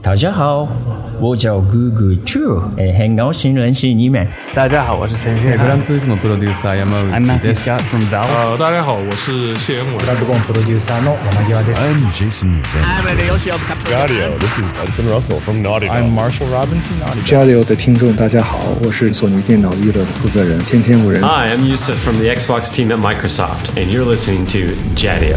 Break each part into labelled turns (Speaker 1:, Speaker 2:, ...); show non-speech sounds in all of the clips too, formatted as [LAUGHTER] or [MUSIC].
Speaker 1: 大家好，我叫 Google Chu，哎，很高兴认识你们。
Speaker 2: 大家好，我是陈旭
Speaker 3: グランツーリスモプロデューサー山
Speaker 2: ，I'm
Speaker 3: 内
Speaker 2: Matthew
Speaker 3: です。
Speaker 2: Scott from Valve。
Speaker 4: 呃，大家好，我是谢元伟。
Speaker 5: I'm Jason Van.
Speaker 6: J 流的听众，大家好，我是索尼电脑娱乐的负责人天天五人。
Speaker 7: Hi, I'm Yusuf from the Xbox team at Microsoft, and you're listening to Jadio.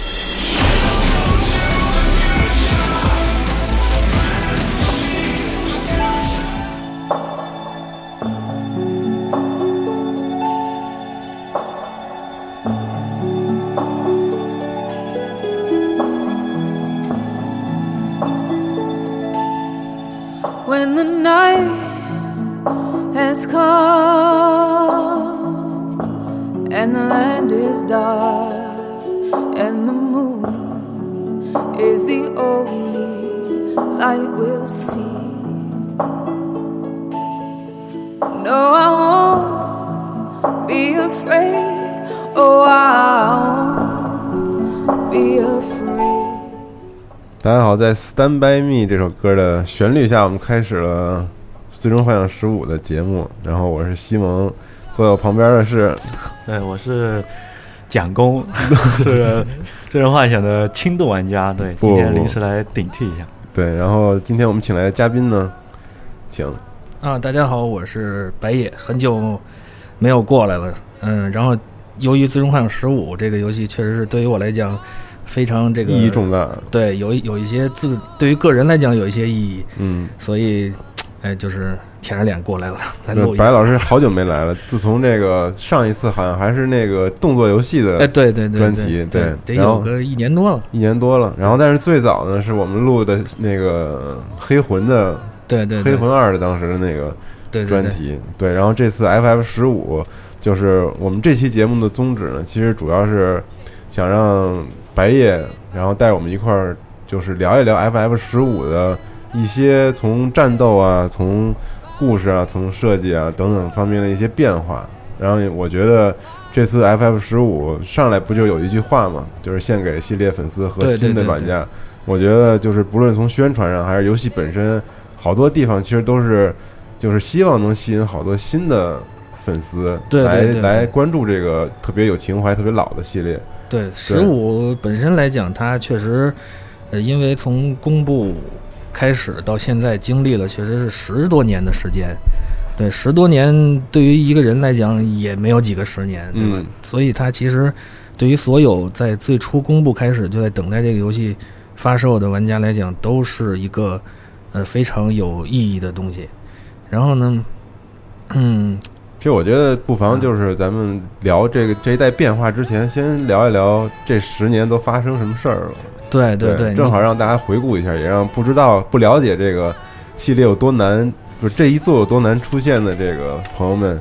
Speaker 8: when the night has come and the land is dark and the moon is the only light we'll see. No, I won't be afraid. Oh, I won't be afraid.
Speaker 9: 大家好，在《Stand by Me》这首歌的旋律下，我们开始了《最终幻想十五》的节目。然后我是西蒙，坐在我旁边的是，
Speaker 2: 对，我是蒋
Speaker 10: [LAUGHS]
Speaker 2: 工，是《最终幻想》的轻度玩家。对，
Speaker 9: 不
Speaker 2: 今天
Speaker 9: 不
Speaker 2: 临时来顶替一下。
Speaker 9: 对，然后今天我们请来的嘉宾呢，请
Speaker 11: 啊，大家好，我是白夜，很久没有过来了。嗯，然后由于《最终幻想十五》这个游戏，确实是对于我来讲非常这个
Speaker 9: 意义重大。
Speaker 11: 对，有有一些自对于个人来讲有一些意义，
Speaker 9: 嗯，
Speaker 11: 所以哎，就是舔着脸过来了，来
Speaker 9: 那
Speaker 11: 录一
Speaker 9: 白
Speaker 11: 下。
Speaker 9: 老师好久没来了，自从这个上一次好像还是那个动作游戏
Speaker 11: 哎，
Speaker 9: 的
Speaker 11: 对对对，
Speaker 9: 专
Speaker 11: 对
Speaker 9: 题
Speaker 11: 对
Speaker 9: 对
Speaker 11: 得
Speaker 9: 然
Speaker 11: 有
Speaker 9: 后
Speaker 11: 个一年多了。
Speaker 9: 一年多了。然后但是最早呢，是我们录的那个《黑魂》的
Speaker 11: 对对
Speaker 9: 《
Speaker 11: 对
Speaker 9: 黑魂二》的当时的那个
Speaker 11: 对对
Speaker 9: 专
Speaker 11: 对，
Speaker 9: 题。对，然后这次 FF 十五就是我们这期节目的宗旨呢，其实主要是想让白夜，然后带我们一块儿就是聊一聊 FF 十五的一些从战斗啊、从故事啊、从设计啊等等方面的一些变化。然后我觉得。这次 FF 十五上来不就有一句话嘛，就是献给系列粉丝和
Speaker 11: 对对
Speaker 9: 新的
Speaker 11: 对
Speaker 9: 玩
Speaker 11: 对
Speaker 9: 家。我觉得就是不论从宣传上还是游戏本身，好多地方其实都是就是希望能吸引好多新的粉丝
Speaker 11: 对对对对
Speaker 9: 来来关注这个特别有情怀、特别老的系列。
Speaker 11: 对十五本身来讲，它确实呃，因为从公布开始到现在，经历了确实是十多年的时间。对，十多年对于一个人来讲也没有几个十年，对吧？
Speaker 9: 嗯
Speaker 11: 所以它其实对于所有在最初公布开始就在等待这个游戏发售的玩家来讲，都是一个呃非常有意义的东西。然后呢，嗯，
Speaker 9: 其实我觉得不妨就是咱们聊这个这一代变化之前，先聊一聊这十年都发生什么事儿了。
Speaker 11: 对对
Speaker 9: 对，
Speaker 11: 对，
Speaker 9: 正
Speaker 11: 你
Speaker 9: 好让大家回顾一下，也让不知道不了解这个系列有多难，就是这一作有多难出现的这个朋友们，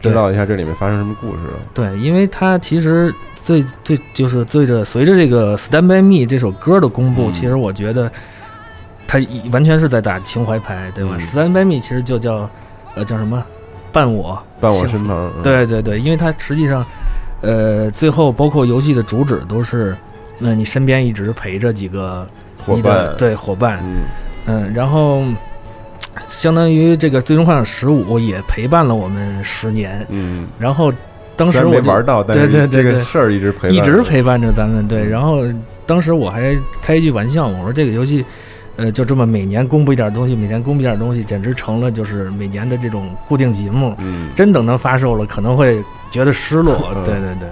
Speaker 9: 知
Speaker 11: 对
Speaker 9: 道一下这里面发生什么故事了。
Speaker 11: 对，因为它其实最最就是随着随着这个《Stand by Me》这首歌的公布，
Speaker 9: 嗯
Speaker 11: 其实我觉得它一完全是在打情怀牌，对吧？
Speaker 9: 嗯
Speaker 11: Stand by Me》其实就叫呃叫什么伴我
Speaker 9: 伴我
Speaker 11: 幸福
Speaker 9: 身旁，嗯，
Speaker 11: 对对对，因为它实际上呃最后包括游戏的主旨都是，那、你身边一直陪着几个
Speaker 9: 伙
Speaker 11: 你的
Speaker 9: 伴，，
Speaker 11: 对伙伴，
Speaker 9: 嗯，
Speaker 11: 嗯，然后。相当于这个《最终幻想十五》也陪伴了我们十年，
Speaker 9: 嗯，
Speaker 11: 然后当时
Speaker 9: 虽然
Speaker 11: 我
Speaker 9: 没
Speaker 11: 就
Speaker 9: 玩到，但
Speaker 11: 对
Speaker 9: 是
Speaker 11: 对
Speaker 9: 这
Speaker 11: 对
Speaker 9: 个
Speaker 11: 对
Speaker 9: 事儿一直陪伴，
Speaker 11: 一直。陪伴着咱们。对，
Speaker 9: 嗯
Speaker 11: 然后当时我还开一句玩笑嘛，我说这个游戏，呃，就这么每年公布一点东西，每年公布一点东西，简直成了就是每年的这种固定节目。
Speaker 9: 嗯，
Speaker 11: 真等它发售了，可能会觉得失落
Speaker 9: [LAUGHS] 嗯。
Speaker 11: 对对对。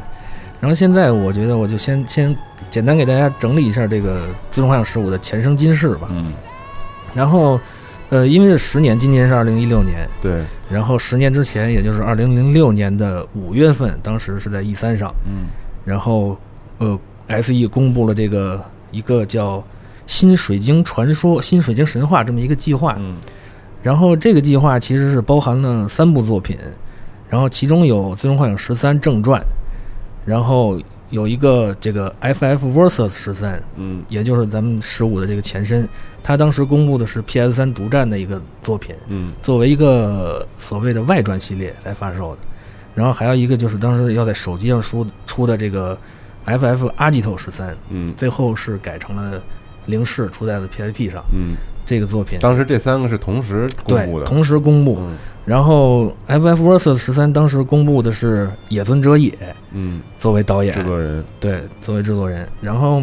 Speaker 11: 然后现在我觉得，我就先先简单给大家整理一下这个《最终幻想十五》的前生今世吧。
Speaker 9: 嗯，
Speaker 11: 然后，呃，因为是十年，今年是二零一六年，
Speaker 9: 对，
Speaker 11: 然后十年之前，也就是二零零六年的五月份，当时是在 E 三上，
Speaker 9: 嗯，
Speaker 11: 然后呃，SE 公布了这个一个叫《新水晶传说》《新水晶神话》这么一个计划，
Speaker 9: 嗯，
Speaker 11: 然后这个计划其实是包含了三部作品，然后其中有《最终幻想十三正传》，然后有一个这个 FF Versus 十三，
Speaker 9: 嗯，
Speaker 11: 也就是咱们十五的这个前身，它当时公布的是 PS 三独占的一个作品，
Speaker 9: 嗯，
Speaker 11: 作为一个所谓的外传系列来发售的。然后还有一个就是当时要在手机上出出的这个 FF 阿吉头十三，
Speaker 9: 嗯，
Speaker 11: 最后是改成了零式出在了 PSP 上，
Speaker 9: 嗯，
Speaker 11: 这个作品
Speaker 9: 当时这三个是同时公布
Speaker 11: 对
Speaker 9: 的，
Speaker 11: 同时公布。
Speaker 9: 嗯
Speaker 11: 然后 FF Versus 十三当时公布的是野村哲也，
Speaker 9: 嗯，
Speaker 11: 作为导演
Speaker 9: 制作人，
Speaker 11: 对，作为制作人。然后，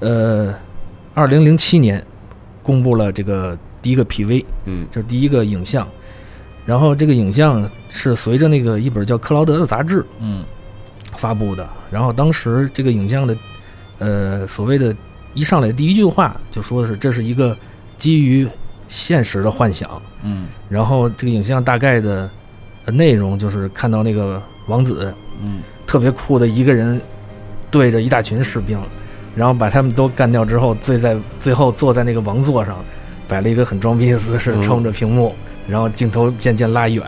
Speaker 11: 呃，二零零七年公布了这个第一个 PV，
Speaker 9: 嗯
Speaker 11: 就是第一个影像。然后这个影像是随着那个一本叫《克劳德》的杂志
Speaker 10: 嗯
Speaker 11: 发布的。然后当时这个影像的，呃，所谓的一上来第一句话就说的是这是一个基于现实的幻想。
Speaker 10: 嗯
Speaker 11: 然后这个影像大概的呃内容就是看到那个王子
Speaker 10: 嗯
Speaker 11: 特别酷的一个人对着一大群士兵，然后把他们都干掉之后，最在最后坐在那个王座上，摆了一个很装逼的姿势，
Speaker 10: 嗯
Speaker 11: 冲着屏幕，然后镜头渐渐拉远。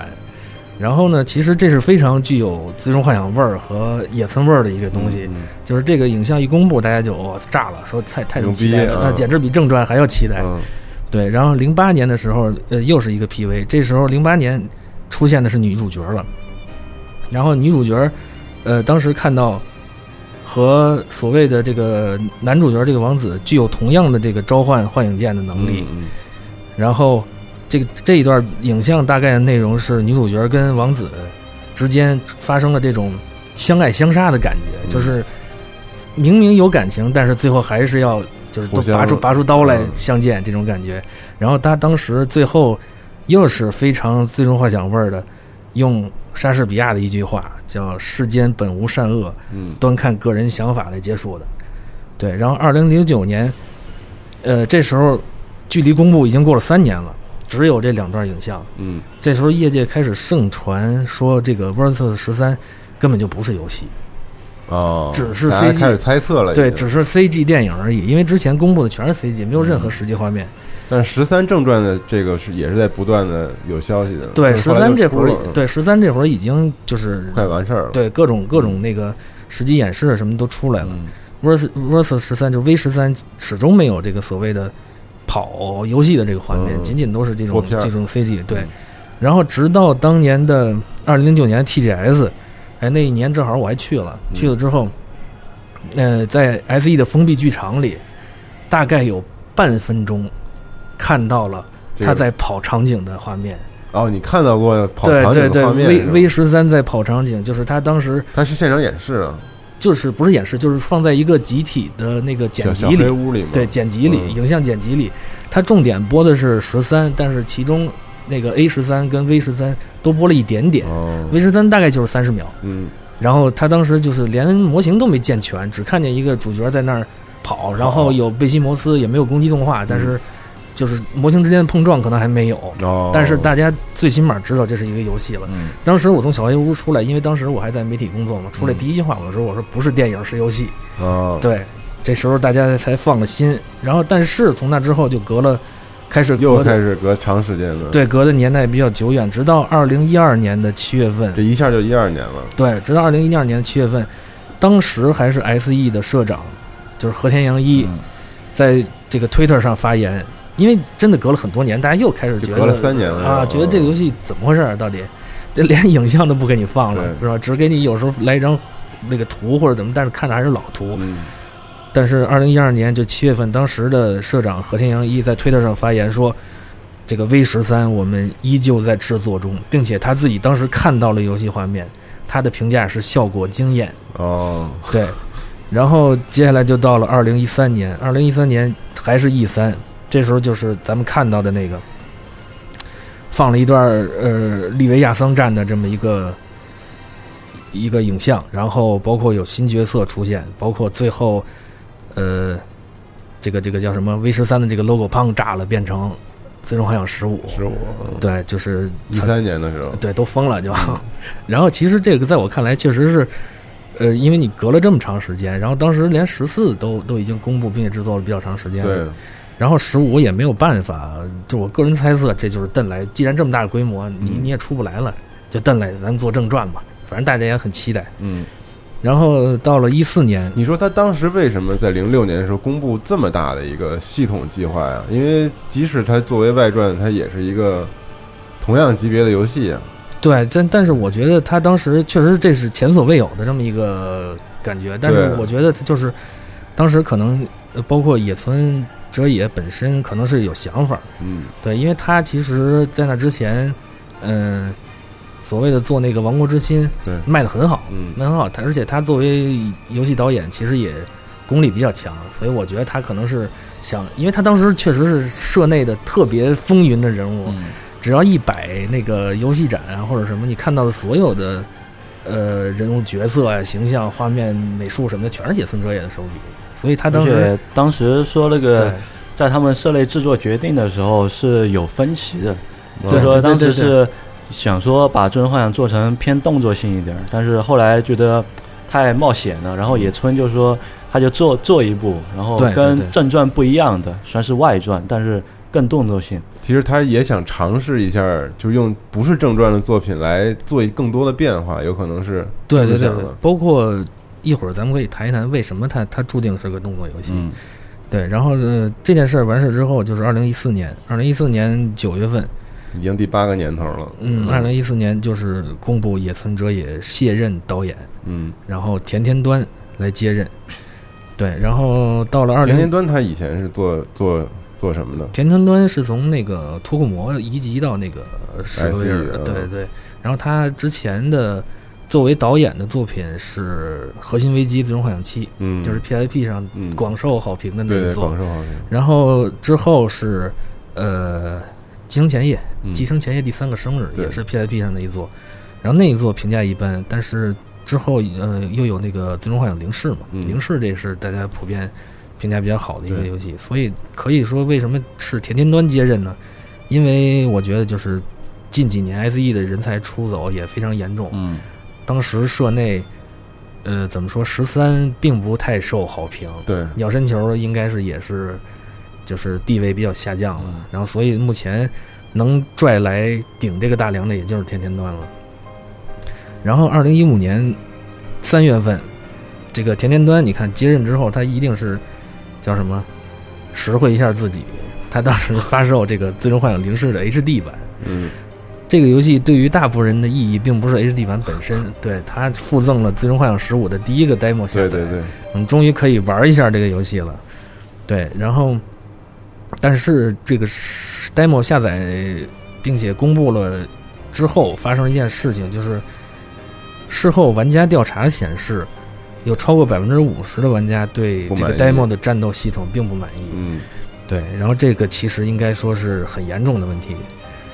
Speaker 11: 然后呢，其实这是非常具有最终幻想味儿和野村味儿的一个东
Speaker 9: 嗯
Speaker 11: 西，就是这个影像一公布，大家就哇炸了，说太太有
Speaker 9: 牛
Speaker 11: 期
Speaker 9: 逼
Speaker 11: 待了，
Speaker 9: 啊嗯
Speaker 11: 那简直比正传还要期待。对，然后零八年的时候，呃，又是一个 PV，这时候零八年出现的是女主角了，然后女主角，呃，当时看到和所谓的这个男主角这个王子具有同样的这个召唤幻影剑的能力，
Speaker 9: 嗯
Speaker 11: 然后这个这一段影像大概的内容是女主角跟王子之间发生了这种相爱相杀的感
Speaker 9: 嗯
Speaker 11: 觉，就是明明有感情，但是最后还是要就是都
Speaker 9: 互相
Speaker 11: 拔出拔出刀来
Speaker 9: 嗯
Speaker 11: 相见这种感觉。然后他当时最后又是非常最终幻想味儿的，用莎士比亚的一句话叫“世间本无善恶”，
Speaker 9: 嗯
Speaker 11: 端看个人想法来结束的。对，然后二零零九年，呃，这时候距离公布已经过了三年了，只有这两段影像。
Speaker 9: 嗯
Speaker 11: 这时候业界开始盛传说这个 Versus 十三根本就不是游戏，
Speaker 9: 哦，
Speaker 11: 只是
Speaker 9: 大家
Speaker 11: CG
Speaker 9: 开始猜测了已经，
Speaker 11: 对，只是 CG 电影而已。因为之前公布的全是 CG，没有
Speaker 9: 嗯
Speaker 11: 任何实际画面。
Speaker 9: 但是十三正传的这个是也是在不断的有消息的，
Speaker 11: 对，
Speaker 9: 就是
Speaker 11: 十
Speaker 9: 嗯后来
Speaker 11: 三
Speaker 9: 就
Speaker 11: 这会
Speaker 9: 出了
Speaker 11: 儿，，对十三这会儿已经就是
Speaker 9: 快完事儿了
Speaker 11: 对各种各
Speaker 9: 嗯
Speaker 11: 种那个实际演示什么都出来了。Vers Versus 十三就 V 十三始终没有这个所谓的跑游戏的这个画面，
Speaker 9: 嗯
Speaker 11: 仅仅都是这
Speaker 9: 拨
Speaker 11: 种
Speaker 9: 片儿嗯
Speaker 11: 这种 CG 对。然后直到当年的二零零九年 TGS，哎，那一年正好我还去了，
Speaker 9: 嗯
Speaker 11: 去了之后，呃，在 SE 的封闭剧场里，大概有半分钟看到了
Speaker 9: 这
Speaker 11: 他
Speaker 9: 个
Speaker 11: 在跑场景的画面。
Speaker 9: 哦，你看到过跑
Speaker 11: 对
Speaker 9: 场景
Speaker 11: 对
Speaker 9: 的
Speaker 11: 对
Speaker 9: 画面
Speaker 11: ，V
Speaker 9: 是吧
Speaker 11: V 十三在跑场景，就是他当时
Speaker 9: 它是现场演示啊，
Speaker 11: 就是不是演示，就是放在一个集体的那个剪辑
Speaker 9: 小小
Speaker 11: 里，
Speaker 9: 黑屋里嘛
Speaker 11: 对，剪辑里，
Speaker 9: 嗯
Speaker 11: 影像剪辑里，它重点播的是十三，但是其中那个 A 十三跟 V 十三都播了一点
Speaker 9: 哦
Speaker 11: 点、v 十三大概就是三十秒，
Speaker 9: 嗯，
Speaker 11: 然后他当时就是连模型都没建全，只看见一个主角在那儿跑，然后有贝西摩斯，也没有攻击动画，但
Speaker 9: 嗯
Speaker 11: 是就是模型之间的碰撞可能还没有，
Speaker 9: 哦，
Speaker 11: 嗯
Speaker 9: 嗯
Speaker 11: 但是大家最起码知道这是一个游戏了。当时我从小黑屋出来，因为当时我还在媒体工作嘛，出来第一句话我说我说不是电影是游戏，
Speaker 9: 哦，
Speaker 11: 对，这时候大家才放了心。然后但是从那之后就隔了，开始
Speaker 9: 又
Speaker 11: 隔
Speaker 9: 开
Speaker 11: 的
Speaker 9: 始隔长时间了，
Speaker 11: 对，隔的年代比较久远，直到二零一二年的七月份，
Speaker 9: 这一下就一二年了，
Speaker 11: 对，直到二零一二年七月份，当时还是 SE 的社长，就是和田洋一，
Speaker 9: 嗯
Speaker 11: 在这个 Twitter 上发言，因为真的隔了很多年，大家又开始觉得
Speaker 9: 隔了三年了
Speaker 11: 啊，
Speaker 9: 嗯
Speaker 11: 觉得这个游戏怎么回事儿？到底这连影像都不给你放了，是吧？只给你有时候来一张那个图或者怎么，但是看着还是老图。但是二零一二年就七月份，当时的社长和田洋一在 Twitter 上发言说。这个 V 十三我们依旧在制作中，并且他自己当时看到了游戏画面，他的评价是效果惊艳。
Speaker 9: 哦，
Speaker 11: 对，然后接下来就到了二零一三年，二零一三年还是 E 三，这时候就是咱们看到的那个，放了一段呃利维亚桑站的这么一个一个影像，然后包括有新角色出现，包括最后呃这个这个叫什么 V 十三的这个 logo 砰炸了，变成最终幻想十五
Speaker 9: 十五，
Speaker 11: 对，就是
Speaker 9: 一呃三年的时候，
Speaker 11: 对，都疯了就。 [LAUGHS] 然后其实这个在我看来确实是，呃，因为你隔了这么长时间，然后当时连十四都都已经公布并且制作了比较长时间了，
Speaker 9: 对，
Speaker 11: 然后十五也没有办法，就我个人猜测，这就是邓来，既然这么大的规
Speaker 9: 嗯
Speaker 11: 模，你你也出不来了，就邓来咱们做正传吧，反正大家也很期待。
Speaker 9: 嗯
Speaker 11: 然后到了一四年，
Speaker 9: 你说他当时为什么在零六年的时候公布这么大的一个系统计划呀、因为即使它作为外传，它也是一个同样级别的游戏啊。
Speaker 11: 对，但但是我觉得他当时确实这是前所未有的这么一个感觉，但是
Speaker 9: 对
Speaker 11: 我觉得他就是当时可能呃包括野村哲也本身可能是有想法，
Speaker 9: 嗯，
Speaker 11: 对，因为他其实在那之前，嗯、所谓的做那个《王国之心
Speaker 9: 对》
Speaker 11: 卖的很好，
Speaker 9: 嗯
Speaker 11: 卖得很好，他而且他作为游戏导演，其实也功力比较强，所以我觉得他可能是想，因为他当时确实是社内的特别风云的人
Speaker 10: 嗯
Speaker 11: 物，只要一摆那个游戏展啊或者什么，你看到的所有的呃人物角色啊、形象、画面、美术什么的，全是野村哲也的手笔，所以他当
Speaker 10: 而且呃
Speaker 11: 时
Speaker 10: 当时说那个
Speaker 11: 对
Speaker 10: 在他们社内制作决定的时候是有分歧的，
Speaker 11: 对
Speaker 10: 就是说
Speaker 11: 对对
Speaker 10: 当时
Speaker 11: 对
Speaker 10: 是想说把《最终幻想》做成偏动作性一点儿，但是后来觉得太冒险了，然后野村就说他就做做一部，然后
Speaker 9: 对对
Speaker 10: 跟
Speaker 9: 对
Speaker 10: 正传不一样的，算是外传，但是更动作性。
Speaker 9: 其实他也想尝试一下，就用不是正传的作品来做更多的变化，有可能是
Speaker 11: 对对
Speaker 9: 这
Speaker 11: 对
Speaker 9: 么想
Speaker 11: 对
Speaker 9: 的，
Speaker 11: 包括一会儿咱们可以谈一谈为什么它它注定是个动作游戏。
Speaker 9: 嗯
Speaker 11: 对，然后呃这件事儿完事之后就是二零一四年，二零一四年九月份，
Speaker 9: 已经第八个年头了。
Speaker 11: 嗯，二零一四年就是公布野村哲也卸任导演，
Speaker 9: 嗯，
Speaker 11: 然后田田端来接任。对，然后到了二
Speaker 9: 田
Speaker 11: 零
Speaker 9: 田端他以前是做做做什么的？
Speaker 11: 田村端是从那个托库摩移籍到那个史威尔
Speaker 9: SE
Speaker 11: 的，
Speaker 9: 啊
Speaker 11: 对对。然后他之前的作为导演的作品是《核心危机：最终幻想七》，
Speaker 9: 嗯
Speaker 11: 就是 PSP 上
Speaker 9: 嗯
Speaker 11: 广受好评的那
Speaker 9: 对
Speaker 11: 一
Speaker 9: 对
Speaker 11: 作。
Speaker 9: 广受好评
Speaker 11: 然后之后是呃《寄生前夜》，
Speaker 9: 嗯
Speaker 11: 《寄生前夜》第三个生日
Speaker 9: 对
Speaker 11: 也是 PSP 上的一作，然后那一作评价一般，但是之后呃又有那个《最终幻想零式》嘛，
Speaker 9: 嗯
Speaker 11: 零式这是大家普遍评价比较好的一个
Speaker 9: 对
Speaker 11: 游戏，所以可以说为什么是田田端接任呢？因为我觉得就是近几年 SE 的人才出走也非常严重，
Speaker 10: 嗯，
Speaker 11: 当时社内。呃，怎么说？十三并不太受好评，
Speaker 9: 对
Speaker 11: 鸟山球应该是也是就是地位比较下降了，
Speaker 9: 嗯
Speaker 11: 然后所以目前能拽来顶这个大梁的也就是天天端了。然后二零一五年三月份，这个田田端，你看接任之后，他一定是叫什么实惠一下自己。他当时发售这个《最终幻想零式》的 HD 版，
Speaker 9: 嗯，
Speaker 11: 这个游戏对于大部分人的意义并不是 HD 版本身，对它附赠了《最终幻想十五》的第一个 demo 下载，
Speaker 9: 对对对，
Speaker 11: 我嗯们终于可以玩一下这个游戏了。对，然后，但是这个 demo 下载并且公布了之后，发生了一件事情，就是事后玩家调查显示，有超过百分之五十的玩家对这个
Speaker 9: 不满意
Speaker 11: demo 的战斗系统并不满意。
Speaker 9: 嗯，
Speaker 11: 对，然后这个其实应该说是很严重的问题。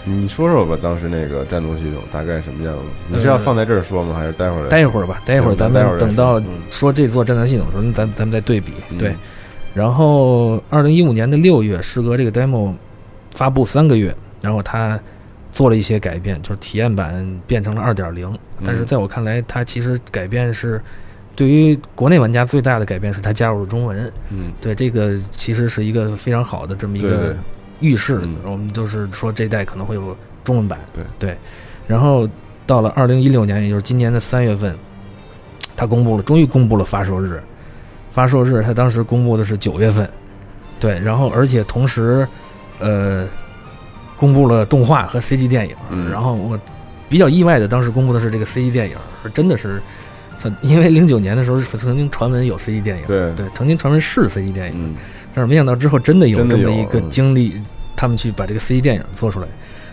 Speaker 9: 你说说吧，当时那个战斗系统大概什么样子？你是要放在这儿说吗？还是待会儿？
Speaker 11: 呃待一会儿吧，待一会儿咱
Speaker 9: 待会
Speaker 11: 们
Speaker 9: 儿
Speaker 11: 等到
Speaker 9: 嗯
Speaker 11: 说这座战斗系统的时候，咱咱们再对比。
Speaker 9: 嗯
Speaker 11: 对，然后二零一五年的六月，时隔这个 demo 发布三个月，然后它做了一些改变，就是体验版变成了二点零。
Speaker 9: 嗯
Speaker 11: 但是在我看来，它其实改变是对于国内玩家最大的改变是它加入了中文。
Speaker 9: 嗯，
Speaker 11: 对，这个其实是一个非常好的这么一
Speaker 9: 对对嗯
Speaker 11: 个预示。我们就是说这一代可能会有中文版。
Speaker 9: 对
Speaker 11: 对，然后到了二零一六年，也就是今年的三月份，他公布了，终于公布了发售日。发售日他当时公布的是九月份，对，然后而且同时，呃，公布了动画和 CG 电影。
Speaker 9: 嗯
Speaker 11: 然后我比较意外的，当时公布的是这个 CG 电影，是真的是。因为零九年的时候是曾经传闻有 CG 电影，
Speaker 9: 对
Speaker 11: 对，曾经传闻是 CG 电影，但是没想到之后真的有
Speaker 9: 嗯真
Speaker 11: 这
Speaker 9: 的
Speaker 11: 么
Speaker 9: 有
Speaker 11: 一个
Speaker 9: 嗯
Speaker 11: 经历，他们去把这个 CG 电影做出来，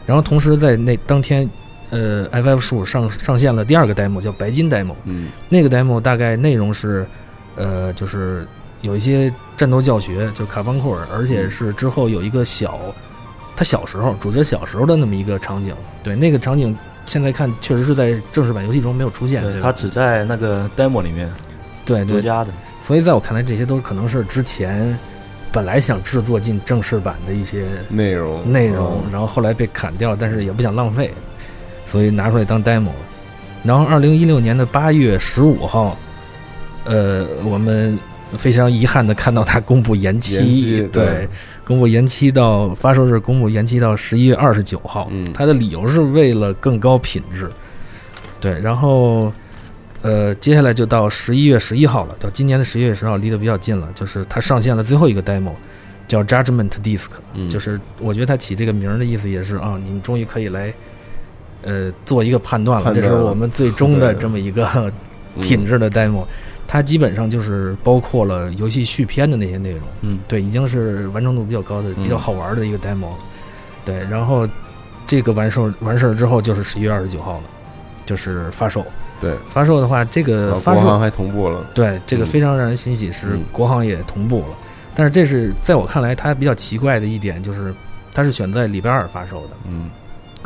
Speaker 11: 然后同时在那当天，呃，FF 十五上上线了第二个 demo 叫白金 demo，
Speaker 9: 嗯，
Speaker 11: 那个 demo 大概内容是，呃，就是有一些战斗教学，就是卡邦库尔，而
Speaker 9: 嗯
Speaker 11: 且是之后有一个小他小时候主角小时候的那么一个场景，对，那个场景现在看确实是在正式版游戏中没有出现，对吧
Speaker 10: 他只在那个 demo 里面
Speaker 11: 对
Speaker 10: 独
Speaker 11: 对
Speaker 10: 家的。
Speaker 11: 所以在我看来，这些都可能是之前本来想制作进正式版的一些
Speaker 9: 嗯内容
Speaker 11: 内容，
Speaker 9: 嗯
Speaker 11: 然后后来被砍掉，但是也不想浪费，所以拿出来当 demo 了。然后二零一六年的八月十五号，呃，我们非常遗憾的看到它公布延期，
Speaker 9: 延期
Speaker 11: 对，
Speaker 9: 对
Speaker 11: 公布延期到发售日公布延期到十一月二十九
Speaker 9: 嗯
Speaker 11: 号，它的理由是为了更高品质，对，然后呃，接下来就到十一月十一号了，到今年的十一月十号离得比较近了，就是它上线了最后一个 demo，叫 Judgment Disc，、
Speaker 9: 嗯
Speaker 11: 就是我觉得它起这个名儿的意思也是啊，你们终于可以来，呃，做一个判断了，
Speaker 9: 判
Speaker 11: 这
Speaker 9: 断
Speaker 11: 是我们最终的
Speaker 9: 对
Speaker 11: 这么一个
Speaker 9: 嗯
Speaker 11: [LAUGHS] 品质的 demo，、它基本上就是包括了游戏续篇的那些内容，
Speaker 10: 嗯，
Speaker 11: 对，已经是完成度比较高的、比较好玩的一个 demo 了。对，然后这个完事儿完事儿之后就是十一月二十九号了，就是发售。
Speaker 9: 对，
Speaker 11: 发售的话，这个
Speaker 9: 然后
Speaker 11: 发
Speaker 9: 国
Speaker 11: 售
Speaker 9: 行还同步了
Speaker 11: 对，这个
Speaker 9: 嗯
Speaker 11: 非常让人欣喜，是
Speaker 9: 嗯
Speaker 11: 国行也同步了。但是这是在我看来，它比较奇怪的一点就是，它是选在礼拜二发售的。
Speaker 9: 嗯，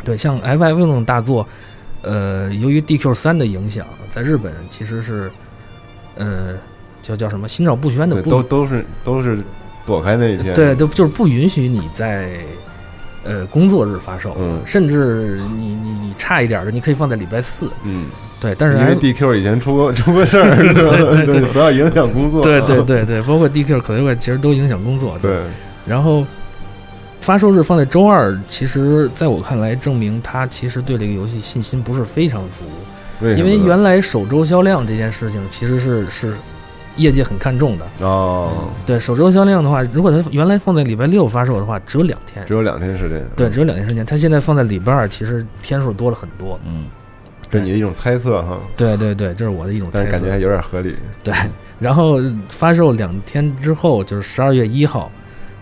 Speaker 11: 对，像 FF 这种大作，呃，由于 DQ 三的影响，在日本其实是，呃，叫叫什么心照不宣的
Speaker 9: 对
Speaker 11: 不
Speaker 9: 都都是都是躲开那一天，
Speaker 11: 对，都就是不允许你在呃工作日发售，
Speaker 9: 嗯
Speaker 11: 甚至你你你差一点的，你可以放在礼拜四。
Speaker 9: 嗯，
Speaker 11: 对，但是
Speaker 9: 因为
Speaker 11: F-
Speaker 9: DQ 以前出过出过事儿，
Speaker 11: 对
Speaker 9: [LAUGHS]
Speaker 11: 对对
Speaker 9: 对，不要影响工作，
Speaker 11: 对对对对，包括 DQ 可能会其实都影响工作。
Speaker 9: 对，
Speaker 11: 然后发售日放在周二，其实在我看来，证明他其实对这个游戏信心不是非常足，
Speaker 9: 为什
Speaker 11: 因
Speaker 9: 么
Speaker 11: 为
Speaker 9: 呢
Speaker 11: 原来首周销量这件事情其实是是业界很看重的。
Speaker 9: 哦，
Speaker 11: 对首周销量的话，如果它原来放在礼拜六发售的话，只有两天，
Speaker 9: 只有两天时间，
Speaker 11: 对，只有两天时间。它现在放在礼拜二，其实天数多了很多。
Speaker 9: 嗯，这是你的一种猜测哈，
Speaker 11: 对对对，这是我的一种猜
Speaker 9: 但
Speaker 11: 测。
Speaker 9: 是感觉还有点合理，
Speaker 11: [LAUGHS] 对。然后发售两天之后，就是十二月一号，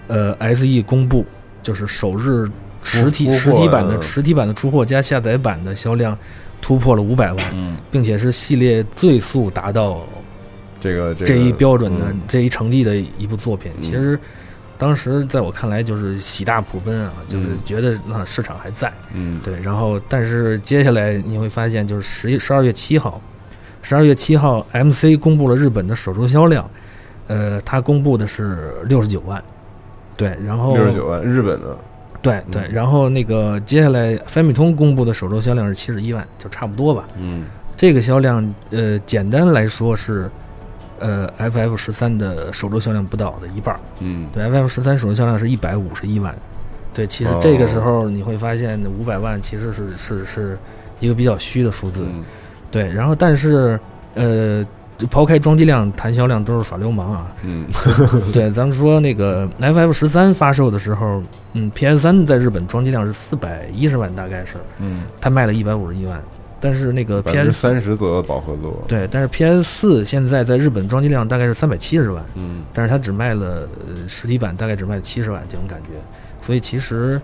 Speaker 11: 呃，SE 公布就是首日实体
Speaker 9: 出
Speaker 11: 实
Speaker 9: 出货
Speaker 11: 体版的
Speaker 9: 了
Speaker 11: 实体版的出货加下载版的销量突破了五百万，
Speaker 9: 嗯
Speaker 11: 并且是系列最速达到
Speaker 9: 这个这个
Speaker 11: 这一标准的、
Speaker 9: 嗯
Speaker 11: 这一成绩的一部作品，其实当时在我看来就是喜大普奔啊，就是
Speaker 9: 嗯
Speaker 11: 觉得啊市场还在，
Speaker 9: 嗯
Speaker 11: 对。然后，但是接下来你会发现，就是十十二月七号，十二月七号，MC 公布了日本的首周销量，呃，它公布的是六十九万，对，然后
Speaker 9: 六十九嗯万日本的，
Speaker 11: 对对，然后那个接下来飞米通公布的首周销量是七十一万，就差不多吧。
Speaker 9: 嗯，
Speaker 11: 这个销量，呃，简单来说是，呃，FF 十三的首周销量不到的一半儿。
Speaker 9: 嗯，
Speaker 11: 对，FF 十三首周销量是一百五十一万。对，其实这
Speaker 9: 哦
Speaker 11: 个时候你会发现，五百万其实是是是一个比较虚的数字。
Speaker 9: 嗯
Speaker 11: 对，然后但是，呃，就抛开装机量谈销量都是耍流氓啊。
Speaker 9: 嗯，
Speaker 11: [LAUGHS] 对，咱们说那个 FF 十三发售的时候，嗯，PS 三在日本装机量是四百一十万，大概是，
Speaker 9: 嗯，
Speaker 11: 它卖了一百五十一万，但是那个
Speaker 9: 百分之
Speaker 11: PS
Speaker 9: 三十左右的饱和度，
Speaker 11: 对，但是 PS 四现在在日本装机量大概是三百七十万，
Speaker 9: 嗯，
Speaker 11: 但是它只卖了呃实体版大概只卖七十万这种感觉，所以其实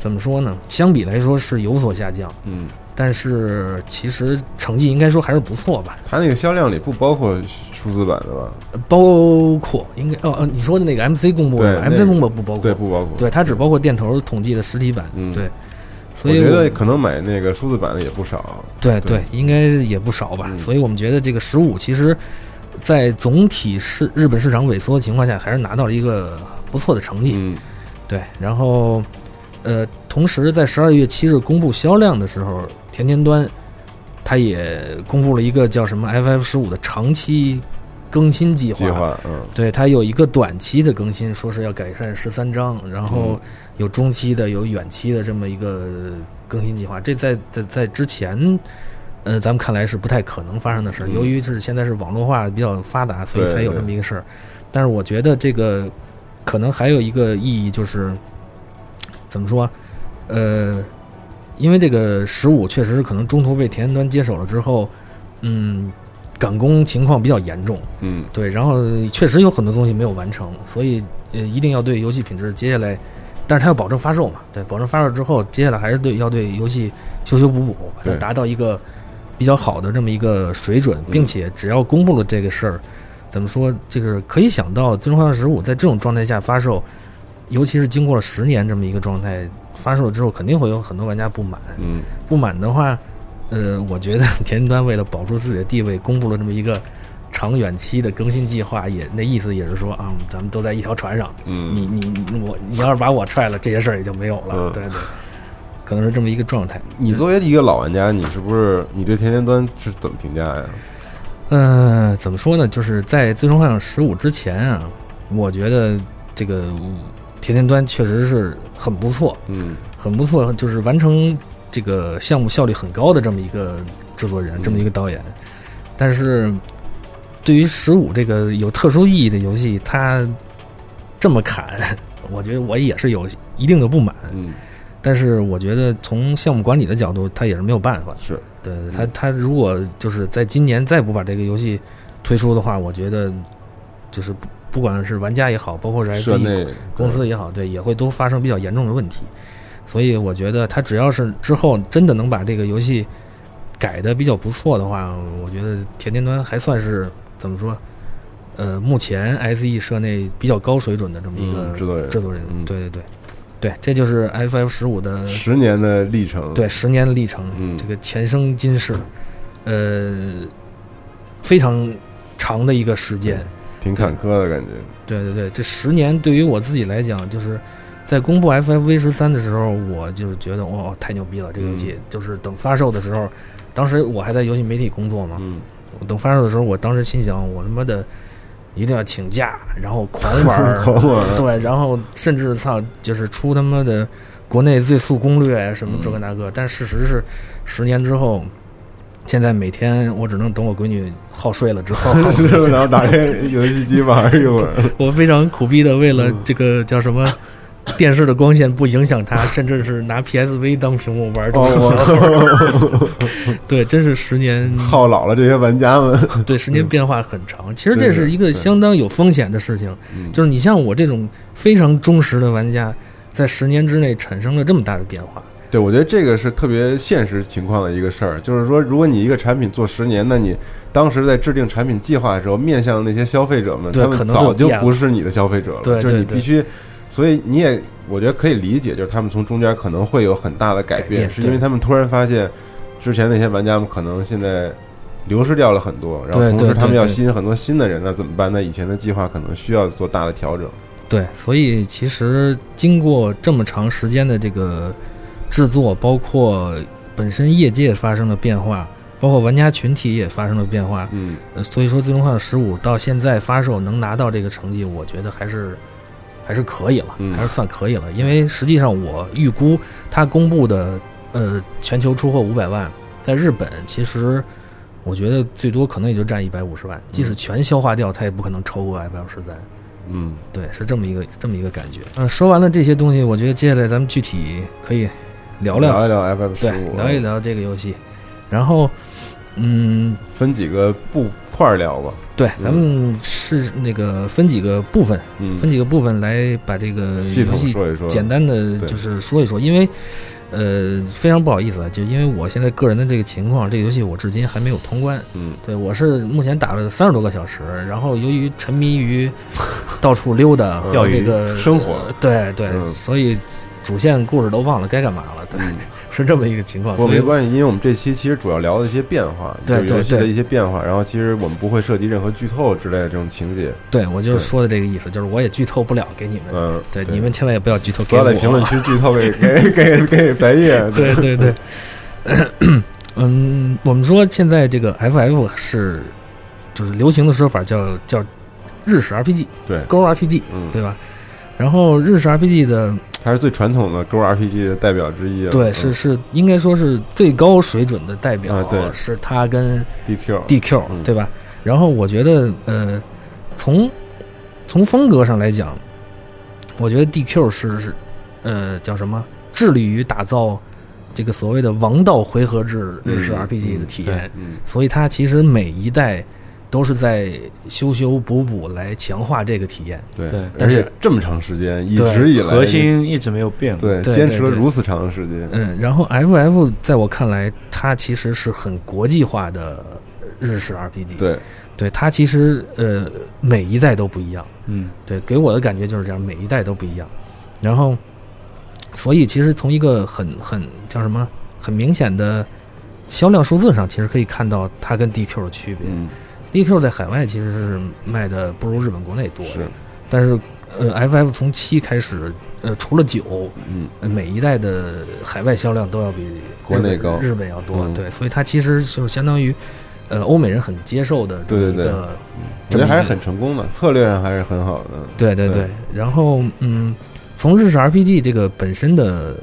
Speaker 11: 怎么说呢，相比来说是有所下降，
Speaker 9: 嗯，
Speaker 11: 但是其实成绩应该说还是不错吧，
Speaker 9: 它那个销量里不包括数字版的吧？
Speaker 11: 呃包括应该哦哦，你说的那个 MC 公布
Speaker 9: 对
Speaker 11: 的吧
Speaker 9: 那个
Speaker 11: ，MC 公布不包括，
Speaker 9: 对，不包括。
Speaker 11: 对，它只包括电头统计的实体版，
Speaker 9: 嗯
Speaker 11: 对，所
Speaker 9: 我
Speaker 11: 以
Speaker 9: 觉
Speaker 11: 我
Speaker 9: 得可能买那个数字版的也不少。
Speaker 11: 对对，嗯应该也不少吧。所以我们觉得这个十五其实，在总体市日本市场萎缩的情况下，还是拿到了一个不错的成绩。
Speaker 9: 嗯，
Speaker 11: 对。然后，呃，同时在十二月七日公布销量的时候，甜甜端它也公布了一个叫什么 FF 十五的长期更新计划。
Speaker 9: 计划，嗯，
Speaker 11: 对，它有一个短期的更新，说是要改善十三章，然后
Speaker 9: 嗯
Speaker 11: 有中期的，有远期的这么一个更新计划。这在在在之前，呃，咱们看来是不太可能发生的事儿。
Speaker 9: 嗯
Speaker 11: 由于是现在是网络化比较发达，所以
Speaker 9: 对
Speaker 11: 才有
Speaker 9: 对
Speaker 11: 这么一个事儿。但是我觉得这个可能还有一个意义就是，怎么说？呃，因为这个十五确实是可能中途被田端接手了之后，嗯，赶工情况比较严重。
Speaker 9: 嗯，
Speaker 11: 对，然后确实有很多东西没有完成，所以呃，一定要对游戏品质接下来，但是它要保证发售嘛，对，保证发售之后，接下来还是对要对游戏修修补补，把它
Speaker 9: 对嗯
Speaker 11: 达到一个比较好的这么一个水准，并且只要公布了这个事儿，怎么说，这个可以想到《最终幻想十五》在这种状态下发售，尤其是经过了十年这么一个状态发售了之后，肯定会有很多玩家不满，
Speaker 9: 嗯，
Speaker 11: 不满的话，呃，我觉得 [LAUGHS] 田端为了保住自己的地位，公布了这么一个长远期的更新计划，也那意思也是说啊、咱们都在一条船上，
Speaker 9: 嗯
Speaker 11: 你你你我你要是把我踹了，这些事儿也就没有了，
Speaker 9: 嗯
Speaker 11: 对对，可能是这么一个状态。
Speaker 9: 你作为一个老玩家，你是不是你对甜甜端是怎么评价呀？
Speaker 11: 嗯、怎么说呢？就是在《最终幻想十五》之前啊，我觉得这个甜甜端确实是很不错，
Speaker 9: 嗯，
Speaker 11: 很不错，就是
Speaker 9: 嗯
Speaker 11: 完成这个项目效率很高的这么一个制作人，这么一个导演。但是对于十五这个有特殊意义的游戏，它这么砍，我觉得我也是有一定的不满。
Speaker 9: 嗯，
Speaker 11: 但是我觉得从项目管理的角度，它也是没有办法。
Speaker 9: 是
Speaker 11: 对他，他如果就是在今年再不把这个游戏推出的话，我觉得就是不不管是玩家也好，包括是
Speaker 9: 社内
Speaker 11: SE 公司也好，对，也会都发生比较严重的问题。所以我觉得他只要是之后真的能把这个游戏改的比较不错的话，我觉得甜甜端还算是怎么说？呃，目前 SE 社内比较高水准的这么一个
Speaker 9: 嗯制作人
Speaker 11: 制作人，
Speaker 9: 嗯
Speaker 11: 对对对，对，这就是 FF 十五的
Speaker 9: 十年的历程，
Speaker 11: 嗯对，十年的历程，
Speaker 9: 嗯
Speaker 11: 这个前生今世，呃，非常长的一个时间。
Speaker 9: 挺坎坷的感觉。，
Speaker 11: 对对对，这十年对于我自己来讲，就是在公布 FFV 十三的时候，我就是觉得哇、太牛逼了，这个游戏、就是等发售的时候，当时我还在游戏媒体工作嘛，我等发售的时候，我当时心想，我他妈的一定要请假，然后狂玩儿
Speaker 9: [LAUGHS] 狂玩儿，
Speaker 11: 对，然后甚至操就是出他妈的国内最速攻略啊什么这个那个，但事实是十年之后。现在每天我只能等我闺女好睡了之后
Speaker 9: [LAUGHS] 是不是然后打开游戏机玩一会儿。
Speaker 11: 我非常苦逼的为了这个叫什么。电视的光线不影响她，甚至是拿 PSV 当屏幕玩这个小会儿对，真是十年
Speaker 9: 耗老了这些玩家们。
Speaker 11: 对，十年变化很长。其实
Speaker 9: 是
Speaker 11: 这是一个相当有风险的事情，就是你像我这种非常忠实的玩家，在十年之内产生了这么大的变化。
Speaker 9: 对，我觉得这个是特别现实情况的一个事儿，就是说，如果你一个产品做十年，那你当时在制定产品计划的时候，面向那些消费者们，
Speaker 11: 对
Speaker 9: 他
Speaker 11: 可
Speaker 9: 们
Speaker 11: 能都
Speaker 9: 早就
Speaker 11: 变了
Speaker 9: 不是你的消费者了，
Speaker 11: 对
Speaker 9: 就是
Speaker 11: 对
Speaker 9: 你
Speaker 11: 对
Speaker 9: 必须，所以你也，我觉得可以理解，就是他们从中间可能会有很大的改变，
Speaker 11: 变
Speaker 9: 是因为
Speaker 11: 对
Speaker 9: 他们突然发现，之前那些玩家们可能现在。流失掉了很多，然
Speaker 11: 对
Speaker 9: 后同时
Speaker 11: 对
Speaker 9: 他们
Speaker 11: 对
Speaker 9: 要
Speaker 11: 对
Speaker 9: 吸引很多新的人，那怎么办？那以前的计划可能需要做大的调整。
Speaker 11: 对，所以其实经过这么长时间的这个制作，包括本身业界发生了变化，包括玩家群体也发生了变化，
Speaker 9: 嗯，
Speaker 11: 呃，所以说《最终幻想十五》到现在发售能拿到这个成绩，我觉得还是还是可以了，还是算可以了。因为实际上我预估它公布的呃全球出货五百万，在日本其实我觉得最多可能也就占一百五十万，即使全消化掉，它也不可能超过 FF 十三。
Speaker 9: 嗯，
Speaker 11: 对，是这么一个这么一个感觉。嗯，说完了这些东西，我觉得接下来咱们具体可以聊聊
Speaker 9: 聊一聊 FF 十
Speaker 11: 对
Speaker 9: 五，，啊
Speaker 11: 聊一聊这个游戏。然后，嗯，
Speaker 9: 分几个部块儿聊吧。
Speaker 11: 对，
Speaker 9: 嗯
Speaker 11: 咱们是那个分几个部分，
Speaker 9: 嗯
Speaker 11: 分几个部分来把这个
Speaker 9: 系
Speaker 11: 游
Speaker 9: 统
Speaker 11: 戏
Speaker 9: 说一说
Speaker 11: 简单的
Speaker 9: 对
Speaker 11: 就是说一说，因为呃非常不好意思啊，就因为我现在个人的这个情况，这个游戏我至今还没有通关。
Speaker 9: 嗯，
Speaker 11: 对我是目前打了三十多个小时，然后由于沉迷于到处溜
Speaker 9: [LAUGHS]
Speaker 11: 达和
Speaker 9: 钓鱼
Speaker 11: 这个
Speaker 9: 生嗯活
Speaker 11: 呃 [LAUGHS] 对对，所以主线故事都忘了该干嘛了，对， [LAUGHS] 是这么一个情况。
Speaker 9: 不过
Speaker 11: 所以
Speaker 9: 没关系，嗯因为我们这期其实主要聊的一些变化，
Speaker 11: 对
Speaker 9: 就是游戏
Speaker 11: 对
Speaker 9: 的
Speaker 11: 对
Speaker 9: 一些变化，然后其实我们不会涉及任何剧透之类的这种情节。
Speaker 11: 对我就是说的这个意思，就是我也剧透不了给你们。
Speaker 9: 嗯，
Speaker 11: 对，你们千万也不要剧透
Speaker 9: 不
Speaker 11: 给我。啊
Speaker 9: 要在评论区剧透给给给给白夜。
Speaker 11: 对对对， [LAUGHS] 嗯，我们说现在这个 FF 是就是流行的说法叫叫日式 RPG，
Speaker 9: 对
Speaker 11: 勾 RPG，
Speaker 9: 嗯
Speaker 11: 对吧？然后日式 RPG 的
Speaker 9: 它是最传统的勾 RPG 的代表之一了。
Speaker 11: 对
Speaker 9: 嗯
Speaker 11: 是是应该说是最高水准的代表，
Speaker 9: 啊对
Speaker 11: 是它跟
Speaker 9: DQ
Speaker 11: DQ 对吧？然后我觉得呃，从从风格上来讲，我觉得 DQ 是是呃叫什么？致力于打造这个所谓的王道回合制日式
Speaker 9: 嗯
Speaker 11: RPG 的体验，
Speaker 9: 嗯
Speaker 11: 所以它其实每一代都是在修修补补来强化这个体验。
Speaker 9: 对
Speaker 10: 对，
Speaker 11: 但
Speaker 9: 而
Speaker 11: 是
Speaker 9: 且这么长时间，一
Speaker 11: 对
Speaker 9: 直以来
Speaker 10: 核心一直没有变过
Speaker 9: 对，
Speaker 11: 对
Speaker 9: 坚持了
Speaker 11: 对对
Speaker 9: 如此长的时间。
Speaker 11: 嗯，然后 FF 在我看来，它其实是很国际化的日式 RPG。
Speaker 9: 对，
Speaker 11: 对，它其实呃每一代都不一样。
Speaker 10: 嗯，
Speaker 11: 对，给我的感觉就是这样，每一代都不一样。然后，所以其实从一个很很叫什么很明显的销量数字上，其实可以看到它跟 DQ 的区别。DQ
Speaker 9: 嗯
Speaker 11: 在海外其实是卖的不如日本国内多的，但是呃，FF 从七开始，呃，除了九，
Speaker 9: 嗯，
Speaker 11: 每一代的海外销量都要比
Speaker 9: 国内
Speaker 11: 日本
Speaker 9: 高
Speaker 11: 日本要多，
Speaker 9: 嗯
Speaker 11: 对，所以它其实就是相当于呃欧美人很接受的这么
Speaker 9: 对对
Speaker 11: 一
Speaker 9: 对，
Speaker 11: 个
Speaker 9: 我，
Speaker 11: 这
Speaker 9: 觉
Speaker 11: 么
Speaker 9: 得
Speaker 11: 一
Speaker 9: 还是
Speaker 11: 个
Speaker 9: 很成功的，策略上还是很好的。
Speaker 11: 对对对，然后嗯，从日式 RPG 这个本身的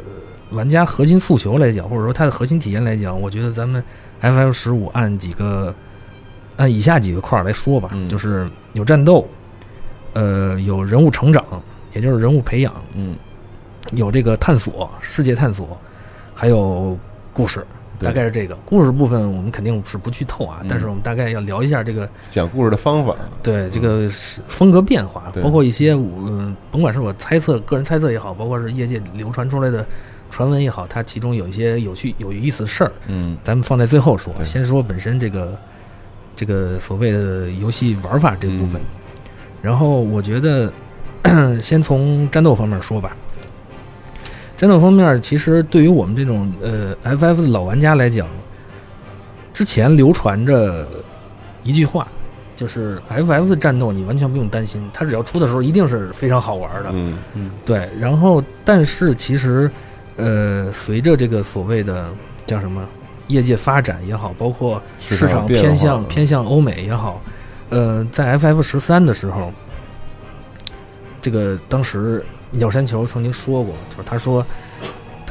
Speaker 11: 玩家核心诉求来讲，或者说它的核心体验来讲，我觉得咱们 FF 十五按几个按以下几个块儿来说吧，
Speaker 9: 嗯
Speaker 11: 就是有战斗，呃，有人物成长，也就是人物培养，
Speaker 9: 嗯，
Speaker 11: 有这个探索世界探索，还有故事，
Speaker 9: 对嗯
Speaker 11: 大概是这个故事部分，我们肯定是不剧透啊，但是我们大概要聊一下这个
Speaker 9: 讲故事的方法，
Speaker 11: 对这个是风格变化，
Speaker 9: 对
Speaker 11: 包括一些我嗯，甭管是我猜测、个人猜测也好，包括是业界流传出来的传闻也好，它其中有一些有趣、有意思的事儿，
Speaker 9: 嗯，
Speaker 11: 咱们放在最后说，先说本身这个这个所谓的游戏玩法这部分。
Speaker 9: 嗯
Speaker 11: 然后我觉得先从战斗方面说吧。战斗方面，其实对于我们这种呃 FF 的老玩家来讲，之前流传着一句话，就是 FF 的战斗你完全不用担心，它只要出的时候一定是非常好玩的。
Speaker 9: 嗯
Speaker 10: 嗯，
Speaker 11: 对，然后但是其实，呃，随着这个所谓的叫什么，业界发展也好，包括市
Speaker 10: 市场
Speaker 11: 场
Speaker 10: 变
Speaker 11: 偏
Speaker 10: 化
Speaker 11: 向
Speaker 10: 嗯
Speaker 11: 偏向欧美也好，呃，在 FF 十三的时候，这个当时鸟山球曾经说过，就是他说。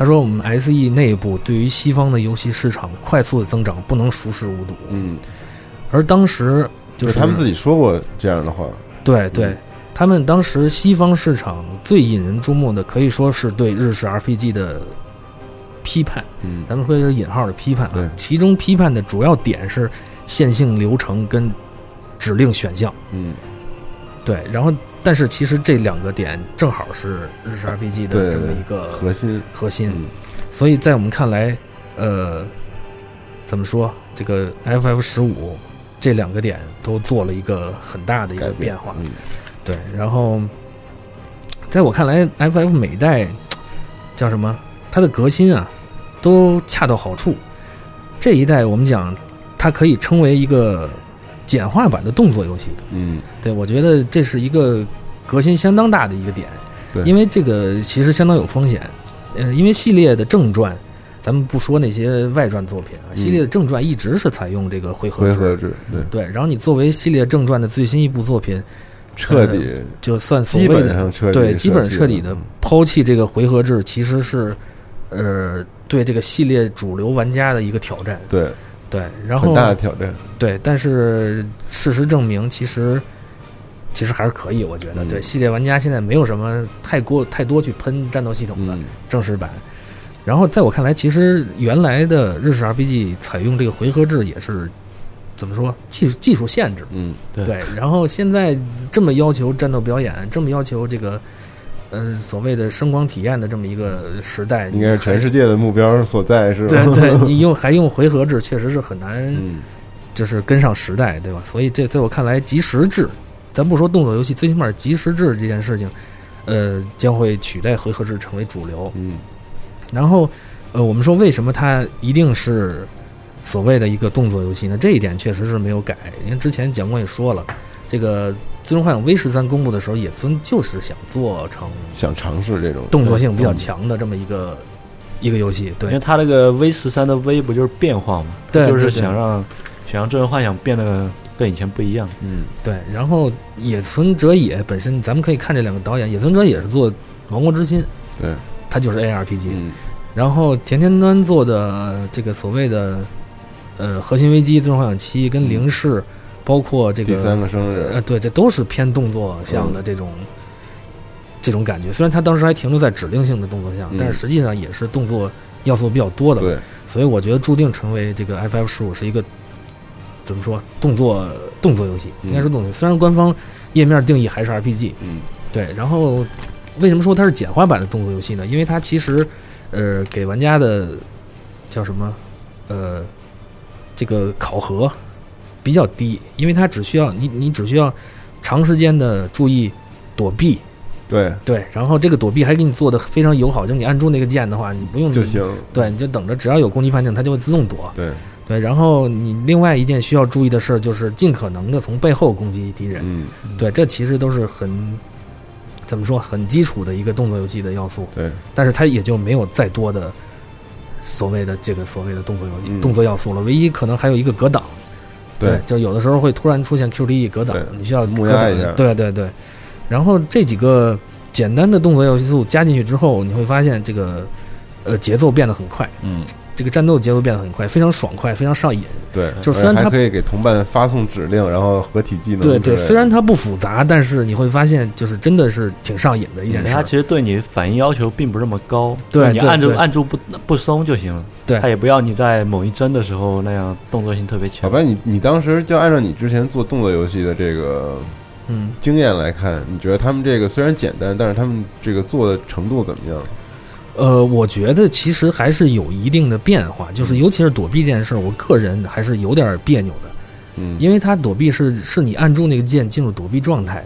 Speaker 11: 他说：“我们 S.E 内部对于西方的游戏市场快速的增长不能熟视无睹。”
Speaker 9: 嗯，
Speaker 11: 而当时就
Speaker 9: 就是
Speaker 11: 是
Speaker 9: 他们自己说过这样的话，
Speaker 11: 对
Speaker 9: 嗯
Speaker 11: 对，他们当时西方市场最引人注目的，可以说是对日式 RPG 的批判。
Speaker 9: 嗯，
Speaker 11: 咱们说是引号的批判啊。其中批判的主要点是线性流程跟指令选项。
Speaker 9: 嗯，
Speaker 11: 对。然后，但是其实这两个点正好是日式 RPG
Speaker 9: 对
Speaker 11: 嗯的这么
Speaker 9: 对
Speaker 11: 一个
Speaker 9: 核心嗯
Speaker 11: 核心。所以在我们看来，呃，怎么说这个 FF 十五这两个点都做了一个很大的一个变
Speaker 9: 嗯
Speaker 11: 化。嗯对，然后在我看来，FF 每一代叫什么？它的革新啊，都恰到好处。这一代我们讲，它可以称为一个简化版的动作游戏。
Speaker 9: 嗯，
Speaker 11: 对，我觉得这是一个革新相当大的一个点，
Speaker 9: 对
Speaker 11: 因为这个其实相当有风险，呃，因为系列的正传，咱们不说那些外传作品啊，
Speaker 9: 嗯
Speaker 11: 系列的正传一直是采用这个回合
Speaker 9: 回
Speaker 11: 制，
Speaker 9: 合制，对，
Speaker 11: 对，然后你作为系列正传的最新一部作品，
Speaker 9: 彻底
Speaker 11: 呃就算所
Speaker 9: 基
Speaker 11: 谓
Speaker 9: 本
Speaker 11: 的
Speaker 9: 上彻底
Speaker 11: 对，
Speaker 9: 舍
Speaker 11: 基本上
Speaker 9: 弃
Speaker 11: 彻底
Speaker 9: 了嗯
Speaker 11: 的抛弃这个回合制，其实是呃对这个系列主流玩家的一个挑战。
Speaker 9: 对
Speaker 11: 对， [LAUGHS] 然后
Speaker 9: 很大的挑战，
Speaker 11: 对，但是事实证明，其实其实还是可以，我觉
Speaker 9: 嗯
Speaker 11: 得、对系列玩家现在没有什么太过太多去喷战斗系统
Speaker 9: 嗯
Speaker 11: 的正式版。然后在我看来，其实原来的日式 RPG 采用这个回合制也是怎么说技术技术限制，
Speaker 9: 嗯，
Speaker 10: 对
Speaker 11: 对，然后现在这么要求战斗表演，这么要求这个呃所谓的声光体验的这么一个时代，
Speaker 9: 应该是全世界的目标所在，是吧？
Speaker 11: [LAUGHS] 对
Speaker 9: [LAUGHS]
Speaker 11: 对，你用还用回合制，确实是很难，
Speaker 9: 嗯
Speaker 11: 就是跟上时代，对吧？所以这在我看来，即时制，咱不说动作游戏，最起码即时制这件事情，呃，将会取代回合制成为主流。
Speaker 9: 嗯，
Speaker 11: 然后呃，我们说为什么它一定是所谓的一个动作游戏呢？这一点确实是没有改，因为之前蒋工也说了，这个《最终幻想 V 十三》公布的时候，野村就是想做成
Speaker 9: 想尝试这种
Speaker 11: 动作性比较
Speaker 9: 嗯
Speaker 11: 强的这么一个一个游戏，对
Speaker 10: 因为。它那个 V 十三的 V 不就是变化嘛，
Speaker 11: 对
Speaker 10: 嗯就是
Speaker 11: 对对
Speaker 10: 想让想让真人幻想变得跟以前不一样。
Speaker 9: 嗯，
Speaker 11: 对，然后野村哲也本身，咱们可以看这两个导演，野村哲也是做《王国之心》，
Speaker 9: 对，嗯
Speaker 11: 他就是 ARPG。然后田田端做的呃这个所谓的呃《核心危机》《最终幻想七》跟《零式》包括这个
Speaker 9: 嗯第三嗯个生日
Speaker 11: 呃，对，这都是偏动作向的这种、这种感觉。虽然他当时还停留在指令性的动作项，
Speaker 9: 嗯
Speaker 11: 但是实际上也是动作要素比较多的。
Speaker 9: 对，
Speaker 11: 所以我觉得注定成为这个 FF 十五是一个怎么说动作动作游戏，应该是动作游戏。虽然官方页面定义还是 RPG，
Speaker 9: 嗯，
Speaker 11: 对。然后为什么说它是简化版的动作游戏呢？因为它其实呃给玩家的叫什么呃这个考核比较低，因为它只需要你你只需要长时间的注意躲避。
Speaker 9: 对，
Speaker 11: 对，然后这个躲避还给你做的非常友好，就是你按住那个键的话，你不用
Speaker 9: 就行
Speaker 11: 对，你就等着，只要有攻击判定，它就会自动躲。
Speaker 9: 对，
Speaker 11: 对，然后你另外一件需要注意的事儿就是尽可能的从背后攻击敌人。
Speaker 9: 嗯，
Speaker 11: 对，这其实都是很怎么说很基础的一个动作游戏的要素。
Speaker 9: 对，
Speaker 11: 但是它也就没有再多的所谓的这个所谓的动作游戏、动作要素了。唯一可能还有一个格挡，
Speaker 9: 对
Speaker 11: 就有的时候会突然出现 QDE 格挡，你需要
Speaker 9: 木
Speaker 11: 格
Speaker 9: 压
Speaker 11: 挡
Speaker 9: 一下
Speaker 11: 对对对。然后这几个简单的动作要素加进去之后，你会发现这个呃节奏变得很快，
Speaker 9: 嗯，
Speaker 11: 这个战斗节奏变得很快，非常爽快，非常上瘾。
Speaker 9: 对，
Speaker 11: 就虽然它
Speaker 9: 还可以给同伴发送指令，然后合体技能之类
Speaker 11: 对对，
Speaker 9: 的。
Speaker 11: 虽然它不复杂，但是你会发现，就是真的是挺上瘾的一件事
Speaker 10: 它。其实对你反应要求并不是那么高，
Speaker 11: 对
Speaker 10: 就你
Speaker 11: 对
Speaker 10: 按住
Speaker 11: 对
Speaker 10: 按住不不松就行了。
Speaker 11: 对
Speaker 10: 它也不要你在某一帧的时候那样动作性特别强。
Speaker 9: 好吧，你你当时就按照你之前做动作游戏的这个
Speaker 11: 嗯
Speaker 9: 经验来看，你觉得他们这个虽然简单，但是他们这个做的程度怎么样？
Speaker 11: 呃，我觉得其实还是有一定的变化，就是
Speaker 9: 嗯
Speaker 11: 尤其是躲避这件事儿，我个人还是有点别扭的。
Speaker 9: 嗯，
Speaker 11: 因为它躲避是是你按住那个键进入躲避状态，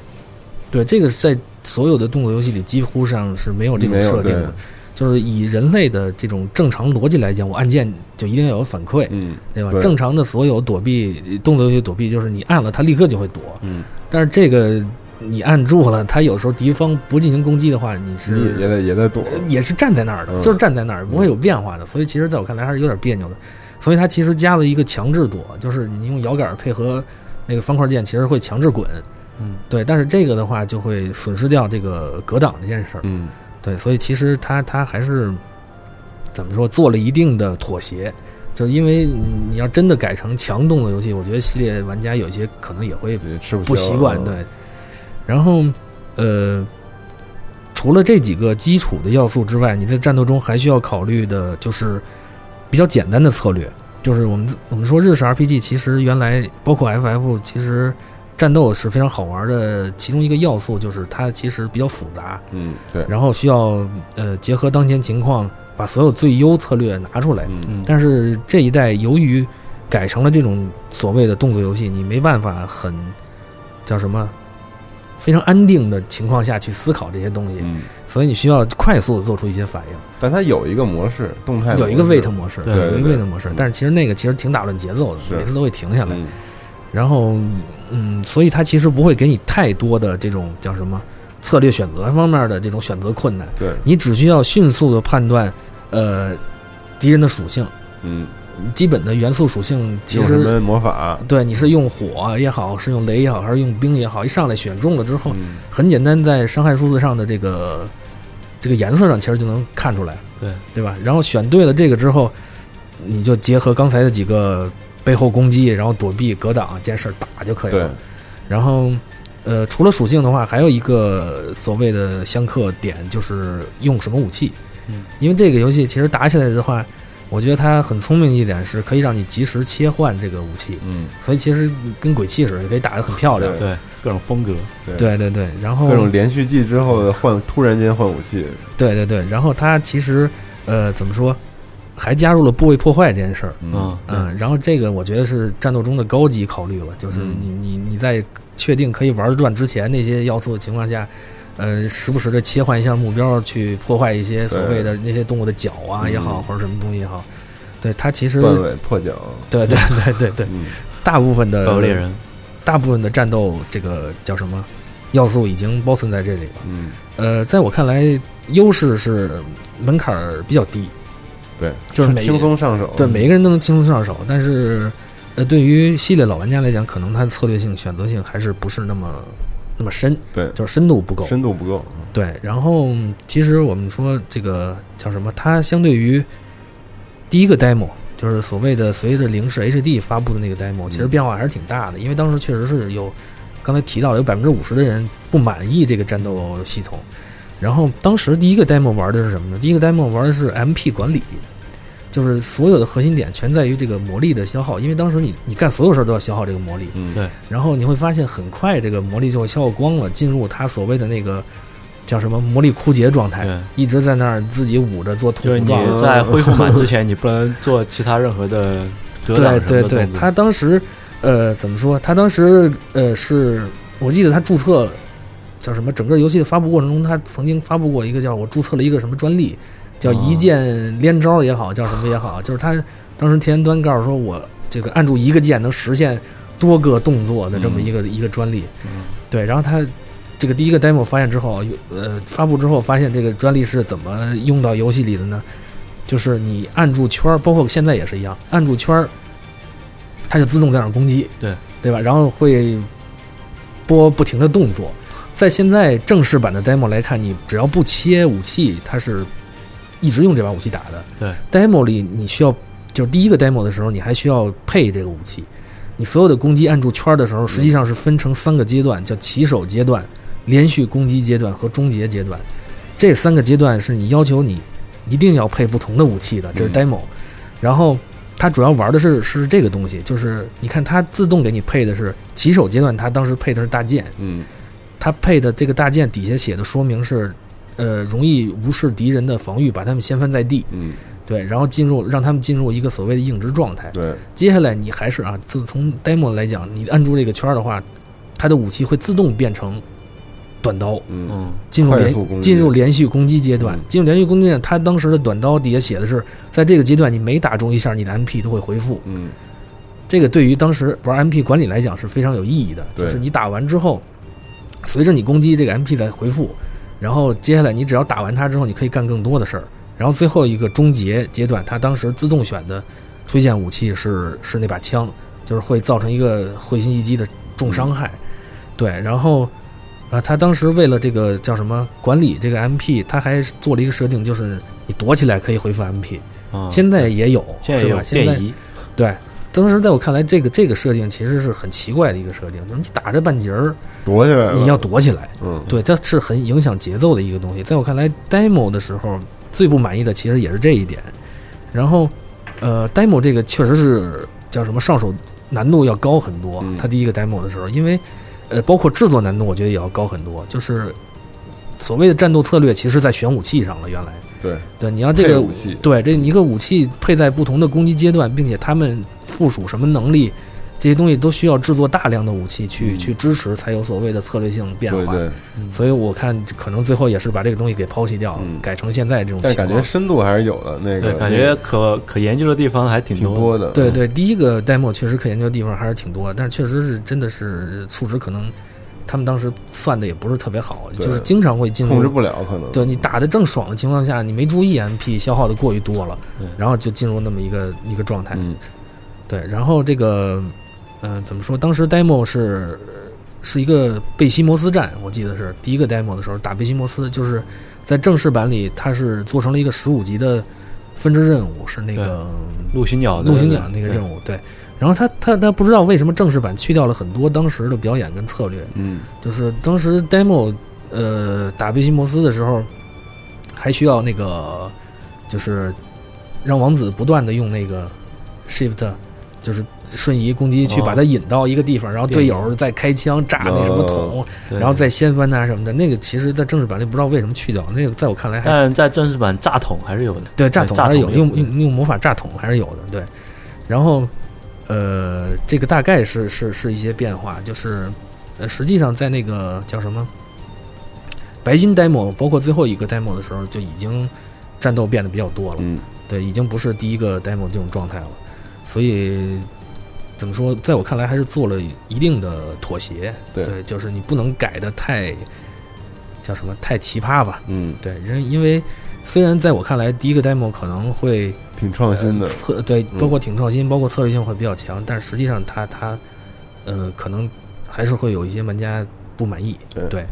Speaker 11: 对，这个是在所有的动作游戏里几乎上是没有哦这种
Speaker 9: 没有
Speaker 11: 设定
Speaker 9: 对
Speaker 11: 的。就是以人类的这种正常逻辑来讲，我按键就一定要有反馈，
Speaker 9: 嗯，
Speaker 11: 对吧？
Speaker 9: 对
Speaker 11: 正常的所有躲避动作游戏躲避，就是你按了它立刻就会躲，
Speaker 9: 嗯，
Speaker 11: 但是这个你按住了，它有时候敌方不进行攻击的话，你是
Speaker 9: 你也在也在躲，
Speaker 11: 也是站在那儿的，
Speaker 9: 嗯
Speaker 11: 就是站在那儿，不会有变化的。所以其实在我看来还是有点别扭的。所以它其实加了一个强制躲，就是你用摇杆配合那个方块键，其实会强制滚。
Speaker 10: 嗯，
Speaker 11: 对，但是这个的话就会损失掉这个格挡这件事儿。
Speaker 9: 嗯，
Speaker 11: 对，所以其实它它还是怎么说，做了一定的妥协。就是因为你要真的改成强动的游戏，我觉得系列玩家有一些可能也会
Speaker 9: 也吃不
Speaker 11: 不
Speaker 9: 消
Speaker 11: 习惯，
Speaker 9: 嗯
Speaker 11: 对。然后，呃，除了这几个基础的要素之外，你在战斗中还需要考虑的就是比较简单的策略，就是我们我们说日式 RPG 其实原来包括 FF，其实战斗是非常好玩的，其中一个要素就是它其实比较复杂，
Speaker 9: 嗯，对，
Speaker 11: 然后需要呃结合当前情况，把所有最优策略拿出来。
Speaker 9: 嗯
Speaker 11: 但是这一代由于改成了这种所谓的动作游戏，你没办法很叫什么非常安定的情况下去思考这些东西，
Speaker 9: 嗯，
Speaker 11: 所以你需要快速的做出一些反应。
Speaker 9: 但它有一个模式，动态
Speaker 11: 有一个 wait 模式，
Speaker 9: 对，
Speaker 11: 有
Speaker 9: 对
Speaker 11: 一个 wait 模式
Speaker 9: 嗯，
Speaker 11: 但是其实那个其实挺打乱节奏的，
Speaker 9: 是
Speaker 11: 每次都会停下来。
Speaker 9: 嗯
Speaker 11: 然后，嗯，所以它其实不会给你太多的这种叫什么策略选择方面的这种选择困难。
Speaker 9: 对，
Speaker 11: 你只需要迅速的判断，呃，敌人的属性，
Speaker 9: 嗯，
Speaker 11: 基本的元素属性，其
Speaker 9: 用什么
Speaker 11: 实
Speaker 9: 魔法？
Speaker 11: 对你是用火也好，是用雷也好，还是用冰也好，一上来选中了之后，
Speaker 9: 嗯
Speaker 11: 很简单，在伤害数字上的这个这个颜色上，其实就能看出来，
Speaker 10: 对
Speaker 11: 对吧？然后选对了这个之后，你就结合刚才的几个背后攻击，然后躲避、格挡这件事儿打就可以
Speaker 9: 对
Speaker 11: 了。，然后，呃，除了属性的话，还有一个所谓的相克点，就是用什么武器。
Speaker 10: 嗯，
Speaker 11: 因为这个游戏其实打起来的话，我觉得它很聪明一点，是可以让你及时切换这个武器，
Speaker 9: 嗯，
Speaker 11: 所以其实跟鬼泣似的，可以打得很漂亮。
Speaker 10: 对各种风格，
Speaker 11: 对对对，然后
Speaker 9: 各种连续技之后的换，突然间换武器，
Speaker 11: 对对对，然后它其实呃怎么说，还加入了部位破坏这件事儿。
Speaker 9: 嗯，
Speaker 11: 嗯，然后这个我觉得是战斗中的高级考虑了，就是
Speaker 9: 嗯
Speaker 11: 你你你在确定可以玩得转之前那些要素的情况下，呃，时不时的切换一下目标去破坏一些所谓的那些动物的脚啊
Speaker 9: 嗯
Speaker 11: 也好，或者什么东西也好，对它其实
Speaker 9: 断尾破脚，
Speaker 11: 对对对对
Speaker 9: [LAUGHS]
Speaker 11: 对，
Speaker 9: 嗯，
Speaker 11: 大部分的
Speaker 10: 怪物猎人，
Speaker 11: 大部分的战斗这个叫什么要素已经包存在这里了。
Speaker 9: 嗯，
Speaker 11: 呃，在我看来，优势是门槛儿比较低，
Speaker 9: 对，
Speaker 11: 就是每
Speaker 9: 轻松上手，嗯
Speaker 11: 对，每个人都能轻松上手，但是，呃，对于系列老玩家来讲，可能他的策略性、选择性还是不是那么那么深，
Speaker 9: 对，
Speaker 11: 就是深度不够。
Speaker 9: 深度不够，
Speaker 11: 对，然后嗯其实我们说这个叫什么？它相对于第一个 demo，就是所谓的随着零式 HD 发布的那个 demo，其实变化还是挺大的，因为当时确实是有刚才提到了有百分之五十的人不满意这个战斗系统。然后当时第一个 demo 玩的是什么呢？第一个 demo 玩的是 MP 管理，就是所有的核心点全在于这个魔力的消耗，因为当时你你干所有事儿都要消耗这个魔力，
Speaker 9: 嗯，
Speaker 10: 对，
Speaker 11: 然后你会发现很快这个魔力就会消耗光了，进入它所谓的那个叫什么魔力枯竭状态
Speaker 10: 对，
Speaker 11: 一直在那儿自己捂着做土
Speaker 10: 就是
Speaker 11: 状
Speaker 10: 你
Speaker 11: 态。
Speaker 10: 在恢复满之前，你不能做其他任何的格
Speaker 11: 对
Speaker 10: 挡什么的
Speaker 11: 对对
Speaker 10: 动，作
Speaker 11: 他当时呃怎么说？他当时呃是我记得他注册叫什么？整个游戏的发布过程中，他曾经发布过一个叫我注册了一个什么专利，叫
Speaker 10: 哦
Speaker 11: 一键连招也好，叫什么也好，就是他当时田端告诉说我这个按住一个键能实现多个动作的这么一
Speaker 10: 嗯
Speaker 11: 个、一个专利。对，然后他这个第一个 demo 发现之后，呃，发布之后发现这个专利是怎么用到游戏里的呢？就是你按住圈儿，包括现在也是一样，按住圈儿，它就自动在那儿攻击，
Speaker 10: 对
Speaker 11: 对吧？然后会播不停的动作。在现在正式版的 demo 来看，你只要不切武器，它是一直用这把武器打的。
Speaker 10: 对
Speaker 11: ，demo 里你需要就是第一个 demo 的时候，你还需要配这个武器。你所有的攻击按住圈的时候，实际上是分成三个阶段，叫起手阶段、连续攻击阶段和终结阶段。这三个阶段是你要求你一定要配不同的武器的，这是 demo。然后它主要玩的是是这个东西，就是你看它自动给你配的是起手阶段，它当时配的是大剑，
Speaker 9: 嗯，
Speaker 11: 它配的这个大剑底下写的说明是，呃，容易无视敌人的防御，把他们掀翻在地，
Speaker 9: 嗯，
Speaker 11: 对，然后进入让他们进入一个所谓的硬直状态。
Speaker 9: 对，
Speaker 11: 接下来你还是啊，自从 demo 来讲，你按住这个圈儿的话，它的武器会自动变成短刀，
Speaker 9: 嗯，
Speaker 11: 进入
Speaker 9: 快速攻
Speaker 11: 连
Speaker 9: 击嗯
Speaker 11: 进入连续攻击阶段，进入连续攻击阶段，它当时的短刀底下写的是，在这个阶段你每打中一下，你的 MP 都会回复，
Speaker 9: 嗯，
Speaker 11: 这个对于当时玩 MP 管理来讲是非常有意义的，
Speaker 9: 对
Speaker 11: 就是你打完之后，随着你攻击，这个 MP 在回复，然后接下来你只要打完它之后，你可以干更多的事儿。然后最后一个终结阶段，它当时自动选的推荐武器是是那把枪，就是会造成一个会心一击的重伤
Speaker 10: 嗯
Speaker 11: 害。对，然后啊，他当时为了这个叫什么管理这个 MP，他还做了一个设定，就是你躲起来可以回复 MP、
Speaker 10: 啊
Speaker 11: 现在也有，
Speaker 10: 现在
Speaker 11: 是
Speaker 10: 也
Speaker 11: 吧？
Speaker 10: 有
Speaker 11: 现
Speaker 10: 便
Speaker 11: 在
Speaker 10: 宜
Speaker 11: 对，当时在我看来，这个这个设定其实是很奇怪的一个设定，就是你打着半截儿，
Speaker 9: 躲起来了
Speaker 11: 你要躲起来，
Speaker 9: 嗯，
Speaker 11: 对，这是很影响节奏的一个东西。在我看来，demo 的时候最不满意的其实也是这一点。然后，呃，demo 这个确实是叫什么上手难度要高很多。它第一个 demo 的时候，因为呃，包括制作难度，我觉得也要高很多。就是所谓的战斗策略，其实在选武器上了。原来，
Speaker 9: 对
Speaker 11: 对，你要这个
Speaker 9: 配武器
Speaker 11: 对这一个武器配在不同的攻击阶段，并且他们附属什么能力，这些东西都需要制作大量的武器去、去支持，才有所谓的策略性变化。
Speaker 9: 嗯对对
Speaker 11: 所以我看可能最后也是把这个东西给抛弃掉，改成现在这种
Speaker 9: 嗯但
Speaker 11: 情
Speaker 9: 是
Speaker 11: 况。
Speaker 9: 感觉深度还是有的，那个
Speaker 10: 对，感
Speaker 9: 那
Speaker 10: 觉
Speaker 9: 个
Speaker 10: 可可研究的地方还挺
Speaker 9: 挺多的，
Speaker 11: 对对，第一个 demo 确实可研究的地方还是挺多的，但是确实是真的是数值可能他们当时算的也不是特别好，
Speaker 9: 对
Speaker 11: 就是经常会进入
Speaker 9: 控制不了可能
Speaker 11: 对你打的正爽的情况下，你没注意 MP 消耗的过于多了，然后就进入那么一个一个状态。对，然后这个嗯、呃怎么说？当时 demo 是是一个贝西摩斯战，我记得是第一个 demo 的时候打贝西摩斯，就是在正式版里它是做成了一个十五级的分支任务，是那个
Speaker 10: 陆行鸟的
Speaker 11: 陆行鸟那个任务，对。然后他他他不知道为什么正式版去掉了很多当时的表演跟策略，
Speaker 9: 嗯，
Speaker 11: 就是当时 demo 呃打贝西摩斯的时候，还需要那个就是让王子不断的用那个 shift 就是瞬移攻击去把他引到一个地方，然后队友再开枪炸那什么桶
Speaker 10: 哦，对
Speaker 11: 然后再掀翻他什么的。那个其实，在正式版里不知道为什么去掉，那个在我看来还
Speaker 10: 但在正式版炸桶还是有的，哎
Speaker 11: 对，炸桶还是有
Speaker 10: 也
Speaker 11: 用用用魔法炸桶还是有的，对。然后，呃，这个大概是是是一些变化，就是呃，实际上在那个叫什么白金 demo，包括最后一个 demo 的时候，就已经战斗变得比较多了，
Speaker 9: 嗯，
Speaker 11: 对，已经不是第一个 demo 这种状态了，所以。怎么说？在我看来，还是做了一定的妥协。
Speaker 9: 对
Speaker 11: 就是你不能改的太叫什么太奇葩吧？
Speaker 9: 嗯，
Speaker 11: 对，人因为虽然在我看来，第一个 demo 可能会
Speaker 9: 挺创新的
Speaker 11: 呃策对，
Speaker 9: 嗯
Speaker 11: 包括挺创新，包括策略性会比较强，但实际上它它呃可能还是会有一些玩家不满意，
Speaker 9: 对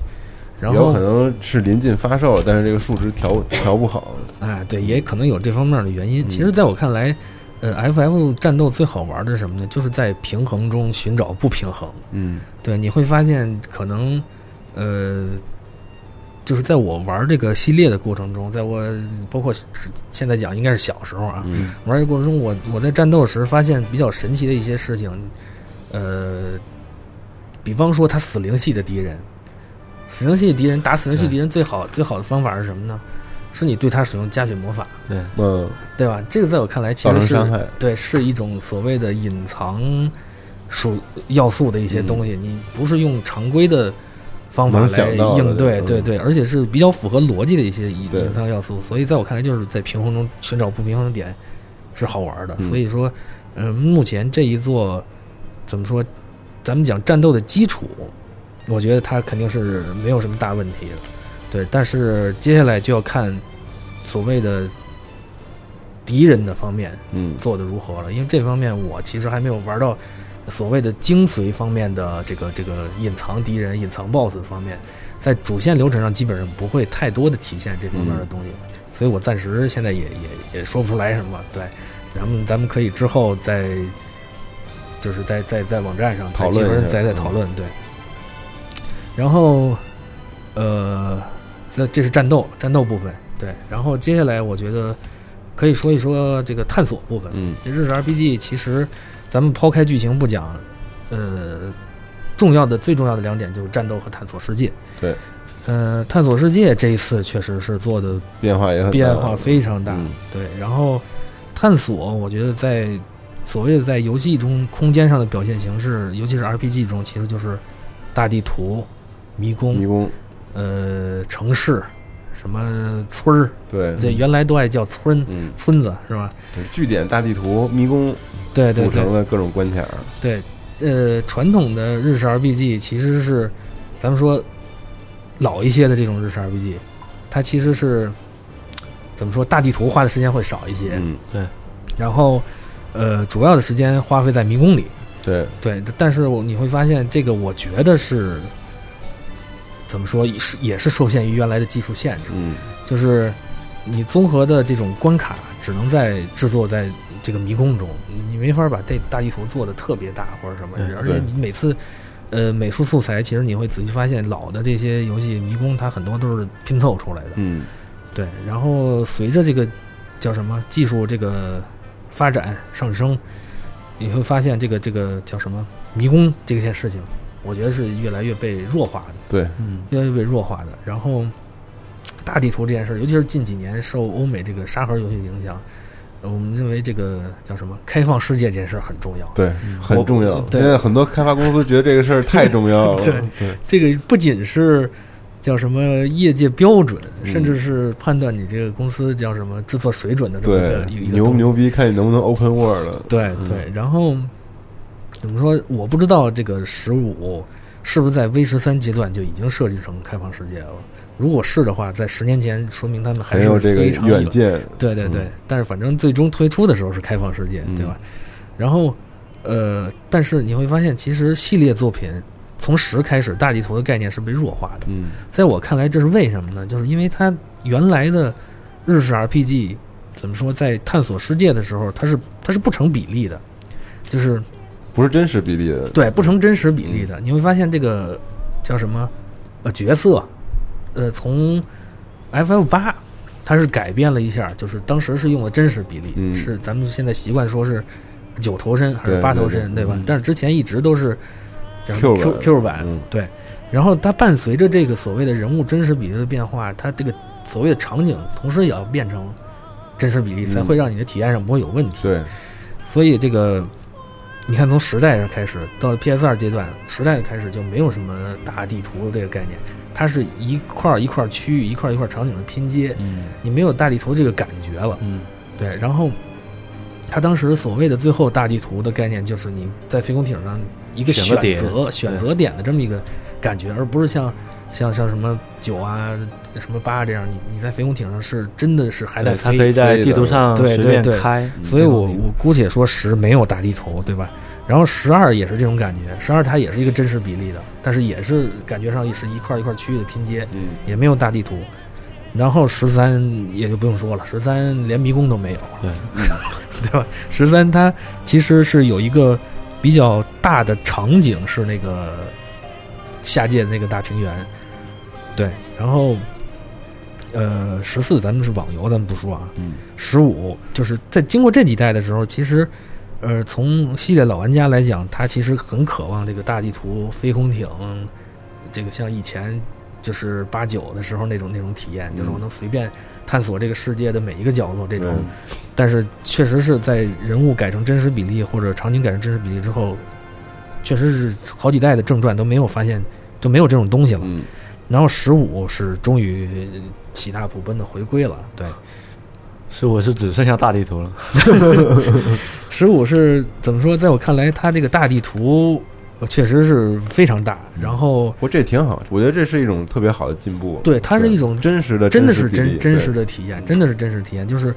Speaker 11: 然
Speaker 9: 也有
Speaker 11: 后
Speaker 9: 可能是临近发售，但是这个数值调调不好，
Speaker 11: 哎，对，也可能有这方面的原因。其实，在我看来，呃，FF 战斗最好玩的是什么呢？就是在平衡中寻找不平衡。
Speaker 9: 嗯，
Speaker 11: 对，你会发现可能，呃，就是在我玩这个系列的过程中，在我包括现在讲应该是小时候啊，玩这个过程中，我我在战斗时发现比较神奇的一些事情，呃，比方说他死灵系的敌人，死灵系的敌人打死灵系敌人最好最好的方法是什么呢？是你对他使用加血魔法，
Speaker 10: 对，
Speaker 9: 嗯，
Speaker 11: 对吧？这个在我看来其
Speaker 9: 造
Speaker 11: 实
Speaker 9: 成
Speaker 11: 是
Speaker 9: 伤害
Speaker 11: 对，是一种所谓的隐藏属要素的一些东
Speaker 9: 嗯
Speaker 11: 西，你不是用常规的方法
Speaker 9: 能
Speaker 11: 来
Speaker 9: 想到的
Speaker 11: 应对，
Speaker 9: 嗯
Speaker 11: 对对，而且是比较符合逻辑的一些隐
Speaker 9: 对
Speaker 11: 隐藏要素，所以在我看来，就是在平衡中寻找不平衡的点是好玩的。
Speaker 9: 嗯
Speaker 11: 所以说，嗯、目前这一座怎么说，咱们讲战斗的基础，我觉得它肯定是没有什么大问题的，对。但是接下来就要看所谓的敌人的方面，
Speaker 9: 嗯
Speaker 11: 做的如何了？因为这方面我其实还没有玩到所谓的精髓方面的这个这个隐藏敌人、隐藏 BOSS 方面，在主线流程上基本上不会太多的体现这方面的东西。所以我暂时现在也也也说不出来什么。对，咱们咱们可以之后再，就是在在在网站上
Speaker 9: 讨论
Speaker 11: 再
Speaker 9: 一下
Speaker 11: 结
Speaker 9: 嗯
Speaker 11: 合再再讨论。对，然后呃，这这是战斗战斗部分。对，然后接下来我觉得可以说一说这个探索部分。
Speaker 9: 嗯，
Speaker 11: 日式 RPG 其实咱们抛开剧情不讲，呃，重要的最重要的两点就是战斗和探索世界。
Speaker 9: 对，
Speaker 11: 呃，探索世界这一次确实是做的
Speaker 9: 变化也很大
Speaker 11: 变化非常大。
Speaker 9: 嗯
Speaker 11: 对，然后探索，我觉得在所谓的在游戏中空间上的表现形式，尤其是 RPG 中，其实就是大地图、迷宫、
Speaker 9: 迷宫，
Speaker 11: 呃，城市。什么村儿？
Speaker 9: 对
Speaker 11: 这原来都爱叫
Speaker 9: 嗯
Speaker 11: 村、村子是吧？
Speaker 9: 对据点大地图、迷宫，
Speaker 11: 对对
Speaker 9: 组成
Speaker 11: 对
Speaker 9: 了各种关卡。
Speaker 11: 对，呃，传统的日式 RPG 其实是，咱们说老一些的这种日式 RPG，它其实是怎么说，大地图花的时间会少一些，
Speaker 9: 嗯，
Speaker 10: 对，
Speaker 11: 然后呃，主要的时间花费在迷宫里，
Speaker 9: 对
Speaker 11: 对，但是我你会发现，这个我觉得是怎么说，也是也是受限于原来的技术限制，
Speaker 9: 嗯，
Speaker 11: 就是你综合的这种关卡只能在制作在这个迷宫中，你没法把这大地图做的特别大或者什么
Speaker 10: 对，
Speaker 11: 而且
Speaker 10: 对
Speaker 11: 你每次。呃，美术素材其实你会仔细发现，老的这些游戏迷宫它很多都是拼凑出来的，
Speaker 9: 嗯，
Speaker 11: 对，然后随着这个叫什么技术这个发展上升，你会发现这个这个叫什么迷宫这件事情，我觉得是越来越被弱化的，
Speaker 9: 对，
Speaker 10: 嗯，
Speaker 11: 越来越被弱化的。然后大地图这件事儿，尤其是近几年受欧美这个沙盒游戏的影响。呃我们认为这个叫什么开放世界这件事儿很重要，
Speaker 9: 对，很重要。
Speaker 11: 嗯对
Speaker 9: 现在很多开发公司觉得这个事儿太重要
Speaker 11: [LAUGHS]
Speaker 9: 了。
Speaker 11: 对
Speaker 9: 对，
Speaker 11: 这个不仅是叫什么业界标准，甚
Speaker 9: 嗯
Speaker 11: 至是判断你这个公司叫什么制作水准的这么一个
Speaker 9: 对
Speaker 11: 一个一个
Speaker 9: 牛不
Speaker 11: 东西
Speaker 9: 牛逼，看你能不能 open world 了。
Speaker 11: 对
Speaker 9: 嗯
Speaker 11: 对，，然后怎么说？我不知道这个十五是不是在 V 十三阶段就已经设计成开放世界了。如果是的话，在十年前，说明他们还
Speaker 9: 很有
Speaker 11: 是
Speaker 9: 这个
Speaker 11: 非常
Speaker 9: 远见
Speaker 11: 对对对
Speaker 9: 嗯，
Speaker 11: 但是反正最终推出的时候是开放世界，对吧？然后呃，但是你会发现，其实系列作品从十开始，大地图的概念是被弱化的。
Speaker 9: 嗯，
Speaker 11: 在我看来，这是为什么呢？就是因为它原来的日式 RPG 怎么说，在探索世界的时候，它是它是不成比例的，就是
Speaker 9: 不是真实比例的。
Speaker 11: 对不成真实比例
Speaker 9: 嗯
Speaker 11: 的。你会发现这个叫什么呃角色，呃，从 FF 八它是改变了一下，就是当时是用了真实比例，
Speaker 9: 嗯
Speaker 11: 是咱们现在习惯说是九头身还是
Speaker 9: 对
Speaker 11: 八
Speaker 9: 对
Speaker 11: 头
Speaker 9: 对
Speaker 11: 身，对吧
Speaker 9: 嗯？
Speaker 11: 但是之前一直都是叫什么
Speaker 9: Q 版
Speaker 11: Q Q 版
Speaker 9: 嗯，
Speaker 11: 对。然后它伴随着这个所谓的人物真实比例的变化，它这个所谓的场景同时也要变成真实比例，才
Speaker 9: 嗯
Speaker 11: 会让你的体验上不会有问题。
Speaker 9: 对，
Speaker 11: 所以这个你看，从时代上开始到 PS 二阶段，时代的开始就没有什么大地图这个概念，它是一块儿一块儿区域、一块儿一块儿场景的拼接，你没有大地图这个感觉了。
Speaker 10: 嗯，
Speaker 11: 对。然后他当时所谓的最后大地图的概念，就是你在飞空艇上一个
Speaker 10: 选
Speaker 11: 选
Speaker 10: 个点
Speaker 11: 择选择点的这么一个感觉，而不是像。像像什么九啊，什么八啊这样，你你在飞空艇上是真的是还在
Speaker 10: 对它
Speaker 11: 飞，
Speaker 10: 可以在地图上
Speaker 11: 对
Speaker 10: 随
Speaker 11: 对
Speaker 10: 便
Speaker 11: 对
Speaker 10: 开
Speaker 11: 所以
Speaker 10: 嗯
Speaker 11: 我我姑且说十没有大地图，对吧？然后十二也是这种感觉，十二它也是一个真实比例的，但是也是感觉上是一块一块区域的拼接，
Speaker 9: 嗯
Speaker 11: 也没有大地图。然后十三也就不用说了，十三连迷宫都没有，
Speaker 10: 对，
Speaker 11: [LAUGHS] 对吧？十三它其实是有一个比较大的场景是那个下界的那个大平原，对，然后。呃，十四咱们是网游，咱们不说啊。
Speaker 9: 嗯。
Speaker 11: 十五就是在经过这几代的时候，其实，呃，从系列老玩家来讲，他其实很渴望这个大地图、飞空艇，这个像以前就是八九的时候那种那种体验，就是我能随便探索这个世界的每一个角落这种。
Speaker 9: 嗯
Speaker 11: 但是确实是在人物改成真实比例或者场景改成真实比例之后，确实是好几代的正传都没有发现就没有这种东西了。然后十五是终于喜大普奔的回归了，对。
Speaker 10: 是我是只剩下大地图了。
Speaker 11: 十五是怎么说？在我看来，它这个大地图呃确实是非常大，
Speaker 9: 嗯
Speaker 11: 然后
Speaker 9: 不过这挺好，我觉得这是一种特别好的进步。
Speaker 11: 对，它是一种
Speaker 9: 呃真实的，
Speaker 11: 真的
Speaker 9: 实
Speaker 11: 是
Speaker 9: 比例
Speaker 11: 真真实的体验，真的是真实体验。就是，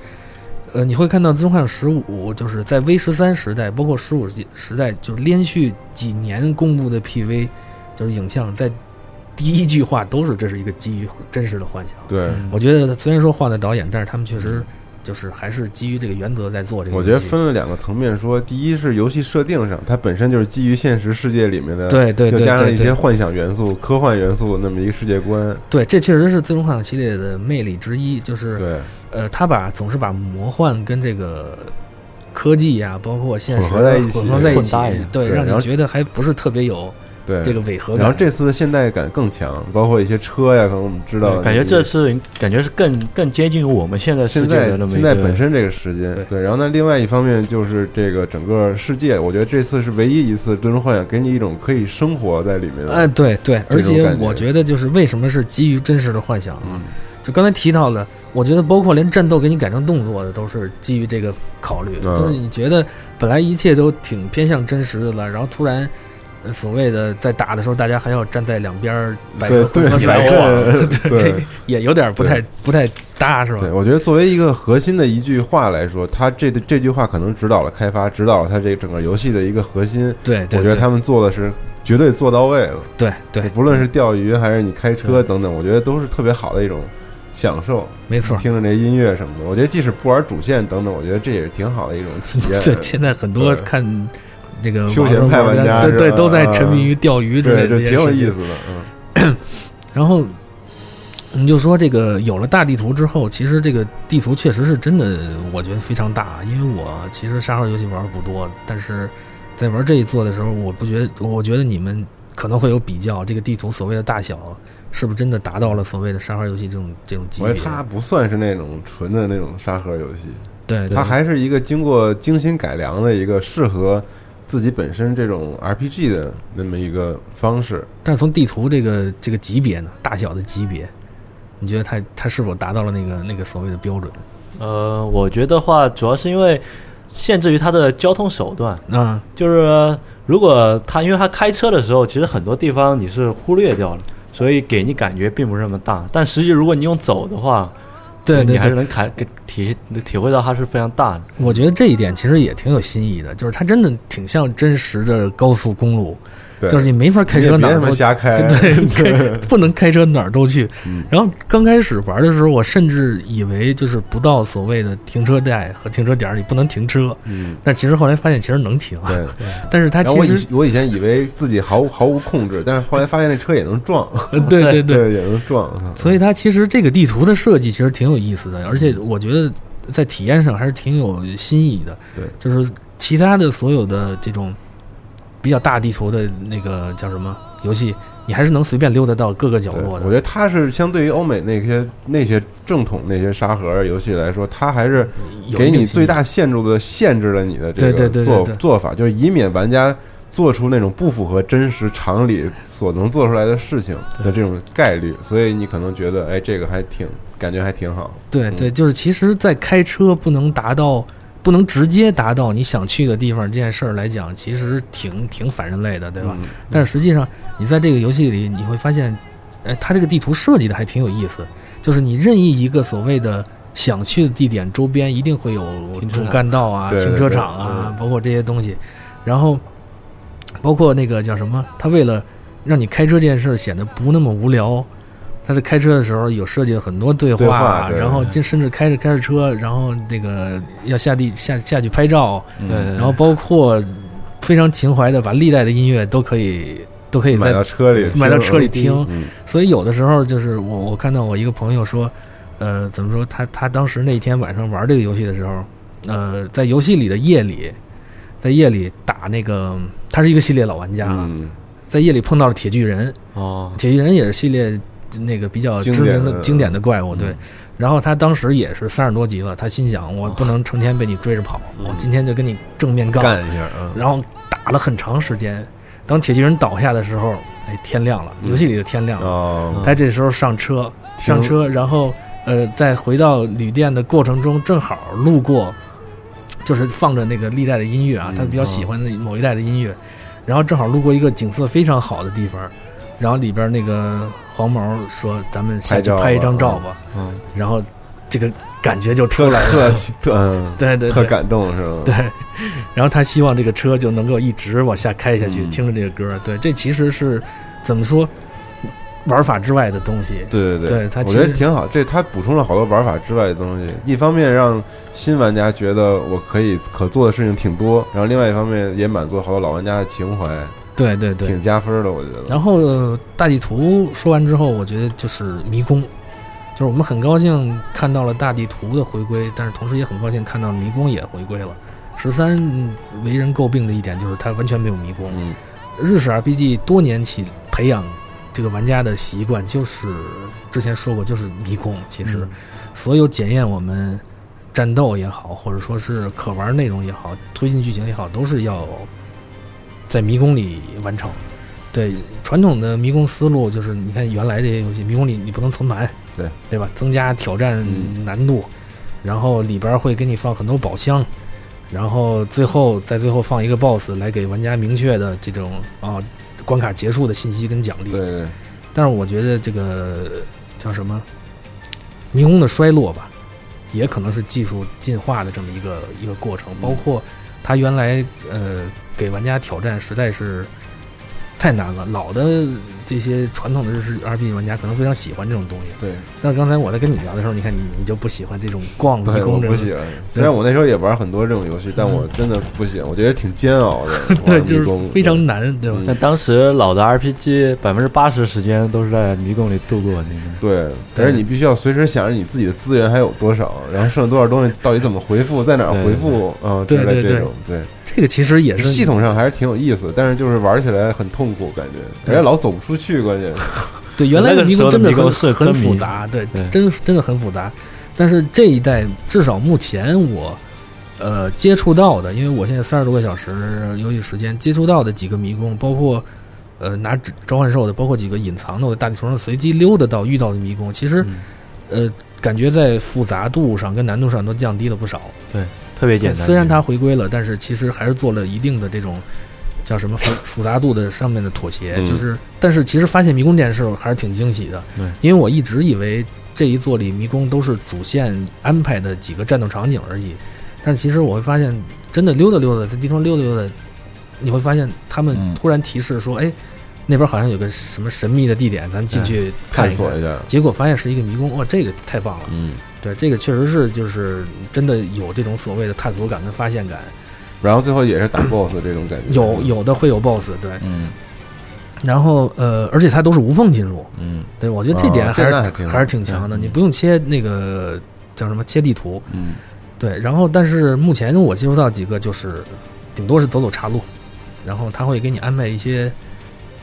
Speaker 11: 呃，你会看到《尊幻十五》就是在 V 十三时代，包括十五时代，就是连续几年公布的 PV，就是影像在第一句话都是这是一个基于真实的幻想。
Speaker 9: 对，
Speaker 11: 我觉得虽然说换了导演，但是他们确实就是还是基于这个原则在做这个。
Speaker 9: 我觉得分了两个层面说，第一是游戏设定上，它本身就是基于现实世界里面的，
Speaker 11: 对对
Speaker 9: 又
Speaker 11: 对
Speaker 9: 加上
Speaker 11: 对
Speaker 9: 一
Speaker 11: 对
Speaker 9: 些幻想元素、科幻元素那么一个世界观。
Speaker 11: 对，这确实是《最终幻想》系列的魅力之一，就是
Speaker 9: 对，
Speaker 11: 呃，他把总是把魔幻跟这个科技呀、包括现实
Speaker 9: 混合在一起
Speaker 11: 混合在一起
Speaker 9: 混搭一下，
Speaker 11: 对，
Speaker 9: 对
Speaker 11: 让
Speaker 9: 然
Speaker 11: 你
Speaker 9: 后
Speaker 11: 觉得还不是特别有
Speaker 9: 对
Speaker 11: 这个违和
Speaker 9: 然后
Speaker 11: 感。
Speaker 9: 这次的现代感更强，包括一些车呀，可能我们知道，
Speaker 10: 感觉这次感觉是更更接近于我们现在世
Speaker 9: 现
Speaker 10: 界
Speaker 9: 在
Speaker 10: 的那么一
Speaker 9: 现
Speaker 10: 个
Speaker 9: 在本身这个时间对，然后呢，另外一方面就是这个整个世界，我觉得这次是唯一一次《最终幻想》给你一种可以生活在里面的，
Speaker 11: 哎，对对，而
Speaker 9: 这种
Speaker 11: 且
Speaker 9: 感觉嗯
Speaker 11: 我觉得就是为什么是基于真实的幻想啊？就刚才提到的，我觉得包括连战斗给你改成动作的，都是基于这个考虑。
Speaker 9: 嗯
Speaker 11: 就是你觉得本来一切都挺偏向真实的了，然后突然。呃所谓的在打的时候，大家还要站在两边儿摆
Speaker 9: 对
Speaker 11: 头混合
Speaker 9: 对
Speaker 11: 摆晃， [LAUGHS]
Speaker 9: 对
Speaker 11: 这个也有点不太
Speaker 9: 对
Speaker 11: 不太搭，是吧？
Speaker 9: 对，我觉得作为一个核心的一句话来说，他这这句话可能指导了开发，指导了他这整个游戏的一个核心。
Speaker 11: 对对
Speaker 9: 我觉得
Speaker 11: 对
Speaker 9: 他们做的是绝对做到位了。
Speaker 11: 对对，
Speaker 9: 不论是钓鱼还是你开车等等，我觉得都是特别好的一种享受。
Speaker 11: 没错 [LAUGHS]
Speaker 9: 听着那音乐什么的，我觉得即使不玩主线等等，我觉得这也是挺好的一种体验。
Speaker 11: [LAUGHS] 这现在很多
Speaker 9: 对
Speaker 11: 看那个
Speaker 9: 休闲派玩家
Speaker 11: 对
Speaker 9: 是
Speaker 11: 对，
Speaker 9: 吧啊
Speaker 11: 都在沉迷于钓鱼之类
Speaker 9: 对，
Speaker 11: 的
Speaker 9: 这
Speaker 11: 这些
Speaker 9: 挺
Speaker 11: 事情，
Speaker 9: 有意思的。嗯，
Speaker 11: 然后我们就说这个有了大地图之后，其实这个地图确实是真的，我觉得非常大。因为我其实沙盒游戏玩的不多，但是在玩这一座的时候，我不觉得，我觉得你们可能会有比较，这个地图所谓的大小是不是真的达到了所谓的沙盒游戏这种这种级
Speaker 9: 我觉
Speaker 11: 别
Speaker 9: 得？它不算是那种纯的那种沙盒游戏，
Speaker 11: 对对
Speaker 9: 它还是一个经过精心改良的一个适合自己本身这种 RPG 的那么一个方式。
Speaker 11: 但是从地图这个这个级别呢，大小的级别，你觉得它它是否达到了那个那个所谓的标准？
Speaker 10: 呃，我觉得话主要是因为限制于它的交通手段，
Speaker 11: 嗯，
Speaker 10: 就是如果他因为他开车的时候，其实很多地方你是忽略掉了，所以给你感觉并不是那么大。但实际如果你用走的话，
Speaker 11: 对对
Speaker 10: 你还是
Speaker 11: 对
Speaker 10: 能感给体体会到它是非常大的。
Speaker 11: 我觉得这一点其实也挺有新意的，就是它真的挺像真实的高速公路，
Speaker 9: 对
Speaker 11: 就是你没法开车
Speaker 9: 你也
Speaker 11: 哪
Speaker 9: 别
Speaker 11: 儿
Speaker 9: 他妈
Speaker 11: 都
Speaker 9: 瞎开
Speaker 11: [LAUGHS]
Speaker 9: 嗯
Speaker 11: 对，
Speaker 9: [LAUGHS]
Speaker 11: 开不能开车哪儿都去。然后刚开始玩的时候，我甚至以为就是不到所谓的停车带和停车点儿，你不能停车。
Speaker 9: 嗯，
Speaker 11: 但其实后来发现其实能停，
Speaker 9: 对，
Speaker 11: 但是它
Speaker 9: 然
Speaker 11: 其
Speaker 9: 后我
Speaker 11: 实，
Speaker 9: 以我以前以为自己毫无毫无控制，但是后来发现那车也能撞
Speaker 11: [LAUGHS] 对对对
Speaker 9: [LAUGHS] 对，也能撞。啊
Speaker 11: 所以它其实这个地图的设计其实挺有意思的，而
Speaker 9: 嗯
Speaker 11: 且我觉得在体验上还是挺有新意的。
Speaker 9: 对
Speaker 11: 就是其他的所有的这种比较大地图的那个叫什么游戏，你还是能随便溜达到各个角
Speaker 9: 对
Speaker 11: 落
Speaker 9: 我
Speaker 11: 的。
Speaker 9: 觉得它是相对于欧美那些那些正统那些沙盒游戏来说，它还是
Speaker 11: 有
Speaker 9: 给
Speaker 11: 一定
Speaker 9: 你
Speaker 11: 性
Speaker 9: 最大限度的限制了你的这个做
Speaker 11: 对对对对对
Speaker 9: 做法，就是以免玩家做出那种不符合真实常理所能做出来的事情的这种概率。所以你可能觉得，哎，这个还挺感觉还挺好。
Speaker 11: 对
Speaker 10: 嗯
Speaker 11: 对，就是其实，在开车不能达到。不能直接达到你想去的地方这件事儿来讲，其实挺挺反人类的，对
Speaker 10: 嗯
Speaker 11: 吧？但是实际上，你在这个游戏里，你会发现，哎，它这个地图设计的还挺有意思，就是你任意一个所谓的想去的地点周边，一定会有主
Speaker 10: 车场
Speaker 11: 干道啊、
Speaker 10: 对对嗯
Speaker 11: 停车场啊，包括这些东西，然后包括那个叫什么，他为了让你开车这件事儿显得不那么无聊。他在开车的时候有设计了很多对话，
Speaker 9: 对话对
Speaker 11: 然后就甚至开着开着车，然后那个要下地下下去拍照，
Speaker 10: 对
Speaker 9: 嗯
Speaker 10: 对对
Speaker 11: 然后包括非常情怀的，把历代的音乐都可以都可以在
Speaker 9: 买到车里听
Speaker 11: 买到车里听。
Speaker 9: 嗯
Speaker 11: 所以有的时候就是我我看到我一个朋友说，呃，怎么说他他当时那天晚上玩这个游戏的时候，呃，在游戏里的夜里，在夜里打那个他是一个系列老玩家啊，
Speaker 9: 嗯
Speaker 11: 在夜里碰到了铁巨人，
Speaker 10: 哦，
Speaker 11: 铁巨人也是系列那个比较知名
Speaker 10: 经典
Speaker 11: 的
Speaker 10: 的
Speaker 11: 经典的怪物，对。然后他当时也是三十多级了，他心想我不能成天被你追着跑，我今天就跟你正面刚
Speaker 9: 干一下嗯
Speaker 11: 然后打了很长时间。当铁巨人倒下的时候，哎，天亮了，游戏里的天亮了。
Speaker 9: 哦嗯
Speaker 11: 他这时候上车，上车，然后呃，在回到旅店的过程中，正好路过，就是放着那个历代的音乐啊，
Speaker 9: 嗯
Speaker 11: 他比较喜欢的某一代的音乐，然后正好路过一个景色非常好的地方，然后里边那个黄毛说：“咱们下去
Speaker 9: 拍照啊
Speaker 11: 拍一张
Speaker 9: 吧
Speaker 11: 照吧。”
Speaker 10: 嗯嗯
Speaker 11: 然后这个感觉就出来
Speaker 9: 特
Speaker 11: 了，
Speaker 9: 特嗯
Speaker 11: 对对对
Speaker 9: 特感动是吧？
Speaker 11: 对，然后他希望这个车
Speaker 9: 嗯
Speaker 11: 就能够一直往下开下去，听着这个歌儿。对，这其实是怎么说？玩法之外的东西。
Speaker 9: 对对
Speaker 11: 对，它
Speaker 9: 我
Speaker 11: 其
Speaker 9: 觉
Speaker 11: 实
Speaker 9: 得挺好。这它补充了好多玩法之外的东西，一方面让新玩家觉得我可以可做的事情挺多，然后另外一方面也满足好多老玩家的情怀。
Speaker 11: 对对对
Speaker 9: 挺加分的，我觉得。
Speaker 11: 然后、呃大地图说完之后，我觉得就是迷宫，就是我们很高兴看到了大地图的回归，但是同时也很高兴看到迷宫也回归了。十三为人诟病的一点就是它完全没有迷宫。日式 RPG 多年起培养这个玩家的习惯，就是之前说过，就是迷宫。其实，所有检验我们战斗也好，或者说是可玩内容也好，推进剧情也好，都是要在迷宫里完成。对传统的迷宫思路，就是你看原来这些游戏，迷宫里你不能存盘，
Speaker 9: 对嗯
Speaker 11: 对吧？增加挑战难度，然后里边会给你放很多宝箱，然后最后在最后放一个 BOSS 来给玩家明确的这种啊关卡结束的信息跟奖励。
Speaker 9: 对对。
Speaker 11: 但是我觉得这个叫什么迷宫的衰落吧，也可能是技术进化的这么一个一个过
Speaker 9: 嗯
Speaker 11: 程，包括它原来呃给玩家挑战实在是太难了，老的这些传统的日式 RPG 玩家可能非常喜欢这种东西。
Speaker 9: 对。
Speaker 11: 但是刚才我在跟你聊的时候，你看你你就不喜欢这种逛迷
Speaker 9: 对，我
Speaker 11: 宫这种，
Speaker 9: 不喜欢。虽然我那时候也玩很多这种游戏，但我真的不喜欢，我觉得挺煎
Speaker 11: [LAUGHS]。
Speaker 9: 熬的
Speaker 11: 对
Speaker 9: 玩
Speaker 11: 就
Speaker 9: 迷
Speaker 11: 是
Speaker 9: 宫
Speaker 11: 非常难，对吧？
Speaker 10: 但当时老的 RPG 百分之八十时间都是在迷宫里度过的。
Speaker 9: 对，但是你必须要随时想着你自己的资源还有多少，然后剩了多少东西，到底怎么回复，在哪儿回复，嗯，之
Speaker 11: 对
Speaker 9: 类
Speaker 11: 对
Speaker 9: 这
Speaker 11: 对
Speaker 9: 种，对。
Speaker 11: 这个其实也是
Speaker 9: 系统上还是挺有意思，但是就是玩起来很痛苦，感觉，
Speaker 11: 对
Speaker 9: 人家老走不出去，关键。
Speaker 11: 对，原来的迷宫真的很很
Speaker 9: 迷
Speaker 11: 复杂，对，真真的很复杂。但是这一代至少目前我呃接触到的，因为我现在三十多个小时游戏时间接触到的几个迷宫，包括呃拿指召唤兽的，包括几个隐藏的，我在大地图上随机溜达到遇到的迷宫，其
Speaker 10: 嗯
Speaker 11: 实、呃感觉在复杂度上跟难度上都降低了不少。
Speaker 10: 对，特别简单。
Speaker 11: 虽然它回归了，但是其实还是做了一定的这种叫什么
Speaker 10: [LAUGHS]
Speaker 11: 复复杂度的上面的妥协。
Speaker 10: 嗯
Speaker 11: 就是，但是其实发现迷宫这件事，我还是挺惊喜的。
Speaker 10: 对
Speaker 11: 因为我一直以为这一座里迷宫都是主线安排的几个战斗场景而已，但是其实我会发现，真的溜达溜达，在地图上溜达溜达，你会发现他们
Speaker 10: 嗯
Speaker 11: 突然提示说，哎。那边好像有个什么神秘的地点，咱们进去
Speaker 9: 哎
Speaker 11: 看
Speaker 9: 探索
Speaker 11: 看
Speaker 9: 一下
Speaker 11: 结果发现是一个迷宫，哦哇，这个太棒了！
Speaker 9: 嗯，
Speaker 11: 对，这个确实是就是真的有这种所谓的探索感跟发现感，
Speaker 9: 然后最后也是打 BOSS 这种感觉。
Speaker 11: 有有的会有 BOSS，对，
Speaker 9: 嗯，
Speaker 11: 然后呃，而且它都是无缝进入，
Speaker 9: 嗯，
Speaker 11: 对我觉得这点
Speaker 9: 哦
Speaker 11: 还是、
Speaker 9: 这那还挺好
Speaker 11: 还是挺强的，你不用切那个叫什么切地图，
Speaker 9: 嗯，
Speaker 11: 对，然后但是目前我接触到几个就是顶多是走走岔路，然后他会给你安排一些。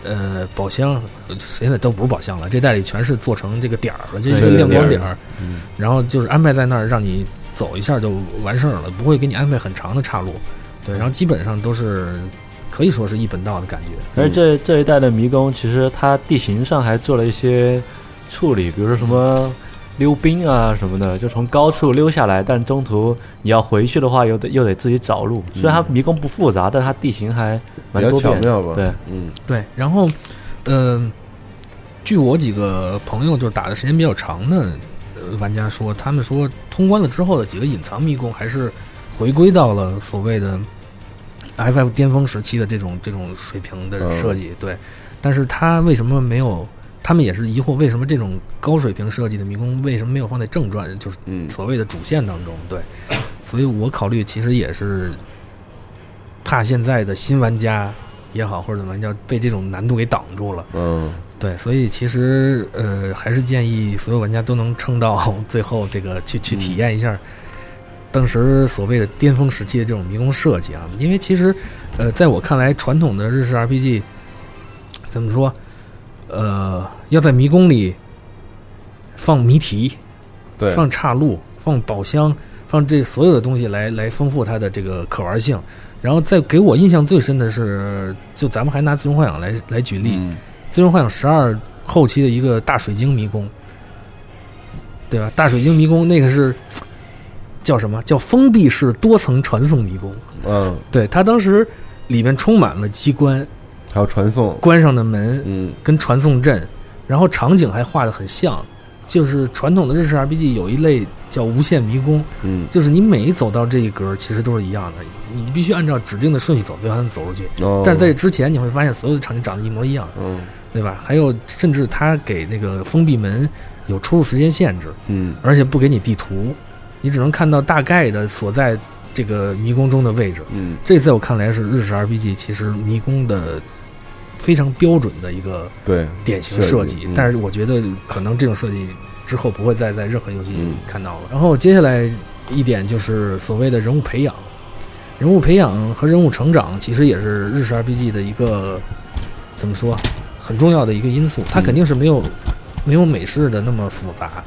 Speaker 11: 呃，宝箱呃现在都不是宝箱了，这代里全是做成这个点儿了，就是一个
Speaker 9: 对对
Speaker 11: 亮光
Speaker 9: 点
Speaker 11: 点
Speaker 9: 儿
Speaker 11: 儿，
Speaker 9: 嗯
Speaker 11: 然后就是安排在那儿让你走一下就完事儿了，不会给你安排很长的岔路，对，然后基本上都是可以说是一本道的感觉。
Speaker 10: 而这这一代的迷宫，其实它地形上还做了一些处理，比如说什么溜冰啊什么的，就从高处溜下来，但中途你要回去的话，又得又得自己找路。虽然它迷宫不复杂，但它地形还蛮多变
Speaker 9: 比较巧妙
Speaker 10: 的。
Speaker 9: 吧
Speaker 10: 对，
Speaker 9: 嗯，
Speaker 11: 对，然后，嗯、据我几个朋友就是打的时间比较长的、呃、玩家说，他们说通关了之后的几个隐藏迷宫还是回归到了所谓的 FF 巅峰时期的这种这种水平的设计。对，但是他为什么没有？他们也是疑惑，为什么这种高水平设计的迷宫为什么没有放在正传，就是所谓的主线当中？对，所以我考虑其实也是怕现在的新玩家也好，或者怎么样，被这种难度给挡住了。
Speaker 9: 嗯，
Speaker 11: 对，所以其实呃，还是建议所有玩家都能撑到最后，这个去去体验一下当时所谓的巅峰时期的这种迷宫设计啊。因为其实呃，在我看来，传统的日式 RPG 怎么说？呃，要在迷宫里放谜题，
Speaker 9: 对
Speaker 11: 放岔路，放宝箱，放这所有的东西来来丰富它的这个可玩性。然后再给我印象最深的是，就咱们还拿《最终幻想来》来举例，最终幻想十二》后期的一个大水晶迷宫，对吧？大水晶迷宫那个是叫什么？叫封闭式多层传送迷宫。
Speaker 9: 嗯，
Speaker 11: 对，它当时里面充满了机关，
Speaker 9: 还有传送，
Speaker 11: 关上的门，
Speaker 9: 嗯，
Speaker 11: 跟传送阵，然后场景还画的很像，就是传统的日式 RPG 有一类叫无限迷宫，
Speaker 9: 嗯，
Speaker 11: 就是你每一走到这一格，其实都是一样的，你必须按照指定的顺序走，最后才能走出去。
Speaker 9: 哦
Speaker 11: 但是在这之前，你会发现所有的场景长得一模一样。
Speaker 9: 嗯，
Speaker 11: 对吧？还有甚至它给那个封闭门有出入时间限制，
Speaker 9: 嗯，
Speaker 11: 而且不给你地图，你只能看到大概的所在这个迷宫中的位置。
Speaker 9: 嗯，
Speaker 11: 这在我看来是日式 RPG 其实迷宫的非常标准的一个
Speaker 9: 对
Speaker 11: 典型设计，
Speaker 9: 设计嗯
Speaker 11: 但是我觉得可能这种设计之后不会再在任何游戏里看到了。然后接下来一点就是所谓的人物培养。人物培养和人物成长其实也是日式 RPG 的一个怎么说很重要的一个因素。它
Speaker 9: 嗯
Speaker 11: 肯定是没有、没有美式的那么复杂。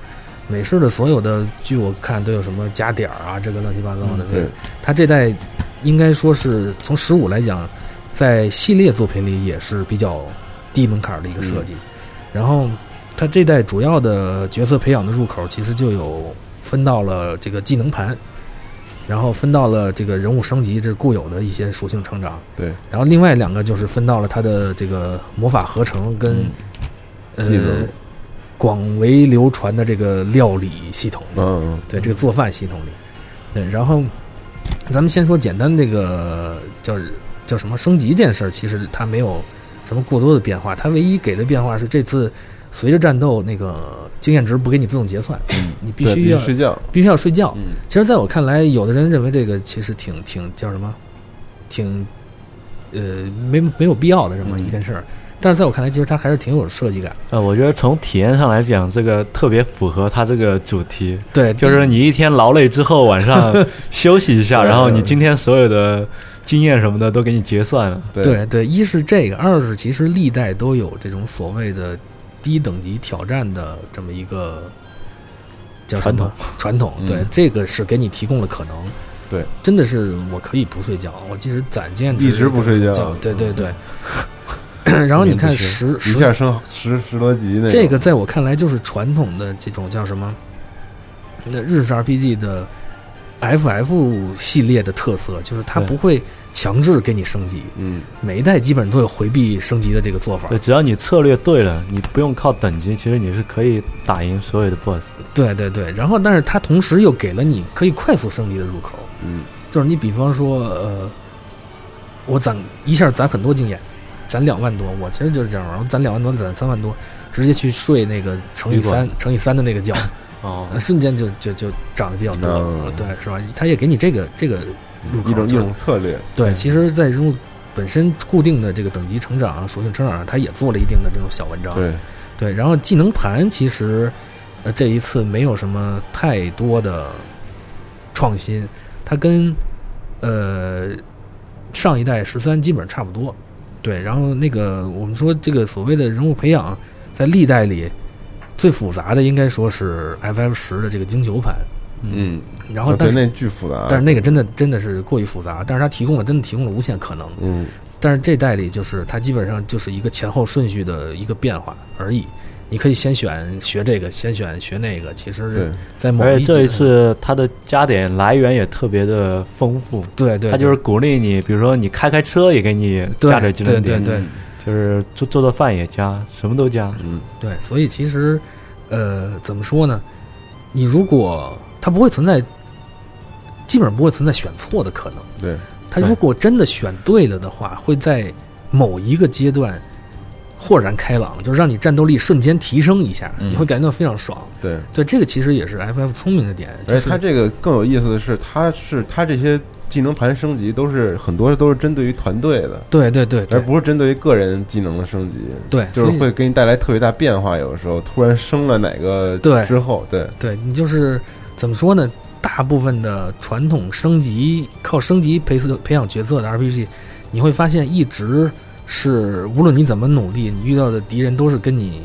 Speaker 11: 美式的所有的，据我看都有什么加点儿啊，这个乱七八糟的。
Speaker 9: 嗯对，
Speaker 11: 它这代应该说是从十五来讲，在系列作品里也是比较低门槛儿的一个设计。
Speaker 9: 嗯
Speaker 11: 然后，它这代主要的角色培养的入口其实就有分到了这个技能盘，然后分到了这个人物升级这固有的一些属性成长，
Speaker 9: 对，
Speaker 11: 然后另外两个就是分到了它的这个魔法合成跟、
Speaker 9: 嗯技能
Speaker 11: 呃广为流传的这个料理系统，
Speaker 9: 嗯，
Speaker 11: 对这个做饭系统里，对，然后咱们先说简单这个叫叫什么升级这件事儿，其实它没有什么过多的变化，它唯一给的变化是这次随着战斗那个经验值不给你自动结算，你必
Speaker 9: 对
Speaker 11: 须要
Speaker 9: 睡觉，
Speaker 11: 必须要睡觉。
Speaker 9: 嗯
Speaker 11: 其实，在我看来，有的人认为这个其实挺挺叫什么，挺呃没没有必要的这么一件事儿。但是在我看来，其实它还是挺有设计感的。
Speaker 10: 呃，我觉得从体验上来讲，这个特别符合它这个主题。
Speaker 11: 对
Speaker 10: 就是你一天劳累之后，晚上休息一下，然后你今天所有的经验什么的都给你结算了。
Speaker 11: 对对，一是这个，二是其实历代都有这种所谓的低等级挑战的这么一个叫什么传统。对，
Speaker 9: 嗯
Speaker 11: 这个是给你提供了可能。
Speaker 9: 对，
Speaker 11: 真的是我可以不睡觉，我即使攒剑
Speaker 9: 一直不睡觉嗯
Speaker 11: 对对对。 [LAUGHS]
Speaker 9: [LAUGHS]
Speaker 11: 然后你看
Speaker 9: 一直
Speaker 11: 十
Speaker 9: 一
Speaker 11: 十
Speaker 9: 下升十十多级那种
Speaker 11: 这个在我看来就是传统的这种叫什么，那日式 RPG 的 FF 系列的特色，就是它
Speaker 10: 对
Speaker 11: 不会强制给你升级，
Speaker 9: 嗯，
Speaker 11: 每一代基本上都有回避升级的这个做法。
Speaker 10: 对，只要你策略对了，你不用靠等级，其实你是可以打赢所有的 BOSS 的。
Speaker 11: 对对对，然后但是它同时又给了你可以快速升级的入口，
Speaker 9: 嗯，
Speaker 11: 就是你比方说，呃，我攒一下攒很多经验，攒两万多，我其实就是这样玩，我攒两万多，攒三万多，直接去睡那个乘以
Speaker 10: 旅馆
Speaker 11: 三乘以三的那个觉，
Speaker 10: 哦
Speaker 11: 呃瞬间就就就涨得比较多，
Speaker 9: 嗯
Speaker 11: 对，是吧？它也给你这个这个入口
Speaker 9: 一种一
Speaker 11: 就是
Speaker 9: 种策略，
Speaker 11: 对，其实，在人物本身固定的这个等级成长啊、属性成长上，它也做了一定的这种小文章。
Speaker 9: 对，
Speaker 11: 对，然后技能盘其实，呃，这一次没有什么太多的创新，它跟呃上一代十三基本上差不多。对，然后那个我们说这个所谓的人物培养，在历代里最复杂的应该说是 FF 十的这个精球盘，
Speaker 9: 嗯，
Speaker 11: 然后
Speaker 9: 我觉
Speaker 11: 但
Speaker 9: 得
Speaker 11: 是
Speaker 9: 那巨复杂，
Speaker 11: 但是那个真的真的是过于复杂，但是它提供了真的提供了无限可能。
Speaker 9: 嗯，
Speaker 11: 但是这代里就是它基本上就是一个前后顺序的一个变化而已。你可以先选学这个，先选学那个。其
Speaker 9: 对
Speaker 11: 实，在某
Speaker 10: 而
Speaker 11: 一
Speaker 10: 且
Speaker 11: 阶
Speaker 10: 这
Speaker 11: 段
Speaker 10: 一次它的加点来源也特别的丰富，
Speaker 11: 对对，
Speaker 10: 它就是
Speaker 11: 对
Speaker 10: 鼓励你，比如说你开开车也给你
Speaker 11: 对
Speaker 10: 加点技能
Speaker 11: 对
Speaker 10: 点，
Speaker 11: 对对
Speaker 10: 就是做做做饭也加，什么都加。
Speaker 9: 嗯，
Speaker 11: 对，所以其实，呃，怎么说呢？你如果它不会存在，基本上不会存在选错的可能。
Speaker 9: 对，
Speaker 11: 它如果真的选对了的话，会在某一个阶段豁然开朗，就是让你战斗力瞬间提升一下，
Speaker 9: 嗯
Speaker 11: 你会感觉到非常爽。
Speaker 9: 对。
Speaker 11: 对，这个其实也是 FF 聪明的点，就
Speaker 9: 而
Speaker 11: 是
Speaker 9: 且它这个更有意思的是，它是它这些技能盘升级都是很多都是针对于团队的，
Speaker 11: 对对对对
Speaker 9: 而不是针对于个人技能的升级。
Speaker 11: 对
Speaker 9: 就是
Speaker 11: 所以
Speaker 9: 会给你带来特别大变化。有的时候突然升了哪个
Speaker 11: 对
Speaker 9: 之后，对
Speaker 11: 对，你就是怎么说呢？大部分的传统升级靠升级培色培养角色的 RPG，你会发现一直是无论你怎么努力，你遇到的敌人都是跟你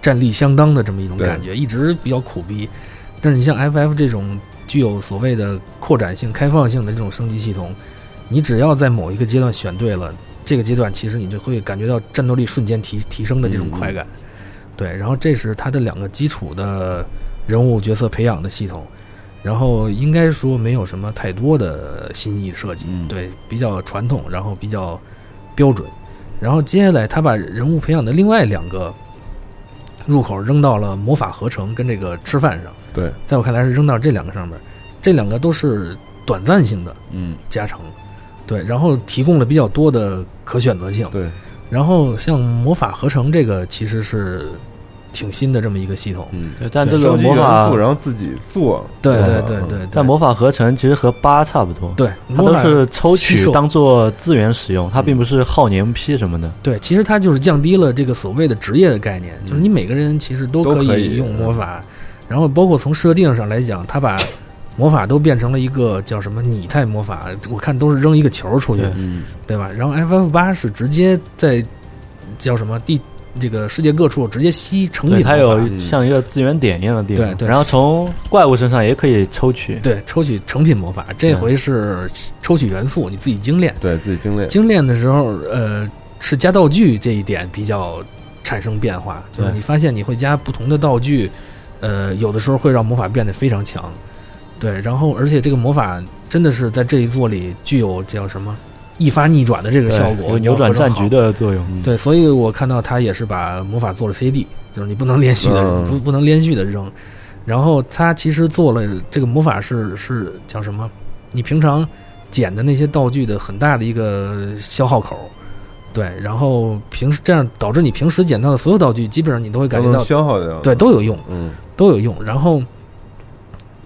Speaker 11: 战力相当的这么一种
Speaker 9: 对
Speaker 11: 感觉，一直比较苦逼。但是你像 FF 这种具有所谓的扩展性、开放性的这种升级系统，你只要在某一个阶段选对了，这个阶段其实你就会感觉到战斗力瞬间提提升的这种快感。
Speaker 9: 嗯
Speaker 11: 对，然后这是它的两个基础的人物角色培养的系统，然后应该说没有什么太多的新意设计，
Speaker 9: 嗯
Speaker 11: 对，比较传统，然后比较标准。然后接下来他把人物培养的另外两个入口扔到了魔法合成跟这个吃饭上，
Speaker 9: 对，
Speaker 11: 在我看来是扔到这两个上面，这两个都是短暂性的
Speaker 9: 嗯，
Speaker 11: 加成，对，然后提供了比较多的可选择性，
Speaker 9: 对，
Speaker 11: 然后像魔法合成这个其实是挺新的这么一个系统，
Speaker 9: 嗯
Speaker 10: 对但这个魔
Speaker 9: 元
Speaker 10: 法
Speaker 9: 素，然后自己做，
Speaker 11: 对对
Speaker 9: 嗯
Speaker 11: 对
Speaker 9: 嗯
Speaker 11: 对
Speaker 10: 但魔法合成其实和八差不多，
Speaker 11: 对
Speaker 10: 它
Speaker 11: 魔
Speaker 10: 都
Speaker 11: 法
Speaker 10: 是抽
Speaker 11: 吸
Speaker 10: 取
Speaker 11: 收
Speaker 10: 当做资源使用，它并不是耗年批什么的。
Speaker 11: 对，其实它就是降低了这个所谓的职业的概念，就是你每个人其实嗯都
Speaker 10: 都可
Speaker 11: 可
Speaker 10: 以
Speaker 11: 以嗯用魔法，然后包括从设定上来讲，它把魔法都变成了一个叫什么拟态魔法，我看都是扔一个球出去，对吧？然后 FF 八是直接在叫什么地这个世界各处直接吸成
Speaker 10: 对，
Speaker 11: 品，
Speaker 10: 它有像一个资源点一样的地方，
Speaker 11: 对对
Speaker 10: 然后从怪物身上也可以抽取，
Speaker 11: 对抽取成品魔法，
Speaker 10: 嗯
Speaker 11: 这回是抽取元素，你自己精炼。
Speaker 9: 对自己精炼，
Speaker 11: 精炼的时候，呃，是加道具这一点比较产生变化，就是
Speaker 10: 对
Speaker 11: 你发现你会加不同的道具，呃，有的时候会让魔法变得非常强，对，然后而且这个魔法真的是在这一座里具有叫什么一发逆转的这个
Speaker 10: 对
Speaker 11: 效
Speaker 10: 有
Speaker 11: 果，
Speaker 10: 扭转战局
Speaker 11: 的。
Speaker 10: 的作
Speaker 9: 嗯
Speaker 10: 用。
Speaker 11: 对，所以我看到他也是把魔法做了 CD，就是你不能连续的、
Speaker 10: 嗯
Speaker 11: 不不能连续的扔。然后他其实做了这个魔法是是叫什么？你平常捡的那些道具的很大的一个消耗口。对，然后平时这样导致你平时捡到的所有道具，基本上你都会感觉
Speaker 9: 都
Speaker 11: 到
Speaker 9: 能消耗掉
Speaker 11: 对，都有用，
Speaker 9: 嗯，
Speaker 11: 都有用。然后，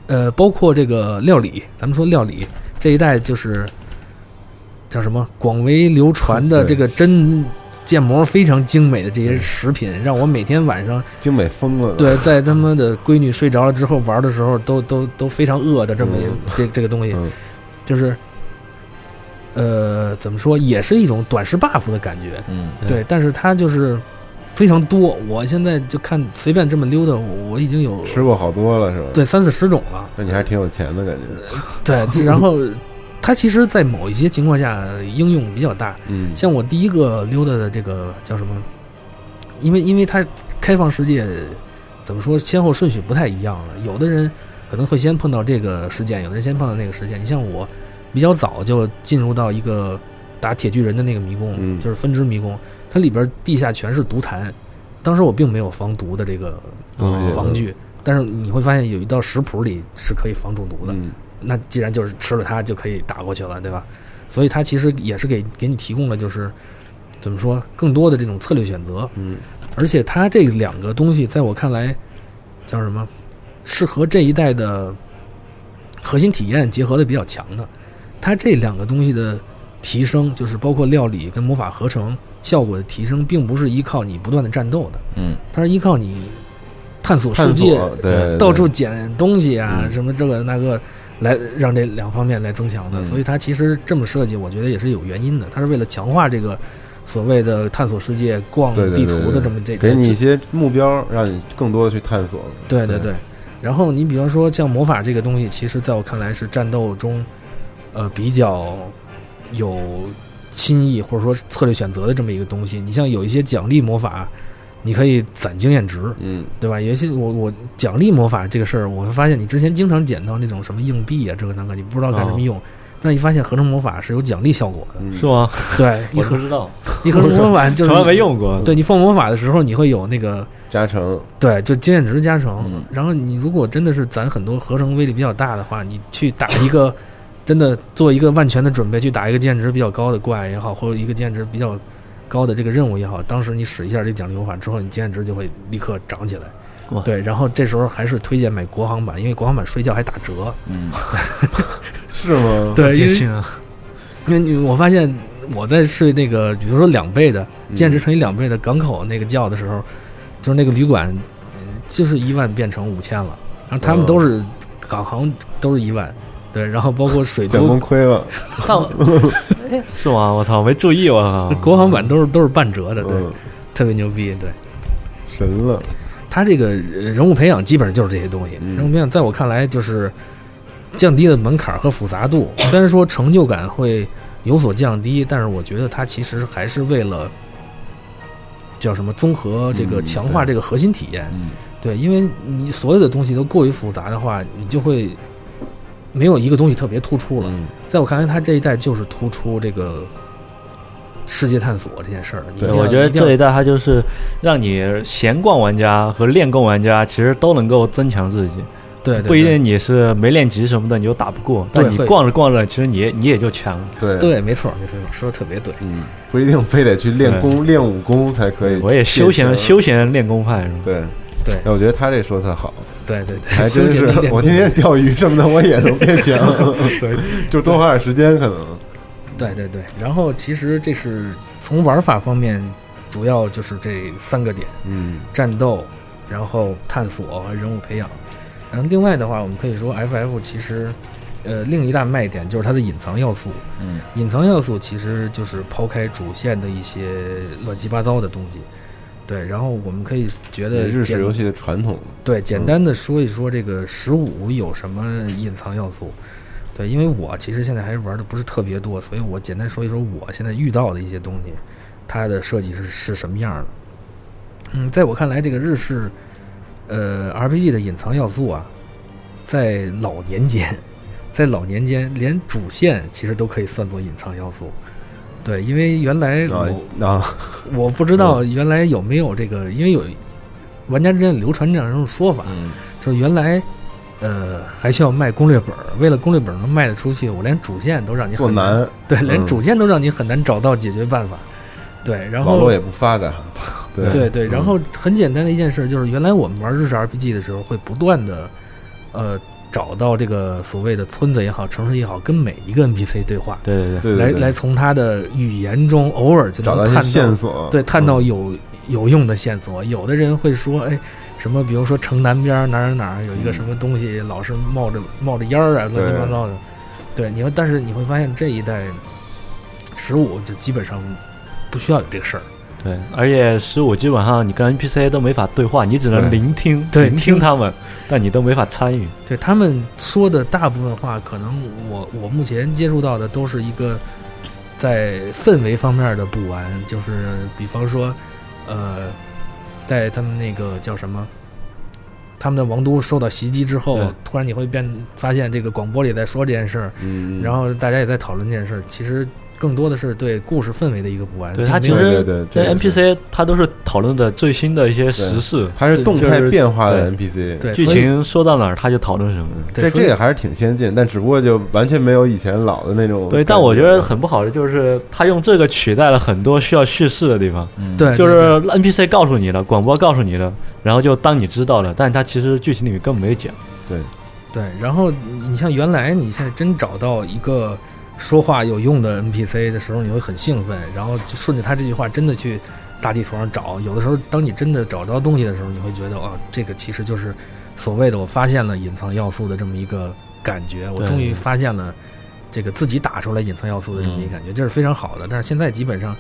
Speaker 11: 呃，包括这个料理，咱们说料理这一代就是叫什么广为流传的这
Speaker 9: 对
Speaker 11: 个真建模非常精美的这些食
Speaker 9: 嗯
Speaker 11: 品，让我每天晚上
Speaker 9: 精美疯了， [LAUGHS]
Speaker 11: 对在他妈的闺女睡着了之后玩的时候，都都都非常饿的这么一
Speaker 9: 嗯
Speaker 11: [LAUGHS] 这这个东西，就是。呃，怎么说，也是一种短时 buff 的感觉。
Speaker 9: 嗯
Speaker 11: 对，但是它就是非常多。我现在就看随便这么溜达，我我已经有
Speaker 9: 吃过好多了是吧？
Speaker 11: 对，三四十种了。
Speaker 9: 那你还挺有钱的感觉，
Speaker 11: 对，然后它其实，在某一些情况下应用比较大。
Speaker 9: 嗯
Speaker 11: 像我第一个溜达的这个叫什么？因为因为它开放世界怎么说先后顺序不太一样了，有的人可能会先碰到这个事件，有的人先碰到那个事件。你像我比较早就进入到一个打铁巨人的那个迷宫，
Speaker 9: 嗯
Speaker 11: 就是分支迷宫，它里边地下全是毒痰。当时我并没有防毒的这个
Speaker 9: 哦
Speaker 11: 防具，但是你会发现有一道食谱里是可以防中毒的。那既然就是吃了它就可以打过去了，对吧？所以它其实也是给给你提供了就是怎么说更多的这种策略选择。
Speaker 9: 嗯，
Speaker 11: 而且它这两个东西在我看来叫什么，是和这一代的核心体验结合的比较强的。它这两个东西的提升，就是包括料理跟魔法合成效果的提升，并不是依靠你不断的战斗的，
Speaker 9: 嗯，
Speaker 11: 它是依靠你探索世界
Speaker 9: 探索，对对嗯
Speaker 11: 到处捡东西啊，什么这个那个，来让这两方面来增强的。
Speaker 9: 嗯
Speaker 11: 所以它其实这么设计，我觉得也是有原因的，它是为了强化这个所谓的探索世界、逛
Speaker 9: 对对
Speaker 11: 地
Speaker 9: 对
Speaker 11: 图
Speaker 9: 对
Speaker 11: 的
Speaker 9: 对
Speaker 11: 这么这
Speaker 9: 给你一
Speaker 11: 这
Speaker 9: 些目标，让你更多的去探索。
Speaker 11: 对对对。然后你比方说像魔法这个东西，其实在我看来是战斗中，呃，比较有新意或者说策略选择的这么一个东西。你像有一些奖励魔法，你可以攒经验值，
Speaker 9: 嗯，
Speaker 11: 对吧？有一些我我奖励魔法这个事儿，我会发现你之前经常捡到那种什么硬币啊，这个那个，你不知道干什么用。但一发现合成魔法是有奖励效果的，
Speaker 10: 是吗？
Speaker 11: 对，一
Speaker 10: 我都不
Speaker 11: 合
Speaker 10: 知道，
Speaker 11: 一合成魔法就是
Speaker 10: [LAUGHS] 从来没用过
Speaker 11: 对你放魔法的时候，你会有那个
Speaker 9: 加成，
Speaker 11: 对，就经验值加成。然后你如果真的是攒很多合成威力比较大的话，你去打一个真的做一个万全的准备，去打一个经验值比较高的怪也好，或者一个经验值比较高的这个任务也好，当时你使一下这奖励魔法之后，你经验值就会立刻涨起来。对，然后这时候还是推荐买国行版，因为国行版睡觉还打折。
Speaker 9: 嗯，是吗？
Speaker 11: 对，因为因为你我发现我在睡那个，比如说两倍的，兼职乘以两倍的港口那个觉的时候，就是那个旅馆，嗯就是一万变成五千了，然后他们都是港行都是一万，对，然后包括水
Speaker 9: 蒋
Speaker 11: 都
Speaker 9: 公亏了，
Speaker 10: 是吗？我操，没注意，我啊靠！
Speaker 11: 国行版都是都是半折的，对，
Speaker 9: 嗯
Speaker 11: 特别牛逼，对，
Speaker 9: 神了。
Speaker 11: 他这个呃人物培养基本上就是这些东西，
Speaker 9: 嗯
Speaker 11: 人物培养在我看来就是降低了门槛和复杂
Speaker 9: [COUGHS]
Speaker 11: 度，虽然说成就感会有所降低，但是我觉得它其实还是为了叫什么综合这个
Speaker 9: 嗯
Speaker 11: 强化
Speaker 9: 对
Speaker 11: 这个核心体验。
Speaker 9: 嗯
Speaker 11: 对，因为你所有的东西都过于复杂的话，你就会没有一个东西特别突出了。
Speaker 9: 嗯
Speaker 11: 在我看来，它这一代就是突出这个世界探索这件事儿。你一
Speaker 10: 对，
Speaker 11: 定要
Speaker 10: 我觉得
Speaker 11: 一定要
Speaker 10: 这一代它就是让你闲逛玩家和练功玩家其实都能够增强自己，
Speaker 11: 对对对
Speaker 10: 不一定你是没练级什么的你就打不过，
Speaker 11: 对
Speaker 10: 但你
Speaker 11: 会
Speaker 10: 逛着逛着，其实你也你也就强。
Speaker 9: 对
Speaker 11: 对，没错，没错，说的特别对。
Speaker 9: 嗯，不一定非得去练功、练武功才可以。
Speaker 10: 我也休闲休闲练功派是吧？
Speaker 9: 对
Speaker 11: 对，
Speaker 9: 哎我觉得他这说的特
Speaker 10: [LAUGHS]
Speaker 9: 好。
Speaker 11: 对对对，
Speaker 9: 还
Speaker 11: 休
Speaker 9: 真
Speaker 11: 闲
Speaker 9: 是
Speaker 11: 地练，功
Speaker 9: 我天天钓鱼什么的，我也能变
Speaker 10: [LAUGHS]
Speaker 9: 强。对，就多花点时间可能。
Speaker 11: 对对对，然后其实这是从玩法方面，主要就是这三个点，
Speaker 9: 嗯，
Speaker 11: 战斗，然后探索和人物培养。然后另外的话，我们可以说 FF 其实，呃，另一大卖点就是它的隐藏要素。
Speaker 9: 嗯，
Speaker 11: 隐藏要素其实就是抛开主线的一些乱七八糟的东西。对，然后我们可以觉得
Speaker 9: 日
Speaker 11: 简
Speaker 9: 式游戏的传统。
Speaker 11: 对，简单的说一说这个十五有什么隐藏要素。对，因为我其实现在还是玩的不是特别多，所以我简单说一说我现在遇到的一些东西，它的设计是是什么样的。嗯，在我看来，这个日式呃 RPG 的隐藏要素啊，在老年间， [LAUGHS] 在老年间连主线其实都可以算作隐藏要素。对，因为原来我、
Speaker 9: 啊啊，
Speaker 11: [LAUGHS]
Speaker 9: 嗯
Speaker 11: 我不知道原来有没有这个，因为有玩家之间流传这样一种说法，
Speaker 9: 嗯
Speaker 11: 就是原来呃还需要卖攻略本儿，为了攻略本儿能卖得出去，我连主线都让你
Speaker 9: 做
Speaker 11: 很难，
Speaker 9: 难
Speaker 11: [LAUGHS] 对，连
Speaker 9: 嗯
Speaker 11: 主线都让你很难找到解决办法。对，然后
Speaker 9: 网络也不发达。对嗯
Speaker 11: 对然后很简单的一件事就是，原来我们玩日式 RPG 的时候，会不断的呃找到这个所谓的村子也好，城市也好，跟每一个 NPC 对话。
Speaker 10: 对对
Speaker 9: 对
Speaker 11: 来
Speaker 9: 对
Speaker 11: 来，从他的语言中偶尔就
Speaker 9: 找
Speaker 11: 能
Speaker 9: 到一
Speaker 11: 看
Speaker 9: 些
Speaker 11: 到
Speaker 9: 线索
Speaker 11: 对，看到
Speaker 9: 嗯
Speaker 11: 有、有用的线索。有的人会说，哎，什么，比如说城南边儿哪儿哪儿哪儿有一个什么东西，老是冒着冒着烟儿啊，乱七八糟的。对，你会，但是你会发现这一代十五就基本上不需要有这个事儿。
Speaker 10: 对，而且十五基本上你跟 NPC 都没法对话，你只能
Speaker 11: 对
Speaker 10: 聆听，
Speaker 11: 对
Speaker 10: 聆
Speaker 11: 听
Speaker 10: 听他们，但你都没法参与。
Speaker 11: 对他们说的大部分话，可能我我目前接触到的都是一个在氛围方面的补完，就是比方说，呃，在他们那个叫什么，他们的王都受到袭击之后
Speaker 10: 对，
Speaker 11: 突然你会变发现这个广播里在说这件事儿，
Speaker 9: 嗯
Speaker 11: 然后大家也在讨论这件事儿，其实更多的是对故事氛围的一个补完。
Speaker 10: 对
Speaker 11: 嗯并
Speaker 10: 他
Speaker 11: 没
Speaker 10: 其
Speaker 11: 有
Speaker 10: 实
Speaker 9: 对对
Speaker 10: NPC 他都是讨论的最新的一些时事，
Speaker 9: 它是动态
Speaker 10: 就是
Speaker 9: 变化的
Speaker 10: 对
Speaker 9: NPC
Speaker 11: 对
Speaker 10: 剧
Speaker 11: 所以
Speaker 10: 情说到哪儿他就讨论什么。
Speaker 9: 这这个还是挺先进，但只不过就完全没有以前老的那种感。
Speaker 10: 对，但我觉得很不好的就是他用这个取代了很多需要叙事的地方。
Speaker 11: 对
Speaker 10: 就
Speaker 11: 对
Speaker 10: 是 NPC 告诉你了，广播告诉你了，然后就当你知道了，但他其实剧情里面根本没讲。
Speaker 9: 对，
Speaker 11: 对，然后你你像原来你现在真找到一个说话有用的 NPC 的时候，你会哦很兴奋，然后就顺着他这句话真的去大地图上找。有的时候，当你真的找到东西的时候，你会觉得啊，这个其实就是所谓的我发现了隐藏要素的这么一个感觉，我
Speaker 10: 对
Speaker 11: 终于发现了这个自己打出来隐藏要素的这么一个感觉，这是非常好的。但是现在基本上，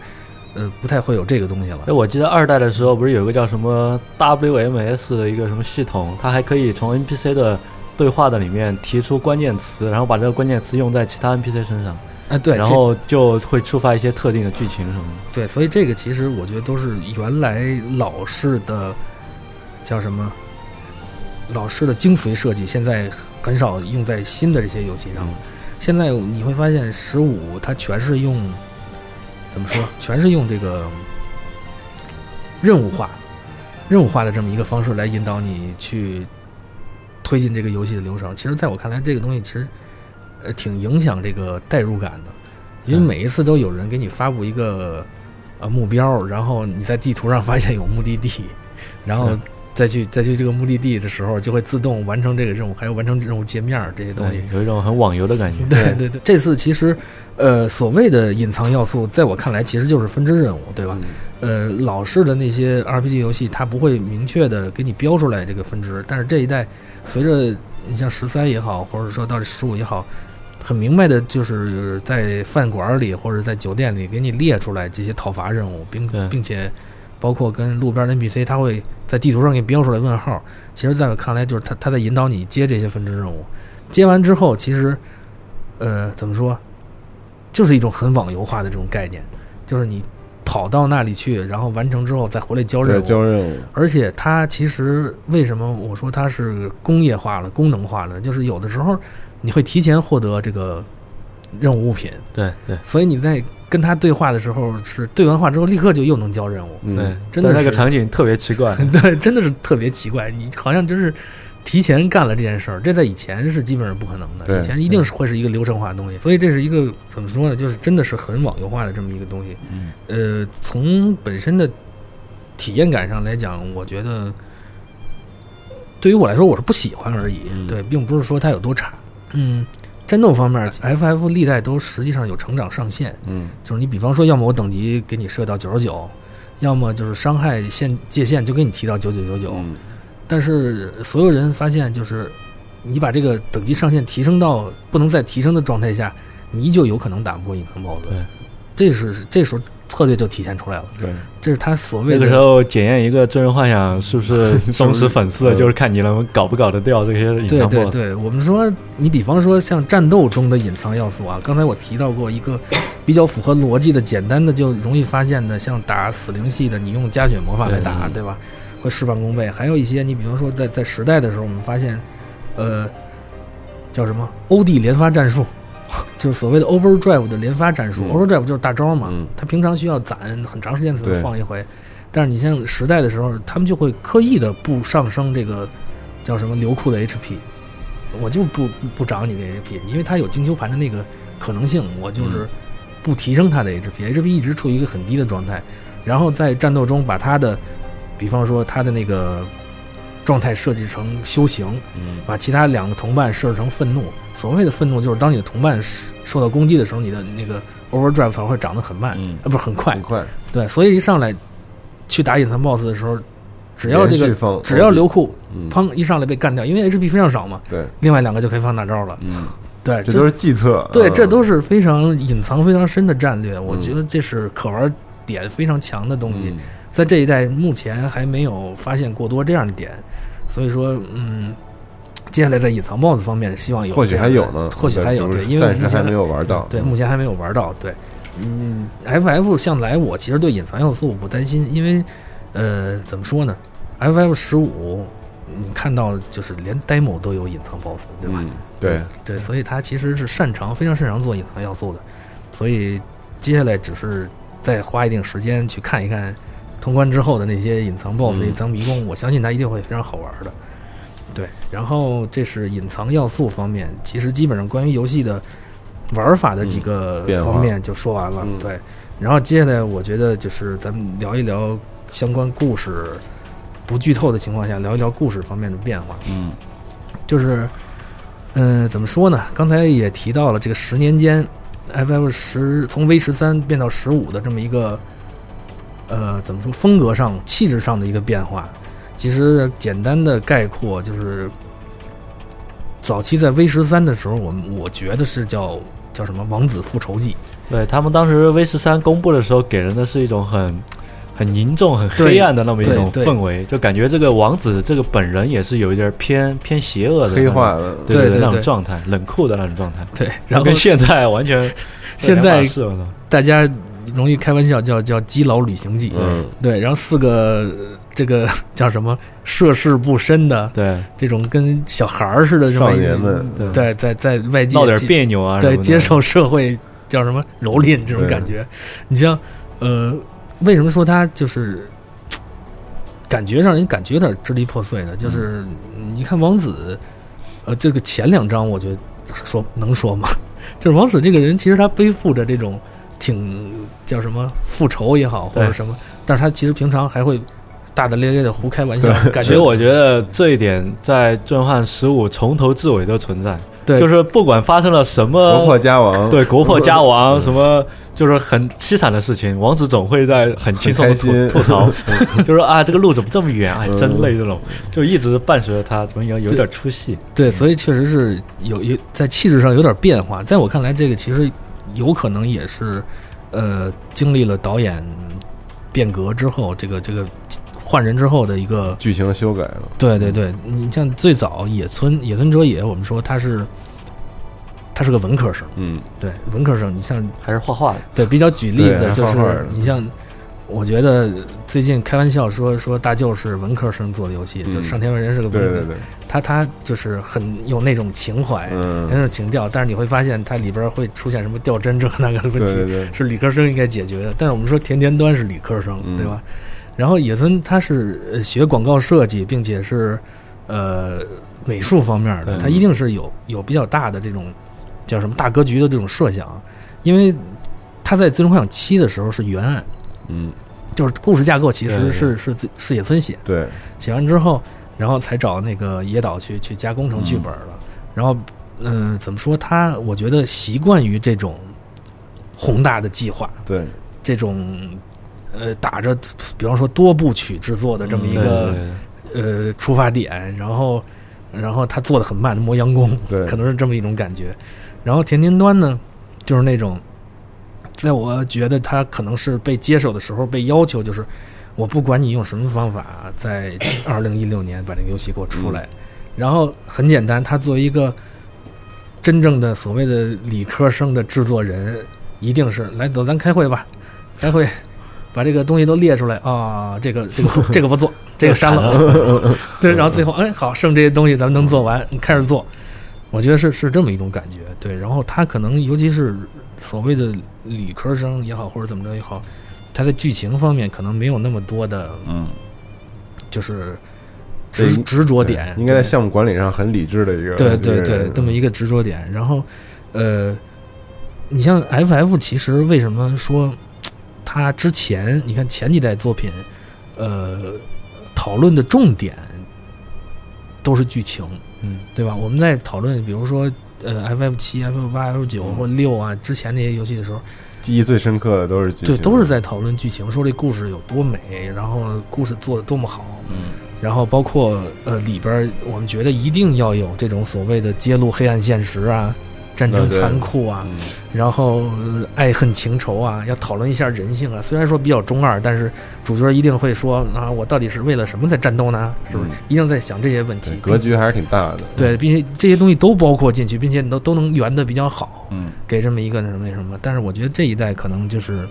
Speaker 11: 呃，不太会有这个东西了。
Speaker 10: 哎，我记得二代的时候不是有一个叫什么 WMS 的一个什么系统，它还可以从 NPC 的对话的里面提出关键词，然后把这个关键词用在其他 NPC 身上。
Speaker 11: 啊对
Speaker 10: 然
Speaker 11: 这
Speaker 10: 后就会触发一些特定的剧情什么的。
Speaker 11: 对，所以这个其实我觉得都是原来老式的叫什么老式的精髓设计，现在很少用在新的这些游戏上了。现在你会发现，十五它全是用怎么说，全是用这个任务化、任务化的这么一个方式来引导你去推进这个游戏的流程。其实，在我看来，这个东西其实呃挺影响这个代入感的，因
Speaker 10: 嗯
Speaker 11: 为每一次都有人给你发布一个呃目标，然后你在地图上发现有目的地，然后
Speaker 10: 是
Speaker 11: 再去再去这个目的地的时候，就会自动完成这个任务，还有完成任务界面儿这些东西
Speaker 10: 对。，有一种很网游的感觉。
Speaker 11: 对对对，这次其实，呃，所谓的隐藏要素，在我看来其实就是分支任务，对吧？呃，老式的那些 RPG 游戏，它不会明确的给你标出来这个分支，但是这一代，随着你像十三也好，或者说到十五也好，很明白的就是呃在饭馆里或者在酒店里给你列出来这些讨伐任务，并
Speaker 10: 对
Speaker 11: 并且包括跟路边的 NPC，他会在地图上给你标出来问号。其实，在我看来，就是他他在引导你接这些分支任务，接完之后，其实呃，怎么说，就是一种很网游化的这种概念，就是你跑到那里去，然后完成之后再回来交任
Speaker 9: 对
Speaker 11: 务。
Speaker 9: 交任务，
Speaker 11: 而且它其实为什么我说它是工业化了、功能化了呢？就是有的时候你会提前获得这个任务物品，
Speaker 10: 对对
Speaker 11: 所以你在跟他对话的时候，是对完话之后立刻就又能交任务。
Speaker 10: 嗯对，
Speaker 11: 真的
Speaker 10: 但那
Speaker 11: 是
Speaker 10: 个
Speaker 11: [LAUGHS]
Speaker 10: 场景特别奇怪。
Speaker 11: 对，真的是特别奇怪，你好像真是提前干了这件事儿，这在以前是基本上不可能的，
Speaker 9: 对
Speaker 11: 以前一定是会是一个流程化的东西，所以这是一个怎么说呢，就是真的是很网游化的这么一个东西。
Speaker 9: 嗯，
Speaker 11: 呃，从本身的体验感上来讲，我觉得对于我来说我是不喜欢而已，
Speaker 9: 嗯
Speaker 11: 对，并不是说它有多差。嗯，战斗方面，FF 历代都实际上有成长上限，
Speaker 9: 嗯，
Speaker 11: 就是你比方说，要么我等级给你设到九十九，要么就是伤害限界限就给你提到九九九九。
Speaker 10: 嗯
Speaker 11: 但是所有人发现，就是你把这个等级上限提升到不能再提升的状态下，你依旧有可能打不过隐藏 BOSS。
Speaker 10: 对，
Speaker 11: 这是这时候策略就体现出来了。
Speaker 9: 对，
Speaker 11: 这是他所谓
Speaker 10: 那
Speaker 11: 的
Speaker 10: 个时候检验一个真人幻想是不
Speaker 11: [LAUGHS]
Speaker 10: 是忠实粉丝，
Speaker 11: 嗯
Speaker 10: 就是看你能搞不搞得掉这些隐
Speaker 11: 对
Speaker 10: 藏
Speaker 11: 对
Speaker 10: boss。
Speaker 11: 对，我们说，你比方说像战斗中的隐藏要素啊，刚才我提到过一个比较符合逻辑的、简单的就容易发现的，像打死灵系的，你用加血魔法来打，
Speaker 10: 嗯
Speaker 11: 对吧？会事半功倍。还有一些，你比方说在在时代的时候，我们发现，呃，叫什么欧弟连发战术， [LAUGHS] 就是所谓的 overdrive 的连发战术。overdrive 就是大招嘛，他平常需要攒很长时间才能
Speaker 10: 对
Speaker 11: 放一回，但是你像时代的时候，他们就会刻意的不上升这个叫什么流库的 HP，我就不不不涨你的 HP，因为它有金球盘的那个可能性，我就是不提升它的 HP，HP、HP 一直处于一个很低的状态，然后在战斗中把它的，比方说它的那个状态设计成修行，
Speaker 9: 嗯
Speaker 11: 把其他两个同伴设置成愤怒。所谓的愤怒，就是当你的同伴受受到攻击的时候，你的那个 overdrive 才会长得很慢，啊，不是很
Speaker 10: 哎
Speaker 11: 快，很
Speaker 9: 嗯快。
Speaker 11: 对，所以一上来去打隐藏 boss 的时候，只要这
Speaker 9: 连续
Speaker 11: 个
Speaker 9: 放
Speaker 11: 只要流库
Speaker 9: 嗯
Speaker 11: 砰一上来被干掉，因为 HP 非常少嘛，
Speaker 9: 对，
Speaker 11: 另外两个就可以放大招了。
Speaker 9: 嗯，
Speaker 11: 对，
Speaker 9: 这都是计策
Speaker 11: 对，
Speaker 9: 嗯
Speaker 11: 这都是非常隐藏非常深的战略，我觉得这是可玩点非常强的东西，
Speaker 9: 嗯
Speaker 11: 在这一代目前还没有发现过多这样的点，所以说，嗯，接下来在隐藏 BOSS 方面，希望有
Speaker 9: 或许
Speaker 11: 这样
Speaker 9: 还
Speaker 11: 的
Speaker 9: 有呢
Speaker 11: 或许还有，
Speaker 9: 对
Speaker 11: 对，
Speaker 9: 就是
Speaker 11: 因为
Speaker 9: 暂时
Speaker 11: 目前
Speaker 9: 还没有玩到
Speaker 11: 对，
Speaker 9: 嗯
Speaker 11: 目前还没有玩到，对，
Speaker 9: 嗯
Speaker 11: ，FF 向来我其实对隐藏要素不担心，因为，呃，怎么说呢，FF 十五。你看到就是连 demo 都有隐藏 BOSS，对吧？
Speaker 9: 嗯对
Speaker 11: 对，所以他其实是擅长，非常擅长做隐藏要素的，所以接下来只是再花一定时间去看一看通关之后的那些隐藏 BOSS、
Speaker 10: 嗯
Speaker 11: 隐藏迷宫，我相信它一定会非常好玩的。对，然后这是隐藏要素方面，其实基本上关于游戏的玩法的几个
Speaker 10: 嗯变化嗯
Speaker 11: 方面就说完了。对，然后接下来我觉得就是咱们聊一聊相关故事，不剧透的情况下聊一聊故事方面的变化。
Speaker 9: 嗯，
Speaker 11: 就是，嗯，怎么说呢？刚才也提到了这个十年间，FF 十从 V 十三变到十五的这么一个，呃，怎么说风格上、气质上的一个变化。其实简单的概括就是，早期在 V 十三的时候，我们我觉得是叫叫什么《王子复仇记》，
Speaker 10: 对他们当时 V 十三公布的时候，给人的是一种很很凝重、很
Speaker 11: 对
Speaker 10: 黑暗的那么一
Speaker 11: 对
Speaker 10: 种
Speaker 11: 对
Speaker 10: 氛围，就感觉这个王子这个本人也是有一点偏偏邪恶的那种
Speaker 11: 黑化了
Speaker 10: 对
Speaker 11: 对对嗯
Speaker 10: 那种
Speaker 11: 对
Speaker 10: 状态，冷酷的那种状态。
Speaker 11: 对然后
Speaker 10: 跟现在完全
Speaker 11: 现
Speaker 10: 两
Speaker 11: 在
Speaker 10: 码事了呢
Speaker 11: 大家容易开玩笑叫叫“基佬旅行记”，
Speaker 10: 嗯
Speaker 11: 对，然后四个呃这个叫什么涉世不深的，
Speaker 10: 对
Speaker 11: 这种跟小孩儿似的这么一
Speaker 10: 少年们对
Speaker 11: 对，在在外界
Speaker 10: 闹点
Speaker 11: 接
Speaker 10: 别扭啊什
Speaker 11: 对，
Speaker 10: 么的
Speaker 11: 接受社会叫什么蹂躏这种
Speaker 10: 对
Speaker 11: 感觉。你像呃，为什么说他就是感觉让人感觉有点支离破碎呢？
Speaker 10: 嗯
Speaker 11: 就是你看王子，呃，这个前两章我觉得说能说吗？ [LAUGHS] 就是王子这个人，其实他背负着这种挺叫什么复仇也好，或者
Speaker 10: 对
Speaker 11: 什么，但是他其实平常还会大大咧咧的胡开玩笑，感
Speaker 10: 其
Speaker 11: 觉
Speaker 10: 实我觉得这一点在《震撼十五》从头至尾都存在，
Speaker 11: 对
Speaker 10: 就是不管发生了什么
Speaker 9: 国破家亡
Speaker 10: 对国破家亡，什么就是很凄惨的事情，王子总会在很轻松的
Speaker 9: 很开心
Speaker 10: 吐吐槽， [LAUGHS] 就说啊这个路怎么这么远，哎真累这种，就一直伴随着他，怎么有有点出戏。
Speaker 11: 对，所以确实是有有在气质上有点变化。在我看来，这个其实有可能也是，呃，经历了导演变革之后，这个这个换人之后的一个
Speaker 9: 剧情修改了，
Speaker 11: 对对对，
Speaker 10: 嗯
Speaker 11: 你像最早野村野村哲也，我们说他是他是个文科生，
Speaker 9: 嗯，
Speaker 11: 对文科生，你像
Speaker 10: 还是画画的，
Speaker 11: 对，比较举例
Speaker 10: 对
Speaker 11: 子
Speaker 10: 还
Speaker 11: 就是
Speaker 10: 画画的
Speaker 11: 你像。我觉得最近开玩笑说说大舅是文科生做的游戏，
Speaker 10: 嗯
Speaker 11: 就上天文人是个文
Speaker 10: 对
Speaker 11: 科
Speaker 10: 对
Speaker 9: 嗯
Speaker 10: 对
Speaker 11: 他他就是很有那种情怀，
Speaker 10: 嗯
Speaker 11: 很有那种情调，但是你会发现它里边会出现什么掉帧这个那个的问题，
Speaker 10: 对对对
Speaker 11: 是理科生应该解决的。但是我们说田田端是理科生，对吧？然后野村他是呃学广告设计，并且是呃美术方面的，
Speaker 2: 对
Speaker 11: 它一定是有有比较大的这种叫什么大格局的这种设想，因为它在《最终幻想七》的时候是原案，
Speaker 9: 嗯，
Speaker 11: 就是故事架构其
Speaker 9: 对
Speaker 11: 实是是自是野村写的，
Speaker 9: 对，
Speaker 11: 写完之后，然后才找那个野岛去去加工成剧本了。然后，嗯、怎么说？他我觉得习惯于这种宏大的计划，
Speaker 9: 对，
Speaker 11: 这种呃打着比方说多部曲制作的这么
Speaker 10: 嗯
Speaker 11: 一个、呃出发点，然后然后他做的很慢，磨洋工，
Speaker 9: 对
Speaker 11: 可能是这么一种感觉。然后田金端呢，就是那种，在我觉得他可能是被接手的时候被要求，就是我不管你用什么方法，在二零一六年把这个游戏给我出来。然后很简单，他作为一个真正的所谓的理科生的制作人，一定是来走，咱开会吧，开会。把这个东西都列出来啊，这个这
Speaker 9: [LAUGHS]
Speaker 11: 个这个不做，这个删了， [LAUGHS] 对，然后最后哎好，剩这些东西咱们能做完， [LAUGHS] 你开始做，我觉得是是这么一种感觉，对。然后他可能尤其是所谓的理科生也好，或者怎么着也好，他在剧情方面可能没有那么多的，
Speaker 9: 嗯，
Speaker 11: 就是
Speaker 9: 对
Speaker 11: 执执着点
Speaker 9: 对，应该在
Speaker 11: 对
Speaker 9: 项目管理上很理智的一个，
Speaker 11: 对
Speaker 9: 一
Speaker 11: 对
Speaker 9: 个
Speaker 11: 对
Speaker 9: 人，
Speaker 11: 这么一个执着点。然后，呃，你像 FF，其实为什么说它之前，你看前几代作品，呃，讨论的重点都是剧情，
Speaker 10: 嗯，
Speaker 11: 对吧？我们在讨论，比如说呃，FF 七、FF 八、FF 九或六啊之前那些游戏的时候，
Speaker 9: 记忆最深刻的都是剧
Speaker 11: 对，
Speaker 9: 情，
Speaker 11: 都是在讨论剧情，说这故事有多美，然后故事做的多么好，
Speaker 9: 嗯，
Speaker 11: 然后包括呃里边儿，我们觉得一定要有这种所谓的揭露黑暗现实啊，战争
Speaker 10: 那对
Speaker 11: 残酷啊，
Speaker 9: 嗯
Speaker 11: 然后、呃爱恨情仇啊，要讨论一下人性啊。虽然说比较中二，但是主角一定会说啊，我到底是为了什么在战斗呢？是不是？
Speaker 9: 嗯
Speaker 11: 一定在想这些问题，
Speaker 9: 格局还是挺大的，
Speaker 11: 对，并且这些东西都包括进去，并且你都都能圆的比较好，
Speaker 9: 嗯，
Speaker 11: 给这么一个那什么那什么。但是我觉得这一代可能就是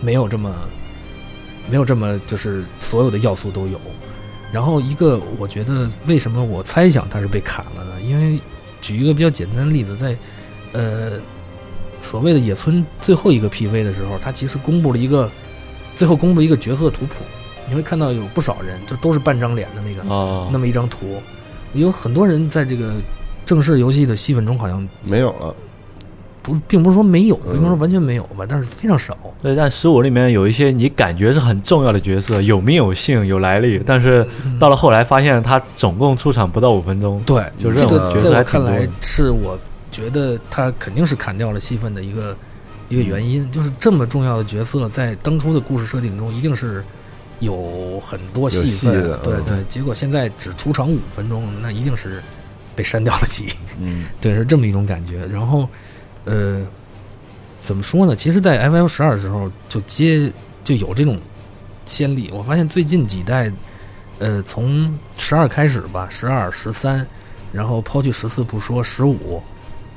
Speaker 11: 没有这么没有这么就是所有的要素都有。然后一个我觉得为什么我猜想它是被砍了呢？因为举一个比较简单的例子，在呃所谓的野村最后一个 PV 的时候，他其实公布了一个最后公布了一个角色图谱，你会看到有不少人就都是半张脸的那个、
Speaker 10: 哦
Speaker 11: 那么一张图，有很多人在这个正式游戏的戏份中好像
Speaker 9: 没有了，
Speaker 11: 不并不是说没有，
Speaker 10: 嗯
Speaker 11: 并不是说完全没有吧，但是非常少。
Speaker 10: 对，但十五里面有一些你感觉是很重要的角色，有名有姓，有来历，但是到了后来发现他总共出场不到五分钟，
Speaker 11: 对，
Speaker 10: 就
Speaker 11: 这
Speaker 10: 这种
Speaker 11: 个
Speaker 10: 角
Speaker 11: 在
Speaker 10: 色
Speaker 11: 我
Speaker 10: 还挺
Speaker 11: 看
Speaker 10: 多
Speaker 11: 来
Speaker 10: 的。
Speaker 11: 是我觉得他肯定是砍掉了戏份的一个一个原因，就是这么重要的角色在当初的故事设定中一定是有很多戏份，
Speaker 9: 有戏的
Speaker 11: 对
Speaker 9: 嗯
Speaker 11: 对，结果现在只出场五分钟，那一定是被删掉了戏。
Speaker 9: 嗯，
Speaker 11: [LAUGHS] 对，是这么一种感觉。然后，呃，怎么说呢？其实，在 FF 十二的时候就接就有这种先例。我发现最近几代，呃，从十二开始吧，十二、十三，然后抛去十四不说，十五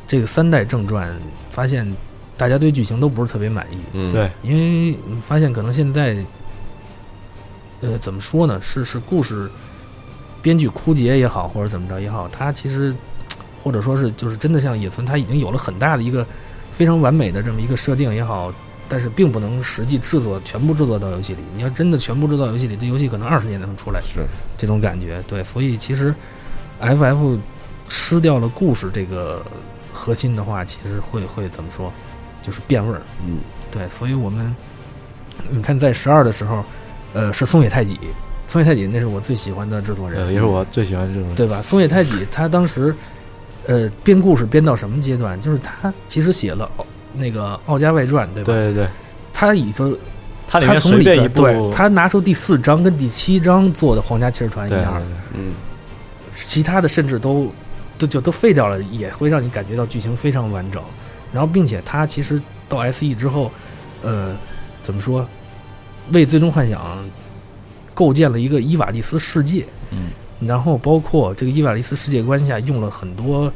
Speaker 11: 这个三代正传，发现大家对剧情都不是特别满意。
Speaker 9: 嗯
Speaker 10: 对，
Speaker 11: 因为你发现可能现在，呃，怎么说呢？是是故事编剧枯竭也好，或者怎么着也好，他其实或者说是就是真的像野村，他已经有了很大的一个非常完美的这么一个设定也好，但是并不能实际制作全部制作到游戏里。你要真的全部制作到游戏里，这游戏可能二十年才能出来，
Speaker 9: 是
Speaker 11: 这种感觉。对，所以其实 FF 吃掉了故事这个核心的话，其实会会怎么说，就是变味儿。
Speaker 9: 嗯，
Speaker 11: 对，所以我们你看在十二的时候，呃，是松野太己，松野太己那是我最喜欢的制作人，
Speaker 10: 呃，也是我最喜欢这种，
Speaker 11: 对吧？松野太己他当时，呃，编故事编到什么阶段？就是他其实写了哦那个《奥家外传》，对吧？
Speaker 10: 对对对，
Speaker 11: 他已经，
Speaker 10: 他里面
Speaker 11: 他从
Speaker 10: 随
Speaker 11: 里
Speaker 10: 便
Speaker 11: 边
Speaker 10: 一部
Speaker 11: 对他拿出第四章跟第七章做的《皇家汽车团》一
Speaker 10: 对
Speaker 11: 样，
Speaker 9: 嗯，
Speaker 11: 其他的甚至都都就都废掉了，也会让你感觉到剧情非常完整。然后，并且它其实到 SE 之后，呃，怎么说，为《最终幻想》构建了一个伊瓦利斯世界。
Speaker 9: 嗯，
Speaker 11: 然后包括这个伊瓦利斯世界观下用了很多，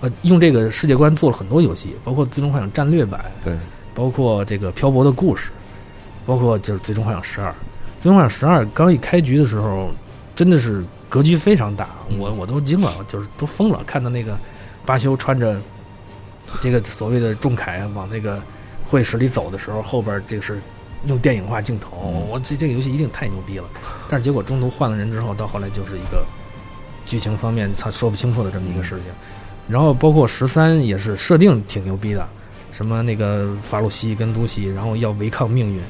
Speaker 11: 呃，用这个世界观做了很多游戏，包括《最终幻想战略版》，
Speaker 9: 对，
Speaker 11: 包括这个漂泊的故事，包括就是《最终幻想十二》。《最终幻想十二》刚一开局的时候，真的是格局非常大，我我都惊了，就是都疯了。看到那个巴修穿着这个所谓的重铠往那个会室里走的时候，后边这个是用电影化镜头，我这这个游戏一定太牛逼了。但是结果中途换了人之后，到后来就是一个剧情方面他说不清楚的这么一个事情。然后包括十三也是设定挺牛逼的，什么那个法鲁西跟露西，然后要违抗命运，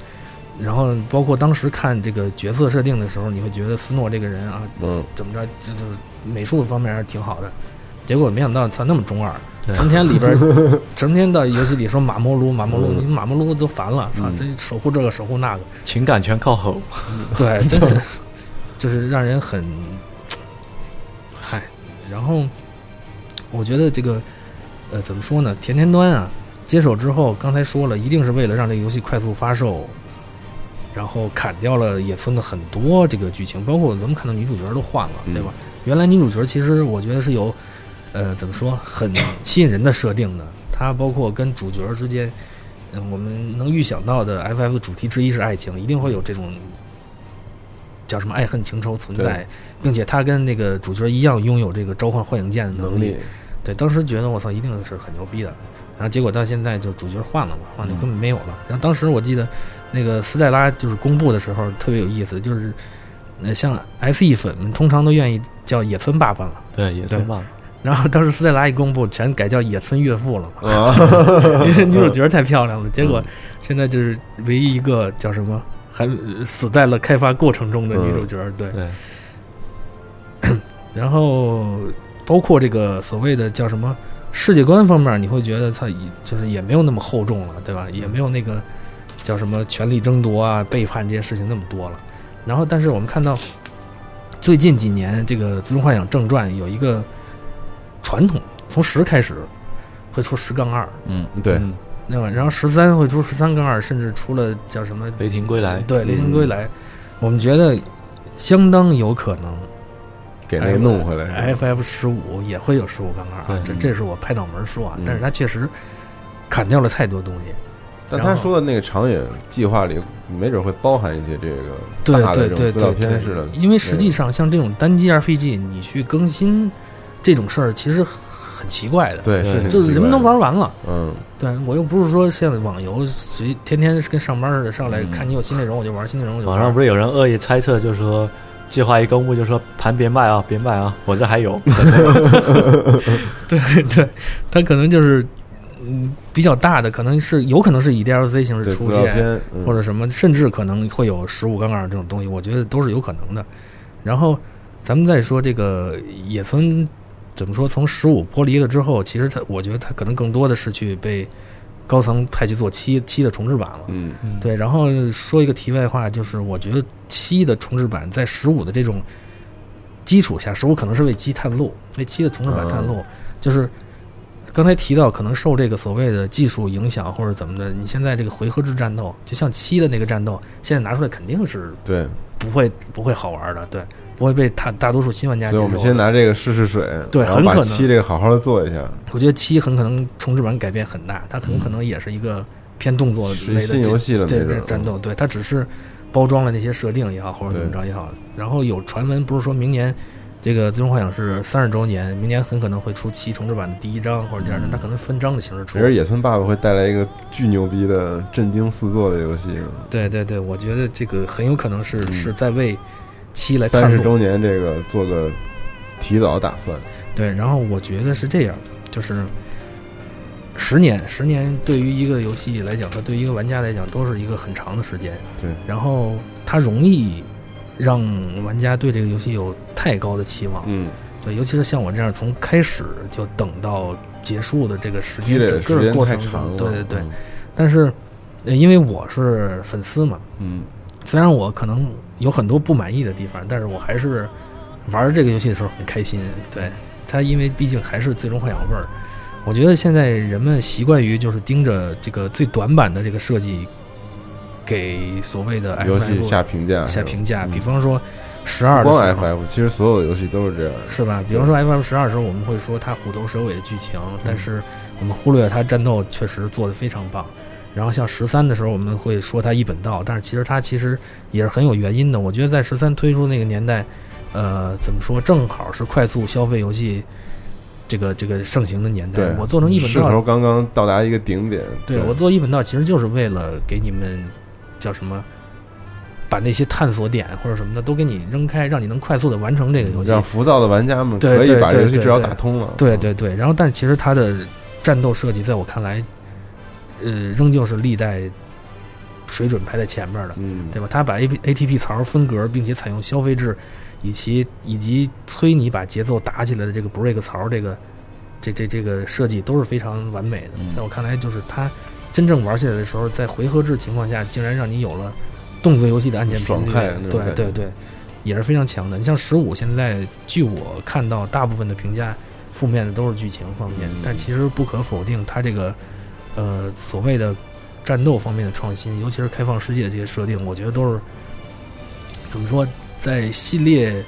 Speaker 11: 然后包括当时看这个角色设定的时候，你会觉得斯诺这个人啊，
Speaker 9: 嗯，
Speaker 11: 怎么着，这就是美术方面还是挺好的。结果没想到他那么中二，成天里边儿成天到游戏里说马莫鲁马莫鲁，你马莫鲁都烦了，操，这守护这个守护那个，
Speaker 10: 情感全靠吼，
Speaker 11: 对，真是就是让人很，嗨，然后我觉得这个呃怎么说呢？甜甜端啊，接手之后，刚才说了，一定是为了让这个游戏快速发售，然后砍掉了野村的很多这个剧情，包括咱们看到女主角都换了，对吧？原来女主角其实我觉得是有呃怎么说很吸引人的设定的，它包括跟主角之间。嗯，我们能预想到的 FF 的主题之一是爱情，一定会有这种叫什么爱恨情仇存在
Speaker 9: 对，
Speaker 11: 并且他跟那个主角一样拥有这个召唤幻影剑的能力。
Speaker 9: 能力
Speaker 11: 对，当时觉得我操，一定是很牛逼的。然后结果到现在就主角换了嘛，换了根本没有了。然后当时我记得那个斯黛拉就是公布的时候特别有意思，就是呃像 SE 粉们通常都愿意叫野村爸爸嘛，
Speaker 10: 对，野村爸爸。
Speaker 11: 然后当时斯黛拉一公布，全改叫野村岳父了 [LAUGHS] 嘛
Speaker 9: 啊，
Speaker 11: 因为女主角太漂亮了。结果现在就是唯一一个叫什么，还呃死在了开发过程中的女主角。对，然后包括这个所谓的叫什么世界观方面，你会觉得它也就是也没有那么厚重了，对吧？也没有那个叫什么权力争夺啊、背叛这些事情那么多了。然后，但是我们看到最近几年这个《最终幻想正传》有一个传统，从十开始会出十杠二，
Speaker 9: 嗯，对，
Speaker 11: 那么然后十三会出十三杠二，甚至出了叫什么
Speaker 10: 雷霆归来
Speaker 11: 对，雷霆归来，我们觉得相当有可能
Speaker 9: 给那个弄回来。
Speaker 11: FF 十五也会有十五杠二啊，这
Speaker 9: 对
Speaker 11: 这是我拍脑门儿说啊
Speaker 9: 嗯，
Speaker 11: 但是它确实砍掉了太多东西。
Speaker 9: 但
Speaker 11: 然
Speaker 9: 他
Speaker 11: 后
Speaker 9: 说的那个长远计划里，没准会包含一些这个
Speaker 11: 对
Speaker 9: 大的
Speaker 11: 对
Speaker 9: 这
Speaker 11: 对
Speaker 9: 种资
Speaker 11: 对
Speaker 9: 料片似的
Speaker 11: 对，，因为实际上像这种单机 RPG，你去更新这种事儿，其实很奇怪的。
Speaker 9: 对是挺
Speaker 11: 就是
Speaker 9: 奇
Speaker 11: 人
Speaker 9: 怪
Speaker 11: 们都
Speaker 9: 的
Speaker 11: 玩完了，
Speaker 9: 嗯，
Speaker 11: 对我又不是说像网游，谁天天是跟上班似的，上来
Speaker 10: 嗯
Speaker 11: 看你有新内容我就玩，新内容我就玩。
Speaker 10: 网上不是有人恶意猜测，就是说计划一公布，就说盘
Speaker 11: [LAUGHS]
Speaker 10: 别卖啊，别卖啊，我这还有。
Speaker 11: 嗯对对，它可能就是嗯比较大的，可能是有可能是以 DLC 形式
Speaker 9: 对
Speaker 11: 出
Speaker 9: 资料
Speaker 11: 现
Speaker 9: 片，嗯
Speaker 11: 或者什么，甚至可能会有十五杠二这种东西，我觉得都是有可能的。然后咱们再说这个野村怎么说，从十五剥离了之后，其实他我觉得他可能更多的是去被高层派去做七七的重置版了。
Speaker 9: 嗯，
Speaker 11: 对，然后说一个题外话，就是我觉得七的重置版在十五的这种基础下，十五可能是为七探路，为七的重置版探
Speaker 9: 啊
Speaker 11: 路，就是刚才提到可能受这个所谓的技术影响或者怎么的，你现在这个回合制战斗，就像七的那个战斗，现在拿出来肯定是
Speaker 9: 对，
Speaker 11: 不会不会好玩的，对，不会被大大多数新玩家
Speaker 9: 所
Speaker 11: 接
Speaker 9: 以
Speaker 11: 受
Speaker 9: 我
Speaker 11: 的。
Speaker 9: 们先拿这个试试水，
Speaker 11: 对
Speaker 9: 然后
Speaker 11: 很可
Speaker 9: 把
Speaker 11: 能
Speaker 9: 七这个好好的做一下，
Speaker 11: 我觉得七很可能重置版改变很大，它很可能也是一个偏动作
Speaker 9: 是
Speaker 11: 类的
Speaker 9: 新
Speaker 11: 这
Speaker 9: 游戏了
Speaker 11: 这
Speaker 9: 那
Speaker 11: 这
Speaker 9: 种
Speaker 11: 战斗，对，它只是包装了那些设定也好，或者怎么着也好。然后有传闻不是说明年这个《最终幻想》是三十周年，明年很可能会出七重置版的第一章或者第二章，它可能分章的形式出
Speaker 9: 嗯其。实野村爸爸会带来一个巨牛逼的、震惊四座的游戏，
Speaker 11: 对对对，我觉得这个很有可能是是在为七来
Speaker 9: 嗯三
Speaker 11: 探
Speaker 9: 十
Speaker 11: 路。
Speaker 9: 周年这个做个提早打算。
Speaker 11: 对，然后我觉得是这样，就是十年，十年对于一个游戏来讲和对于一个玩家来讲都是一个很长的时间。
Speaker 9: 对，
Speaker 11: 然后它容易让玩家对这个游戏有太高的期望。
Speaker 9: 嗯，
Speaker 11: 对，尤其是像我这样从开始就等到结束的这个时
Speaker 9: 积累
Speaker 11: 间，
Speaker 9: 的
Speaker 11: 整
Speaker 9: 时
Speaker 11: 个
Speaker 9: 间
Speaker 11: 过
Speaker 9: 太
Speaker 11: 程
Speaker 9: 长
Speaker 11: 中，对
Speaker 9: 了
Speaker 11: 对对
Speaker 9: 嗯。
Speaker 11: 但是，呃因为我是粉丝嘛，
Speaker 9: 嗯，
Speaker 11: 虽然我可能有很多不满意的地方，但是我还是玩这个游戏的时候很开心。对它，因为毕竟还是最终幻想味儿。我觉得现在人们习惯于就是盯着这个最短板的这个设计，给所谓的 FF
Speaker 9: 游戏下评价
Speaker 11: 下评价。
Speaker 9: 嗯
Speaker 11: 比方说十二
Speaker 9: 不
Speaker 11: 的
Speaker 9: 光
Speaker 11: 时候
Speaker 9: FF，其实所有的游戏都是这样，
Speaker 11: 是吧？比方说 FF 十二的时候，我们会说它虎头蛇尾的剧情，
Speaker 9: 嗯
Speaker 11: 但是我们忽略它战斗确实做得非常棒。然后像十三的时候，我们会说它一本道，但是其实它其实也是很有原因的。我觉得在十三推出那个年代，呃，怎么说，正好是快速消费游戏这个这个盛行的年代
Speaker 9: 对。
Speaker 11: 我做成一本
Speaker 9: 势头
Speaker 11: 道，
Speaker 9: 刚刚到达一个顶点，
Speaker 11: 对我做一本道其实就是为了给你们叫什么把那些探索点或者什么的都给你扔开，让你能快速的完成这个游戏。
Speaker 9: 让浮躁的玩家们
Speaker 11: 对
Speaker 9: 可以把
Speaker 11: 对
Speaker 9: 游戏
Speaker 11: 对
Speaker 9: 至少
Speaker 11: 对
Speaker 9: 打通了。
Speaker 11: 对对对，然后但其实它的战斗设计在我看来，呃，仍旧是历代水准排在前面的，
Speaker 9: 嗯
Speaker 11: 对吧？它把 A P A T P 槽分格，并且采用消费制，以及以及催你把节奏打起来的这个 break 槽，这个这这这个设计都是非常完美的。在我看来，就是它真正玩起来的时候，在回合制情况下，竟然让你有了动作游戏的按键
Speaker 9: 爽
Speaker 11: 频率
Speaker 9: 快那种
Speaker 11: 对
Speaker 9: 感觉
Speaker 11: 对对。也是非常强的。你像十五，现在据我看到，大部分的评价负面的都是剧情方面，但其实不可否定，它这个呃所谓的战斗方面的创新，尤其是开放世界的这些设定，我觉得都是怎么说，在系列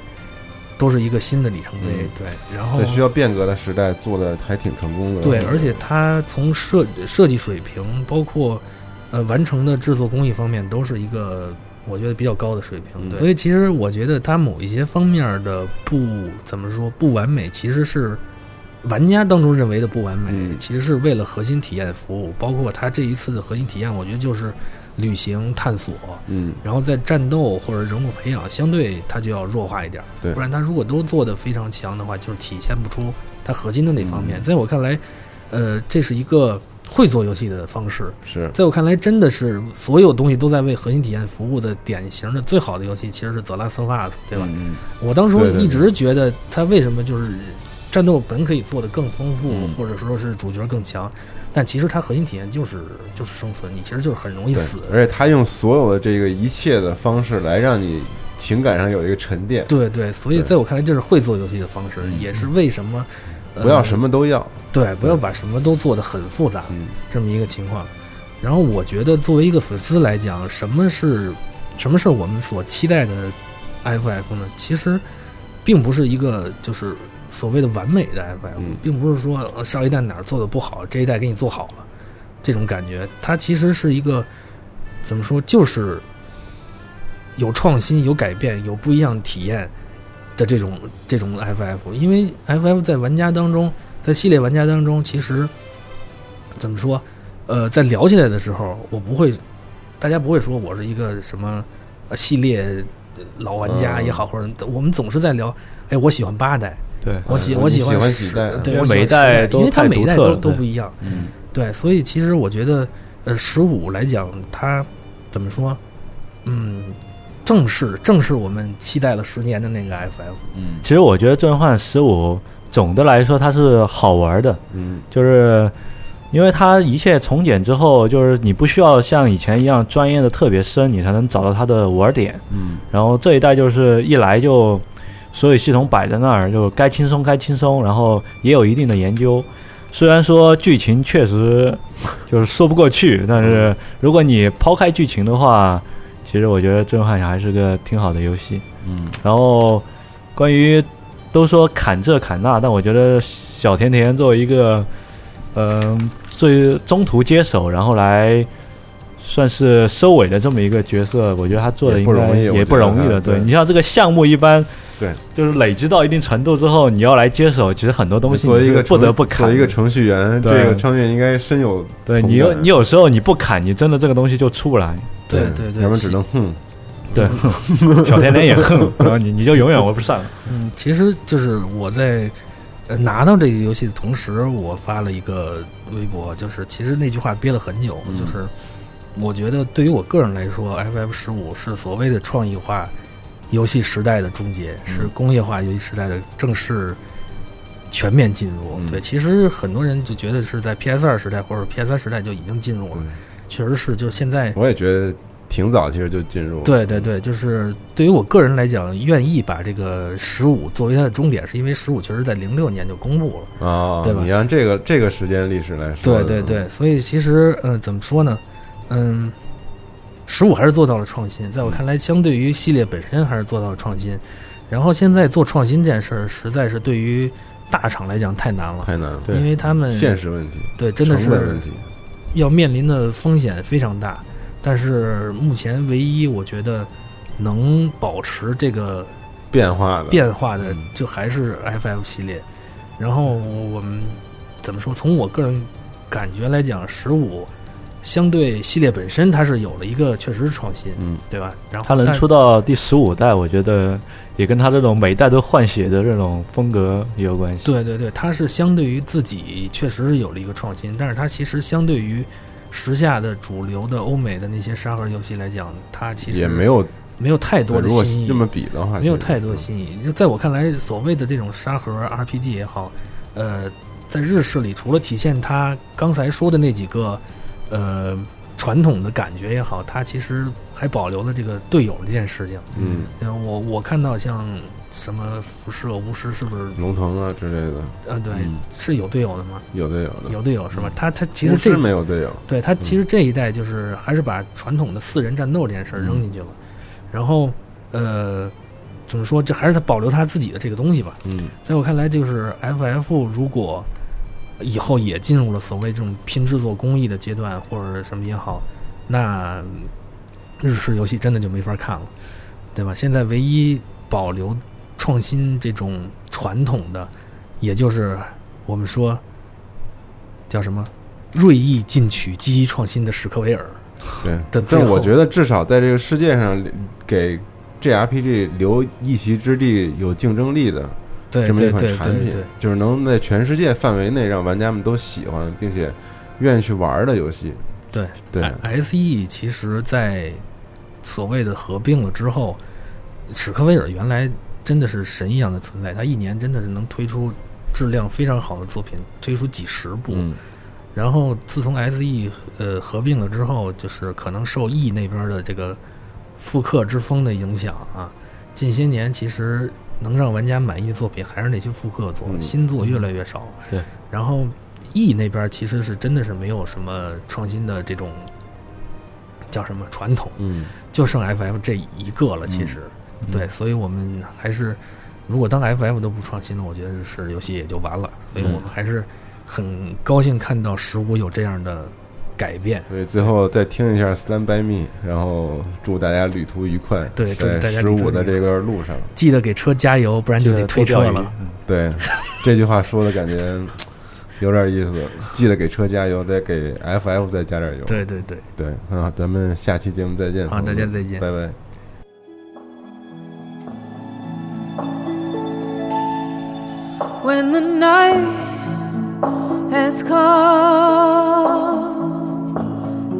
Speaker 11: 都是一个新的里程碑。
Speaker 9: 嗯
Speaker 11: 对，然后
Speaker 9: 在需要变革的时代做的还挺成功的。
Speaker 11: 哦对，而且它从设设计水平，包括呃完成的制作工艺方面，都是一个我觉得比较高的水平。
Speaker 9: 嗯
Speaker 11: 所以其实我觉得它某一些方面的不怎么说不完美，其实是玩家当中认为的不完美，
Speaker 9: 嗯
Speaker 11: 其实是为了核心体验服务。包括它这一次的核心体验，我觉得就是旅行探索。
Speaker 9: 嗯，
Speaker 11: 然后在战斗或者人物培养，相对它就要弱化一点儿。
Speaker 9: 对
Speaker 11: 不然它如果都做得非常强的话，就是体现不出它核心的那方
Speaker 9: 嗯
Speaker 11: 面。在我看来，呃，这是一个会做游戏的方式。
Speaker 9: 是
Speaker 11: 在我看来，真的是所有东西都在为核心体验服务的典型的最好的游戏，其实是《The Last of Us》，对吧？
Speaker 9: 嗯
Speaker 11: 我当时
Speaker 9: 对对
Speaker 11: 一直觉得它为什么就是战斗本可以做得更丰富，
Speaker 9: 嗯
Speaker 11: 或者说是主角更强，但其实它核心体验就是就是生存，你其实就是很容易
Speaker 9: 对
Speaker 11: 死。
Speaker 9: 而且他用所有的这个一切的方式来让你情感上有一个沉淀。
Speaker 11: 对对，所以在我看来，这是会做游戏的方式，也是为什么、呃
Speaker 9: 嗯不要什么都要。
Speaker 11: 对，不要把什么都做得很复杂，这么一个情况。然后我觉得，作为一个粉丝来讲，什么是什么是我们所期待的 FF 呢？其实并不是一个就是所谓的完美的 FF，、并不是说呃上一代哪儿做的不好，这一代给你做好了这种感觉。它其实是一个怎么说，就是有创新、有改变、有不一样体验的这种这种 FF，因为 FF 在玩家当中，在系列玩家当中，其实怎么说，呃，在聊起来的时候，我不会，大家不会说我是一个什么呃系列呃老玩
Speaker 10: 嗯
Speaker 11: 家也好，或者我们总是在聊，哎，我喜欢八代，
Speaker 10: 对
Speaker 11: 我喜
Speaker 10: 嗯
Speaker 11: 我喜
Speaker 10: 你喜欢
Speaker 11: 十
Speaker 10: 几代嗯
Speaker 11: 对，
Speaker 10: 因为
Speaker 11: 我喜欢
Speaker 10: 每一
Speaker 11: 十代
Speaker 10: 代都
Speaker 11: 因为它
Speaker 10: 太
Speaker 11: 每一
Speaker 10: 独
Speaker 11: 代
Speaker 10: 特
Speaker 11: 都
Speaker 10: 了
Speaker 11: 都
Speaker 10: 对
Speaker 11: 不一样，对，所以其实我觉得，呃，十五来讲，它怎么说，嗯，正是正是我们期待了十年的那个 FF，
Speaker 10: 其实我觉得《罪恶幻十五》总的来说它是好玩的，
Speaker 9: 嗯，
Speaker 10: 就是因为它一切重简之后，就是你不需要像以前一样钻研的特别深，你才能找到它的玩点。
Speaker 9: 嗯，
Speaker 10: 然后这一代就是一来就所有系统摆在那儿，就该轻松该轻松，然后也有一定的研究。虽然说剧情确实就是说不过去，但
Speaker 9: 嗯
Speaker 10: 是如果你抛开剧情的话，其实我觉得《最终幻想》还是个挺好的游戏。
Speaker 9: 嗯，
Speaker 10: 然后关于都说砍这砍那，但我觉得小甜甜作为一个嗯、最中途接手，然后来算是收尾的这么一个角色，我觉得他做的
Speaker 9: 也
Speaker 10: 应
Speaker 9: 不
Speaker 10: 该
Speaker 9: 容易我觉
Speaker 10: 也不
Speaker 9: 得
Speaker 10: 容易
Speaker 9: 他
Speaker 10: 了。对
Speaker 9: 对
Speaker 10: 你像这个项目一般。
Speaker 9: 对，
Speaker 10: 就是累积到一定程度之后，你要来接手，其实很多东西
Speaker 9: 作为
Speaker 10: 你
Speaker 9: 一
Speaker 10: 是
Speaker 9: 个
Speaker 10: 不得
Speaker 9: 程
Speaker 10: 不
Speaker 9: 作
Speaker 10: 砍
Speaker 9: 为
Speaker 10: 的。
Speaker 9: 一个程序员，这
Speaker 10: 对
Speaker 9: 个程序员应该深有
Speaker 10: 对你有
Speaker 9: 有
Speaker 10: 你有时候你不砍，你真的这个东西就出不来。
Speaker 11: 对对对
Speaker 9: 嗯要不然
Speaker 11: 其
Speaker 9: 只能哼。
Speaker 10: 对，
Speaker 9: [LAUGHS]
Speaker 10: 小甜甜也恨，然后你你就永远玩不上。
Speaker 11: 嗯，其实就是我在呃拿到这个游戏的同时，我发了一个微博，就是其实那句话憋了很久，就是我觉得对于我个人来说，FF 十五是所谓的创意化游戏时代的终结，是工业化游戏时代的正式全面进入。对，其实很多人就觉得是在 PS 二时代或者 PS 三时代就已经进入了，确实是，就是现在
Speaker 9: 我也觉得挺早，其实就进入了。
Speaker 11: 对对对，就是对于我个人来讲，愿意把这个十五作为它的终点，是因为十五确实在零六年就公布了。
Speaker 9: 啊，
Speaker 11: 对吧
Speaker 9: 你让这个这个时间历史来说
Speaker 11: 对
Speaker 9: 的，
Speaker 11: 对对，所以其实呃，怎么说呢？嗯，十五还是做到了创新，
Speaker 9: 嗯
Speaker 11: 在我看来，相对于系列本身还是做到了创新。然后现在做创新这件事儿，实在是对于大厂来讲太难了，
Speaker 9: 太难了，
Speaker 11: 因为他们
Speaker 9: 现实问题，
Speaker 11: 对真的是
Speaker 9: 成本问题。
Speaker 11: 要面临的风险非常大。但是目前唯一我觉得能保持这个
Speaker 9: 变化的
Speaker 11: 变化的，就还是 FF 系列。然后我们怎么说？从我个人感觉来讲，十五相对系列本身它是有了一个确实是创新，
Speaker 9: 嗯，
Speaker 11: 对吧？然后
Speaker 10: 它能
Speaker 11: 但
Speaker 10: 出到第十五代，我觉得也跟它这种每代都换血的这种风格也有关系。
Speaker 11: 对对对，它是相对于自己确实是有了一个创新，但是它其实相对于时下的主流的欧美的那些沙盒游戏来讲，它其实
Speaker 9: 也没有
Speaker 11: 没有太多的
Speaker 9: 如果
Speaker 11: 新意。
Speaker 9: 这么比的话，
Speaker 11: 没有
Speaker 9: 其实
Speaker 11: 太多新意。就在我看来，所谓的这种沙盒 RPG 也好，呃，在日式里，除了体现它刚才说的那几个，呃，传统的感觉也好，它其实还保留了这个队友这件事情。
Speaker 9: 嗯，
Speaker 11: 呃我我看到像什么辐射巫师是不是？
Speaker 9: 龙腾啊之类的，
Speaker 11: 呃，对，
Speaker 9: 嗯
Speaker 11: 是有队友的吗？
Speaker 9: 有的有的
Speaker 11: 有队友是吧
Speaker 9: 嗯？
Speaker 11: 他他其实
Speaker 9: 巫师
Speaker 11: 这
Speaker 9: 没有队友
Speaker 11: 对他其实这一代就是还是把传统的四人战斗这件事儿扔进去了，然后呃，怎么说？这还是他保留他自己的这个东西吧。
Speaker 9: 嗯，
Speaker 11: 在我看来，就是 FF 如果以后也进入了所谓这种拼制作工艺的阶段，或者什么也好，那日式游戏真的就没法看了，对吧？现在唯一保留创新这种传统的，也就是我们说叫什么“锐意进取、积极创新”的史克威尔。
Speaker 9: 对
Speaker 11: 的，
Speaker 9: 但
Speaker 11: 最后
Speaker 9: 我觉得至少在这个世界上给 JRPG 留一席之地、有竞争力的
Speaker 11: 对
Speaker 9: 这么一
Speaker 11: 对
Speaker 9: 款
Speaker 11: 对
Speaker 9: 产
Speaker 11: 对
Speaker 9: 品
Speaker 11: 对，
Speaker 9: 就是能在全世界范围内让玩家们都喜欢并且愿意去玩的游戏。
Speaker 11: 对
Speaker 9: 对
Speaker 11: ，S E 其实，在所谓的合并了之后，史克威尔原来真的是神一样的存在，他一年真的是能推出质量非常好的作品，推出几十部。
Speaker 9: 嗯
Speaker 11: 然后自从 S E 呃合并了之后，就是可能受 E 那边的这个复刻之风的影响啊，近些年其实能让玩家满意的作品还是那些复刻作，
Speaker 10: 嗯
Speaker 11: 新作越来越少。
Speaker 10: 对，
Speaker 11: 然后 E 那边其实是真的是没有什么创新的这种叫什么传统，
Speaker 9: 嗯，
Speaker 11: 就剩 FF 这一个
Speaker 10: 嗯
Speaker 11: 了。其实，对，所以我们还是如果当 FF 都不创新了，我觉得是游戏也就完了。所以
Speaker 10: 嗯
Speaker 11: 我们还是很高兴看到十五有这样的改变。
Speaker 9: 所以最后再听一下《Stand by Me》，然后祝大家旅途愉快。
Speaker 11: 对祝
Speaker 9: 在
Speaker 11: 大家
Speaker 9: 十
Speaker 11: 旅途
Speaker 9: 五
Speaker 11: 愉快
Speaker 9: 的这段路上，
Speaker 11: 记得给车加油，不然就得推车了。
Speaker 9: 对，这句话说的感觉有点意思。记得给车加油，再给 FF 再加点油。
Speaker 11: 对对对
Speaker 9: 对，啊，咱们下期节目再见。
Speaker 11: 好
Speaker 9: 朋友们
Speaker 11: 大家再见
Speaker 9: 拜拜。
Speaker 8: when the night has come